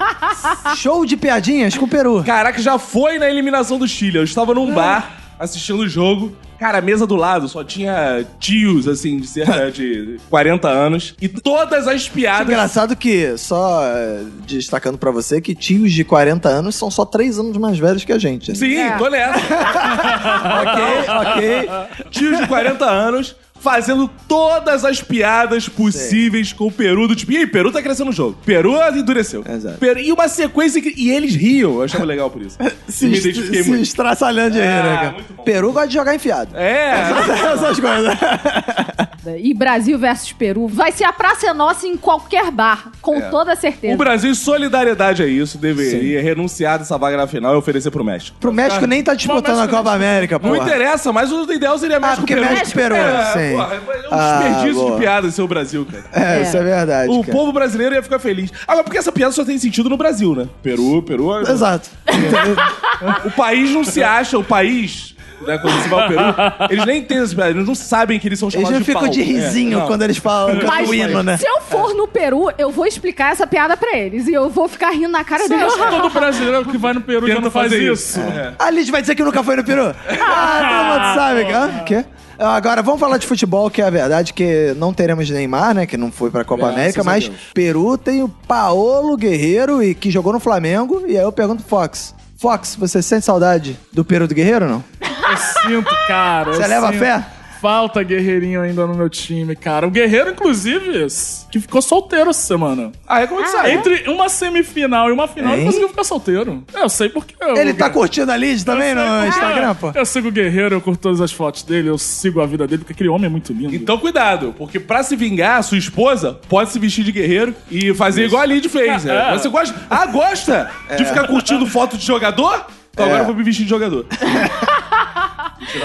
S3: gancho.
S4: Show de piadinhas com o Peru.
S3: Caraca, já foi na eliminação do Chile. Eu estava
S4: Ah.
S3: num bar assistindo o jogo. Cara, a mesa do lado só tinha tios, assim, de cerca de 40 anos. E todas as piadas.
S4: Engraçado que, só eh, destacando pra você, que tios de 40 anos são só 3 anos mais velhos que a gente. né?
S3: Sim,
S2: É.
S3: tô nessa.
S4: Ok, ok.
S3: tios de 40 anos fazendo todas as piadas possíveis com o Peru do tipo. Ih, Peru tá crescendo no jogo. Peru endureceu.
S4: Exato.
S3: Peru- e uma sequência. que- E eles riam. Eu achava legal por isso.
S4: [LAUGHS] se,
S3: Me identifiquei
S4: se
S3: muito. É,
S4: estraçalhando de rir, né, cara?
S3: muito bom.
S4: Peru gosta de jogar enfiado.
S3: É.
S4: [LAUGHS] Essas coisas.
S2: E Brasil versus Peru. Vai ser a Praça é Nossa em qualquer bar, com
S4: É.
S2: toda certeza.
S3: O Brasil, em solidariedade a isso, deveria renunciar dessa vaga na final e oferecer pro México.
S4: Pro México nem tá disputando a
S3: é
S4: Copa América, pô.
S3: Não interessa, mas o ideal seria México
S4: porque
S3: Peru.
S4: México e Peru,
S3: é,
S4: sim.
S3: Porra, é um
S4: Ah,
S3: desperdício
S4: boa.
S3: de piada ser o Brasil, cara.
S4: É,
S2: É.
S4: isso é verdade.
S3: O
S4: cara.
S3: povo brasileiro ia ficar feliz. Ah, mas porque essa piada só tem sentido no Brasil, né? Peru, Peru.
S4: é- Exato.
S3: O país não se acha, o país. Né, quando você vai ao Peru, eles nem entendem essa piada, eles não sabem que eles são
S4: Eles
S3: chamados
S4: não
S3: de
S4: ficam
S3: pau.
S4: de risinho
S3: É, não.
S4: quando eles falam cantam
S2: Mas
S4: o
S3: [LAUGHS]
S4: hino, né?
S2: se eu for no Peru, eu vou explicar essa piada pra eles. E eu vou ficar rindo na cara
S5: Você
S2: deles.
S5: acha que todo brasileiro que vai no Peru já
S3: Tenta
S5: não faz
S3: fazer isso.
S5: isso?
S3: É.
S4: A Liz vai dizer que nunca foi
S3: [LAUGHS]
S4: no Peru. Ah, todo mundo sabe, cara. Ah, quê? Agora, vamos falar de futebol, que é a verdade que não teremos Neymar, né? Que não foi pra Copa
S3: É, Graças
S4: América,
S3: a
S4: mas
S3: Deus.
S4: Peru tem o Paolo Guerreiro, e que jogou no Flamengo. E aí eu pergunto pro Fox. Fox, você sente saudade do Peru do Guerreiro ou não?
S5: Eu sinto, cara. eu
S4: Você leva
S5: sinto.
S4: fé?
S5: Falta guerreirinho ainda no meu time, cara. O guerreiro, inclusive, que ficou solteiro essa semana.
S3: Ah, é como é que sai?
S5: Entre uma semifinal e uma final,
S4: Hein?
S5: ele conseguiu ficar solteiro. É, Eu sei porque. eu-
S4: Ele tá curtindo a Liz também no Instagram, pô?
S5: Eu sigo o guerreiro, eu curto todas as fotos dele, eu sigo a vida dele, porque aquele homem é muito lindo.
S3: Então cuidado, porque pra se vingar, sua esposa pode se vestir de guerreiro e fazer igual a Lid fez. né?
S5: [LAUGHS] É.
S3: Você gosta? Ah, gosta de ficar curtindo foto de jogador? Então
S4: É.
S3: agora eu vou me vestir de jogador. [LAUGHS]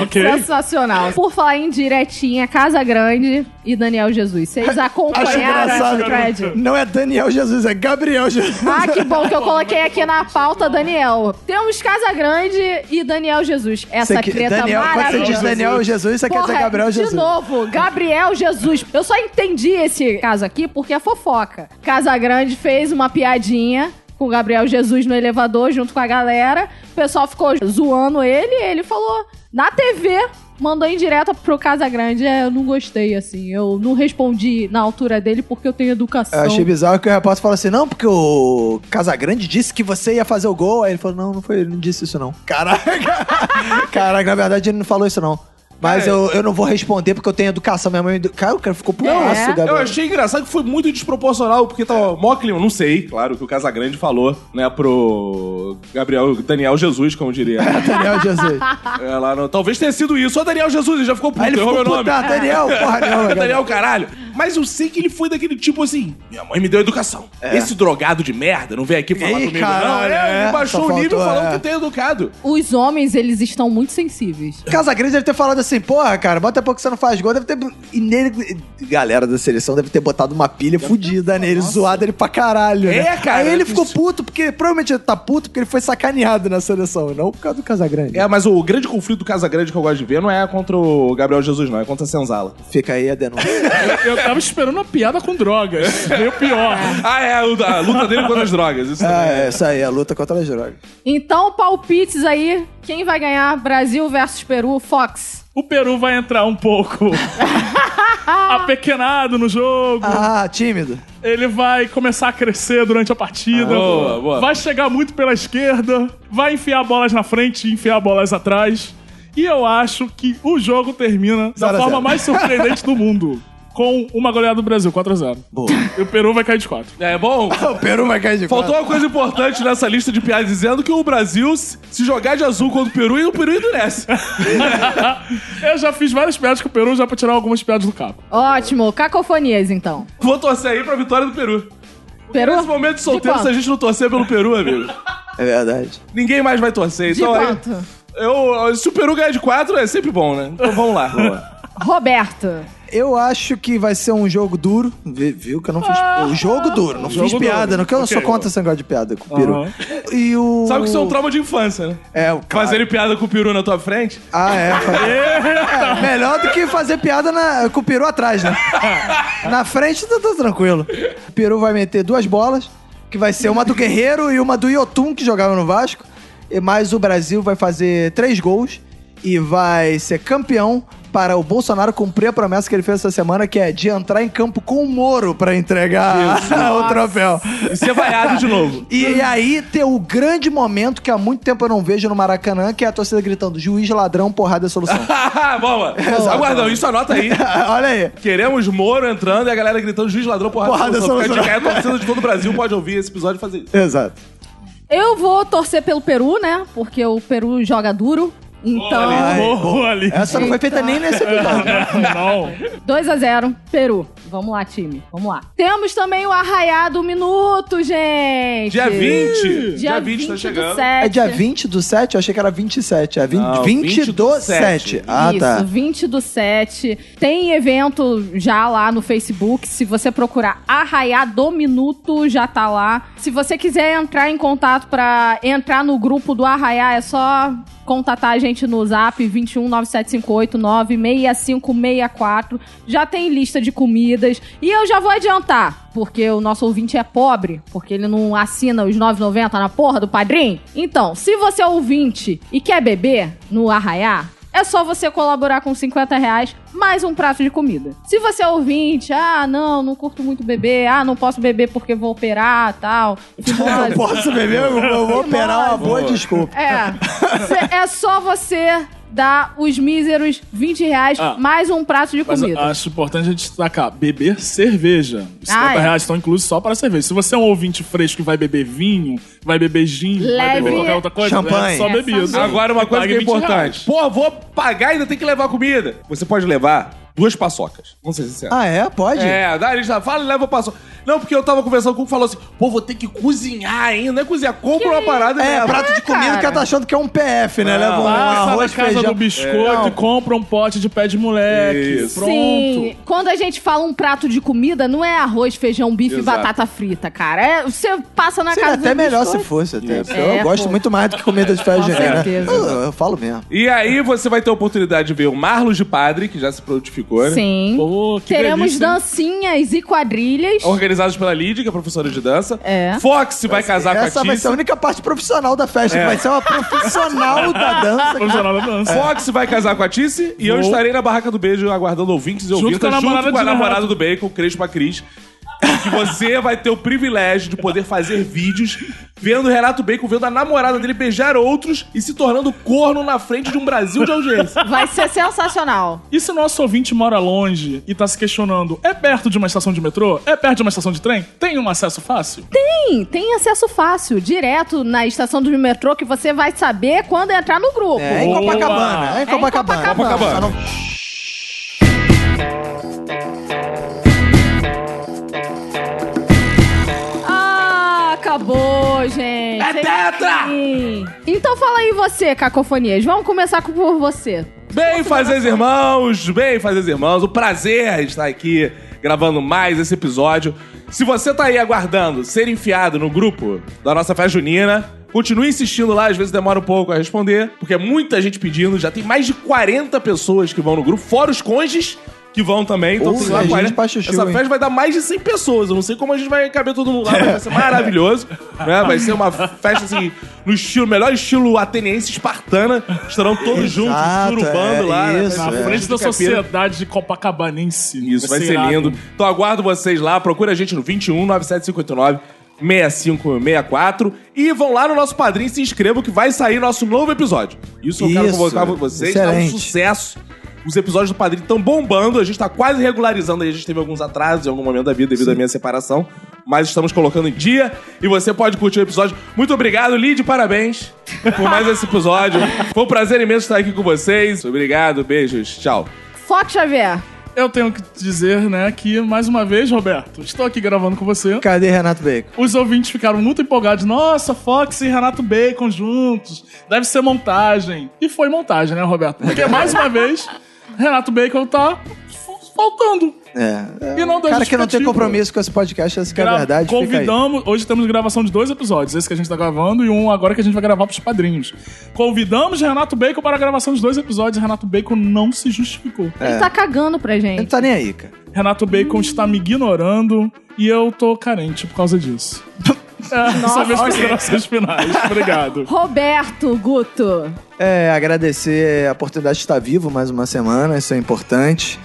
S5: Ok?
S2: É Sensacional. Por falar em diretinha, Casa Grande e Daniel Jesus.
S4: [LAUGHS]
S2: Vocês
S3: né,
S2: acompanharam
S4: engraçado.
S2: esse thread?
S4: Não é Daniel Jesus, é Gabriel Jesus.
S2: Ah, que bom que eu coloquei aqui na pauta, Daniel. Temos Casa Grande e Daniel Jesus. Essa
S4: Você que-
S2: treta
S4: Daniel, quando você
S2: maravilhosa.
S4: diz Daniel Jesus, você quer dizer
S2: Porra,
S4: Gabriel
S2: De
S4: Jesus.
S2: novo, Gabriel Jesus. Eu só entendi esse caso aqui porque é fofoca. Casa Grande fez uma piadinha com o Gabriel Jesus no elevador junto com a galera. O pessoal ficou zoando ele e ele falou na TV. Mandou em direta pro Casa Grande. É, eu não gostei, assim. Eu não respondi na altura dele porque eu tenho educação.
S4: Eu achei bizarro que o repórter falou assim: não, porque o Casagrande disse que você ia fazer o gol. Aí ele falou: não, não foi, ele não disse isso não. Caraca! [LAUGHS] Caraca, na verdade ele não falou isso não. Mas
S3: É.
S4: eu, eu não vou responder porque eu tenho educação. Minha mãe. edu- Cara, o cara ficou putaço,
S2: É.
S4: Gabriel.
S3: Eu achei engraçado que foi muito desproporcional, porque tava mó clima. Não sei, claro, que o Casagrande falou, né, pro Gabriel, Daniel Jesus, como diria. [LAUGHS]
S4: Daniel Jesus.
S3: É, lá no- Talvez tenha sido isso. Ó, Daniel Jesus, ele já ficou puto,
S4: Aí ele
S3: errou
S4: ficou
S3: meu
S4: puta,
S3: nome. [LAUGHS]
S4: Daniel, porra nenhuma. Gabriel.
S3: Daniel, caralho. Mas eu sei que ele foi daquele tipo assim: minha mãe me deu educação. Esse drogado de merda não vem aqui falar
S4: Ih,
S3: comigo, não.
S4: caralho,
S3: É,
S4: é.
S3: ele baixou
S4: Só
S3: o nível
S4: faltou,
S3: falando
S4: é.
S3: que tem educado.
S2: Os homens, eles estão muito sensíveis.
S4: Casagrande deve ter falado assim, porra, cara, bota pouco que você não faz gol, deve ter. E nele. Galera da seleção deve ter botado uma pilha fudida nele, zoado ele pra caralho.
S3: É,
S4: né?
S3: cara,
S4: Aí ele
S3: isso-
S4: ficou puto, porque provavelmente ele tá puto porque ele foi sacaneado na seleção, não por causa do Casagrande.
S3: É, mas o grande conflito do Casagrande que eu gosto de ver não é contra o Gabriel Jesus, não, é contra a Senzala.
S4: Fica aí a denúncia.
S5: Eu tava esperando uma piada com drogas. Veio pior.
S3: Ah, é, o- a luta dele contra as drogas. [LAUGHS] Isso
S4: ah,
S3: também.
S4: [LAUGHS] é, isso aí, a luta contra as drogas.
S2: Então, palpites aí. Quem vai ganhar? Brasil versus Peru, Fox.
S5: O Peru vai entrar um pouco apequenado no jogo.
S4: Ah, tímido.
S5: Ele vai começar a crescer durante a partida.
S3: boa, boa.
S5: Vai chegar muito pela esquerda. Vai enfiar bolas na frente e enfiar bolas atrás. E eu acho que o jogo termina da
S4: Zero a
S5: forma
S4: zero.
S5: mais surpreendente do mundo. Com uma goleada do Brasil, 4x0.
S4: Boa.
S5: E o Peru vai cair de 4.
S3: É bom.
S4: o Peru vai cair de
S3: Faltou uma coisa importante nessa lista de piadas dizendo que o Brasil se se jogar de azul contra o Peru e o Peru endurece.
S5: eu já fiz várias piadas com o Peru, já pra tirar algumas piadas do cabo.
S2: Ótimo. Cacofonias, então.
S3: [LAUGHS] Vou torcer aí pra vitória do Peru.
S2: Peru?
S3: Nesse momento de solteiro,
S2: quanto?
S3: se a gente não torcer pelo Peru, amigo,
S4: É verdade.
S3: ninguém mais vai torcer.
S2: De
S3: Então aí,
S2: quanto?
S3: eu, se o Peru ganhar de 4, é sempre bom, né? Então vamos lá.
S2: Roberto.
S4: Eu acho que vai ser um jogo duro. Vi- Viu que eu não fiz. O jogo duro, não
S5: Jogo
S4: fiz piada.
S5: duro.
S4: Não que eu
S5: Ok.
S4: sou contra esse negócio de piada com o Peru.
S5: Aham.
S4: E o.
S3: Sabe que isso é um trauma de infância, né?
S4: É, o cara.
S3: Fazerem piada com o Peru na tua frente.
S4: Ah, é. É, melhor do que fazer piada na- com o peru atrás, né? na frente tá, tá tranquilo. O peru vai meter duas bolas, que vai ser uma do Guerreiro e uma do Yotun, que jogava no Vasco. E mais o Brasil vai fazer três gols e vai ser campeão para o Bolsonaro cumprir a promessa que ele fez essa semana, que é de entrar em campo com o Moro pra entregar [LAUGHS] o troféu.
S3: E ser vaiado de
S5: [LAUGHS]
S3: novo. [LAUGHS]
S4: E, e aí tem o grande momento que há muito tempo eu não vejo no Maracanã, que é a torcida gritando: juiz, ladrão, porrada é solução.
S3: Boa. Aguardão, isso anota aí.
S4: [LAUGHS] Olha aí.
S3: Queremos Moro entrando e a galera gritando juiz ladrão porrada.
S4: Porrada,
S3: solução. Fica a
S4: solução.
S3: dica aí, a é torcida de todo o Brasil pode ouvir esse episódio e fazer isso.
S4: Exato.
S2: Eu vou torcer pelo Peru, né? Porque o Peru joga duro. Então,
S4: Ai, É.
S5: Boa ali.
S4: Essa não foi feita nem nesse episódio.
S5: Não.
S2: 2 a 0 Peru. Vamos lá, time. Vamos lá. Temos também o Arraiá do Minuto, gente.
S3: Dia 20.
S2: Dia 20,
S3: tá chegando.
S2: do 7.
S4: É dia 20 do 7? Eu achei que era 27. É 20,
S3: Não,
S4: 20, do 7. Ah,
S2: Isso,
S4: tá.
S2: 20 do 7. Tem evento já lá no Facebook. Se você procurar Arraiá do Minuto, já tá lá. Se você quiser entrar em contato pra entrar no grupo do Arraiá, é só contatar a gente no zap 21 975896564. Já tem lista de comidas. E eu já vou adiantar, porque o nosso ouvinte é pobre, porque ele não assina os 9,90 na porra do padrinho. Então, se você é ouvinte e quer beber no Arraiá, é só você colaborar com 50 reais mais um prato de comida. Se você é ouvinte, ah, não, não curto muito beber, ah, não posso beber porque vou operar, tal.
S5: [LAUGHS]
S4: Eu posso beber? Eu vou- eu vou operar uma boa desculpa.
S2: É. Cê- é só você dar os míseros 20 reais
S5: Ah.
S2: mais um prato de
S5: Mas ah,
S2: comida.
S5: acho importante a gente destacar: beber cerveja. Os
S2: Ah,
S5: 50
S2: é.
S5: reais estão inclusos só para cerveja. Se você é um ouvinte fresco e vai beber vinho, vai beber gin, vai
S2: Leve.
S5: beber qualquer outra coisa,
S4: Champanhe.
S5: é só
S2: É,
S5: bebida.
S2: só-
S3: Agora, uma coisa que
S5: Pague
S3: é
S5: 20
S3: importante.
S5: reais.
S3: Pô, vou pagar e ainda tem que levar comida. Você pode levar duas paçocas. Vamos ser sinceros.
S4: Ah, é? Pode?
S3: É, daí ele já fala e leva a paçoca. Não, porque eu tava conversando com o que falou assim, pô, vou ter que cozinhar ainda. Não é cozinhar, compra uma parada e
S4: É,
S3: leva.
S4: prato de comida
S2: cara.
S4: que ela tá achando que é um PF, né? Leva um
S5: Passa
S4: arroz,
S5: Ah, na casa
S4: feijão.
S5: do biscoito
S4: É.
S5: e compra um pote de pé de moleque.
S3: Isso.
S5: Pronto.
S2: Sim, quando a gente fala um prato de comida, não é arroz, feijão, bife e
S3: Exato.
S2: batata frita, cara. É, você passa na
S4: Seria
S2: casa
S4: até
S2: do
S4: melhor se
S2: biscoito.
S4: fosse, até. porque
S2: É,
S4: eu gosto
S2: pô.
S4: muito mais do que comida de festa
S2: Com
S4: junina.
S2: certeza.
S4: Eu, eu falo mesmo.
S3: E aí você vai ter a oportunidade de ver o Marlos de Padre, que já se prontificou, né?
S2: Sim.
S5: Pô, que
S2: Teremos
S5: delícia, hein?
S2: dancinhas e
S5: [LAUGHS]
S2: quadrilhas.
S3: Organizados pela Lídia, que é professora de dança.
S2: É.
S3: Fox vai casar com
S4: Essa
S3: a
S4: vai
S3: Tícia.
S4: ser a única parte profissional da festa, que vai ser uma profissional da dança. cara.
S5: Profissional da dança.
S4: É.
S3: Fox vai casar com a Tice e eu
S5: Vou.
S3: estarei na barraca do beijo aguardando ouvintes e
S5: Junto
S3: ouvintes
S5: com a namorada de
S3: namorada do Bacon, Crespa Cris. Que você vai ter o privilégio de poder fazer vídeos vendo Renato Bacon, vendo a namorada dele beijar outros e se tornando corno na frente de um Brasil de audiência.
S2: Vai ser sensacional.
S5: E se o nosso ouvinte mora longe e tá se questionando, é perto de uma estação de metrô? É perto de uma estação de trem? Tem um acesso fácil?
S2: Sim, tem acesso fácil, direto na estação do metrô, que você vai saber quando entrar no grupo.
S4: É em
S5: Boa.
S4: Copacabana. É em
S2: É em
S4: Copacabana.
S2: Copacabana.
S4: Só não-
S2: Ah, acabou, gente.
S3: É tetra!
S2: Sim. Então fala aí você, Cacofonias. Vamos começar com- por você.
S3: Bem fazeres irmãos, bem fazeres irmãos, o prazer de estar aqui gravando mais esse episódio. Se você tá aí aguardando ser enfiado no grupo da nossa festa junina, continue insistindo lá, às vezes demora um pouco a responder, porque é muita gente pedindo, já tem mais de 40 pessoas que vão no grupo, fora os conges que vão também, então
S4: Ou
S3: tem lá
S4: seja,
S3: 40.
S4: gente pra chuchu,
S3: Essa
S4: hein?
S3: festa vai dar mais de 100 pessoas, eu não sei como a gente vai caber todo mundo lá, mas vai ser maravilhoso,
S4: [LAUGHS]
S3: né? Vai ser uma festa assim no estilo melhor estilo ateniense espartana, estarão todos juntos
S4: Exato,
S3: surubando
S4: é,
S3: lá. né?
S4: isso,
S5: Na
S4: É.
S5: frente da
S3: Capira.
S5: sociedade copacabanense.
S3: Isso, vai ser
S5: irado.
S3: lindo. Então aguardo vocês lá, procura a gente no 21 9759 6564 e vão lá no nosso padrinho e se inscrevam que vai sair nosso novo episódio. Isso eu quero
S4: Isso,
S3: convocar vocês, tá um
S4: excelente.
S3: sucesso. Os episódios do Padrinho estão bombando, a gente tá quase regularizando aí, a gente teve alguns atrasos em algum momento da vida devido à minha separação, mas estamos colocando em dia e você pode curtir o episódio. Muito obrigado, Lid, parabéns [LAUGHS] por mais esse episódio. Foi um prazer imenso estar aqui com vocês. Obrigado, beijos, tchau.
S2: Fox Xavier.
S5: Eu tenho que dizer, né, que mais uma vez, Roberto, estou aqui gravando com você.
S4: Cadê Renato Bacon?
S5: Os ouvintes ficaram muito empolgados. Nossa, Fox e Renato Bacon juntos. Deve ser montagem. E foi montagem, né, Roberto? Porque
S4: É.
S5: mais uma vez, Renato Bacon tá f- faltando.
S4: É.
S5: E
S2: Então
S5: não deu
S4: cara que não tem
S2: tipo
S5: justificativa.
S4: compromisso com esse podcast, essa que é a
S5: Gra-
S4: verdade. fica aí.
S5: Convidamos. Hoje temos gravação de dois episódios, esse que a gente tá gravando e um agora que a gente vai gravar pros padrinhos. Convidamos Renato Bacon para a gravação de dois episódios. Renato Bacon não se justificou.
S2: Ele tá cagando pra
S4: Ele não
S2: gente.
S4: tá nem aí, cara.
S5: Renato Bacon está me ignorando e eu tô carente por causa disso. [LAUGHS] É, são minhas considerações finais. Obrigado.
S2: Roberto Guto.
S4: É, agradecer a oportunidade de estar vivo mais uma semana, isso é importante.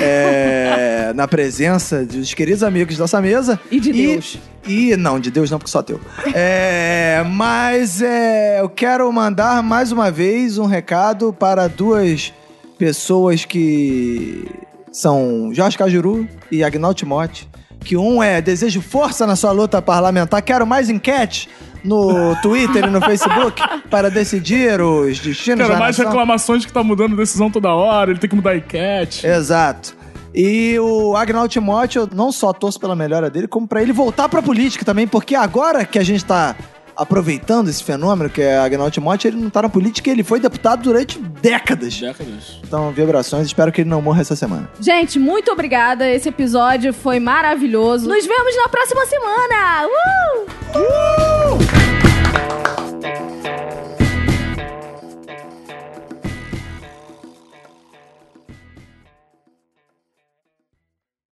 S4: É, [LAUGHS] na presença dos queridos amigos dessa mesa.
S2: E de Deus.
S4: E não, de Deus não, porque só teu. É, mas é, eu quero mandar mais uma vez um recado para duas pessoas que são Jorge Cajuru e Agnaldo Timote. Que um é desejo força na sua luta parlamentar, quero mais enquete no Twitter e no Facebook para decidir os destinos
S5: Cara,
S4: da
S5: mais
S4: nação.
S5: reclamações de que tá mudando decisão toda hora, ele tem que mudar a enquete.
S4: Exato. E o Agnaldo Timóteo, eu não só torço pela melhora dele, como pra ele voltar pra política também, porque agora que a gente tá aproveitando esse fenômeno que é Agnaldo Timóteo, ele não tá na política, e ele foi deputado durante décadas.
S5: Décadas.
S4: Então, vibrações, espero que ele não morra essa semana.
S2: Gente, muito obrigada. Esse episódio foi maravilhoso. Nos vemos na próxima semana. Uh!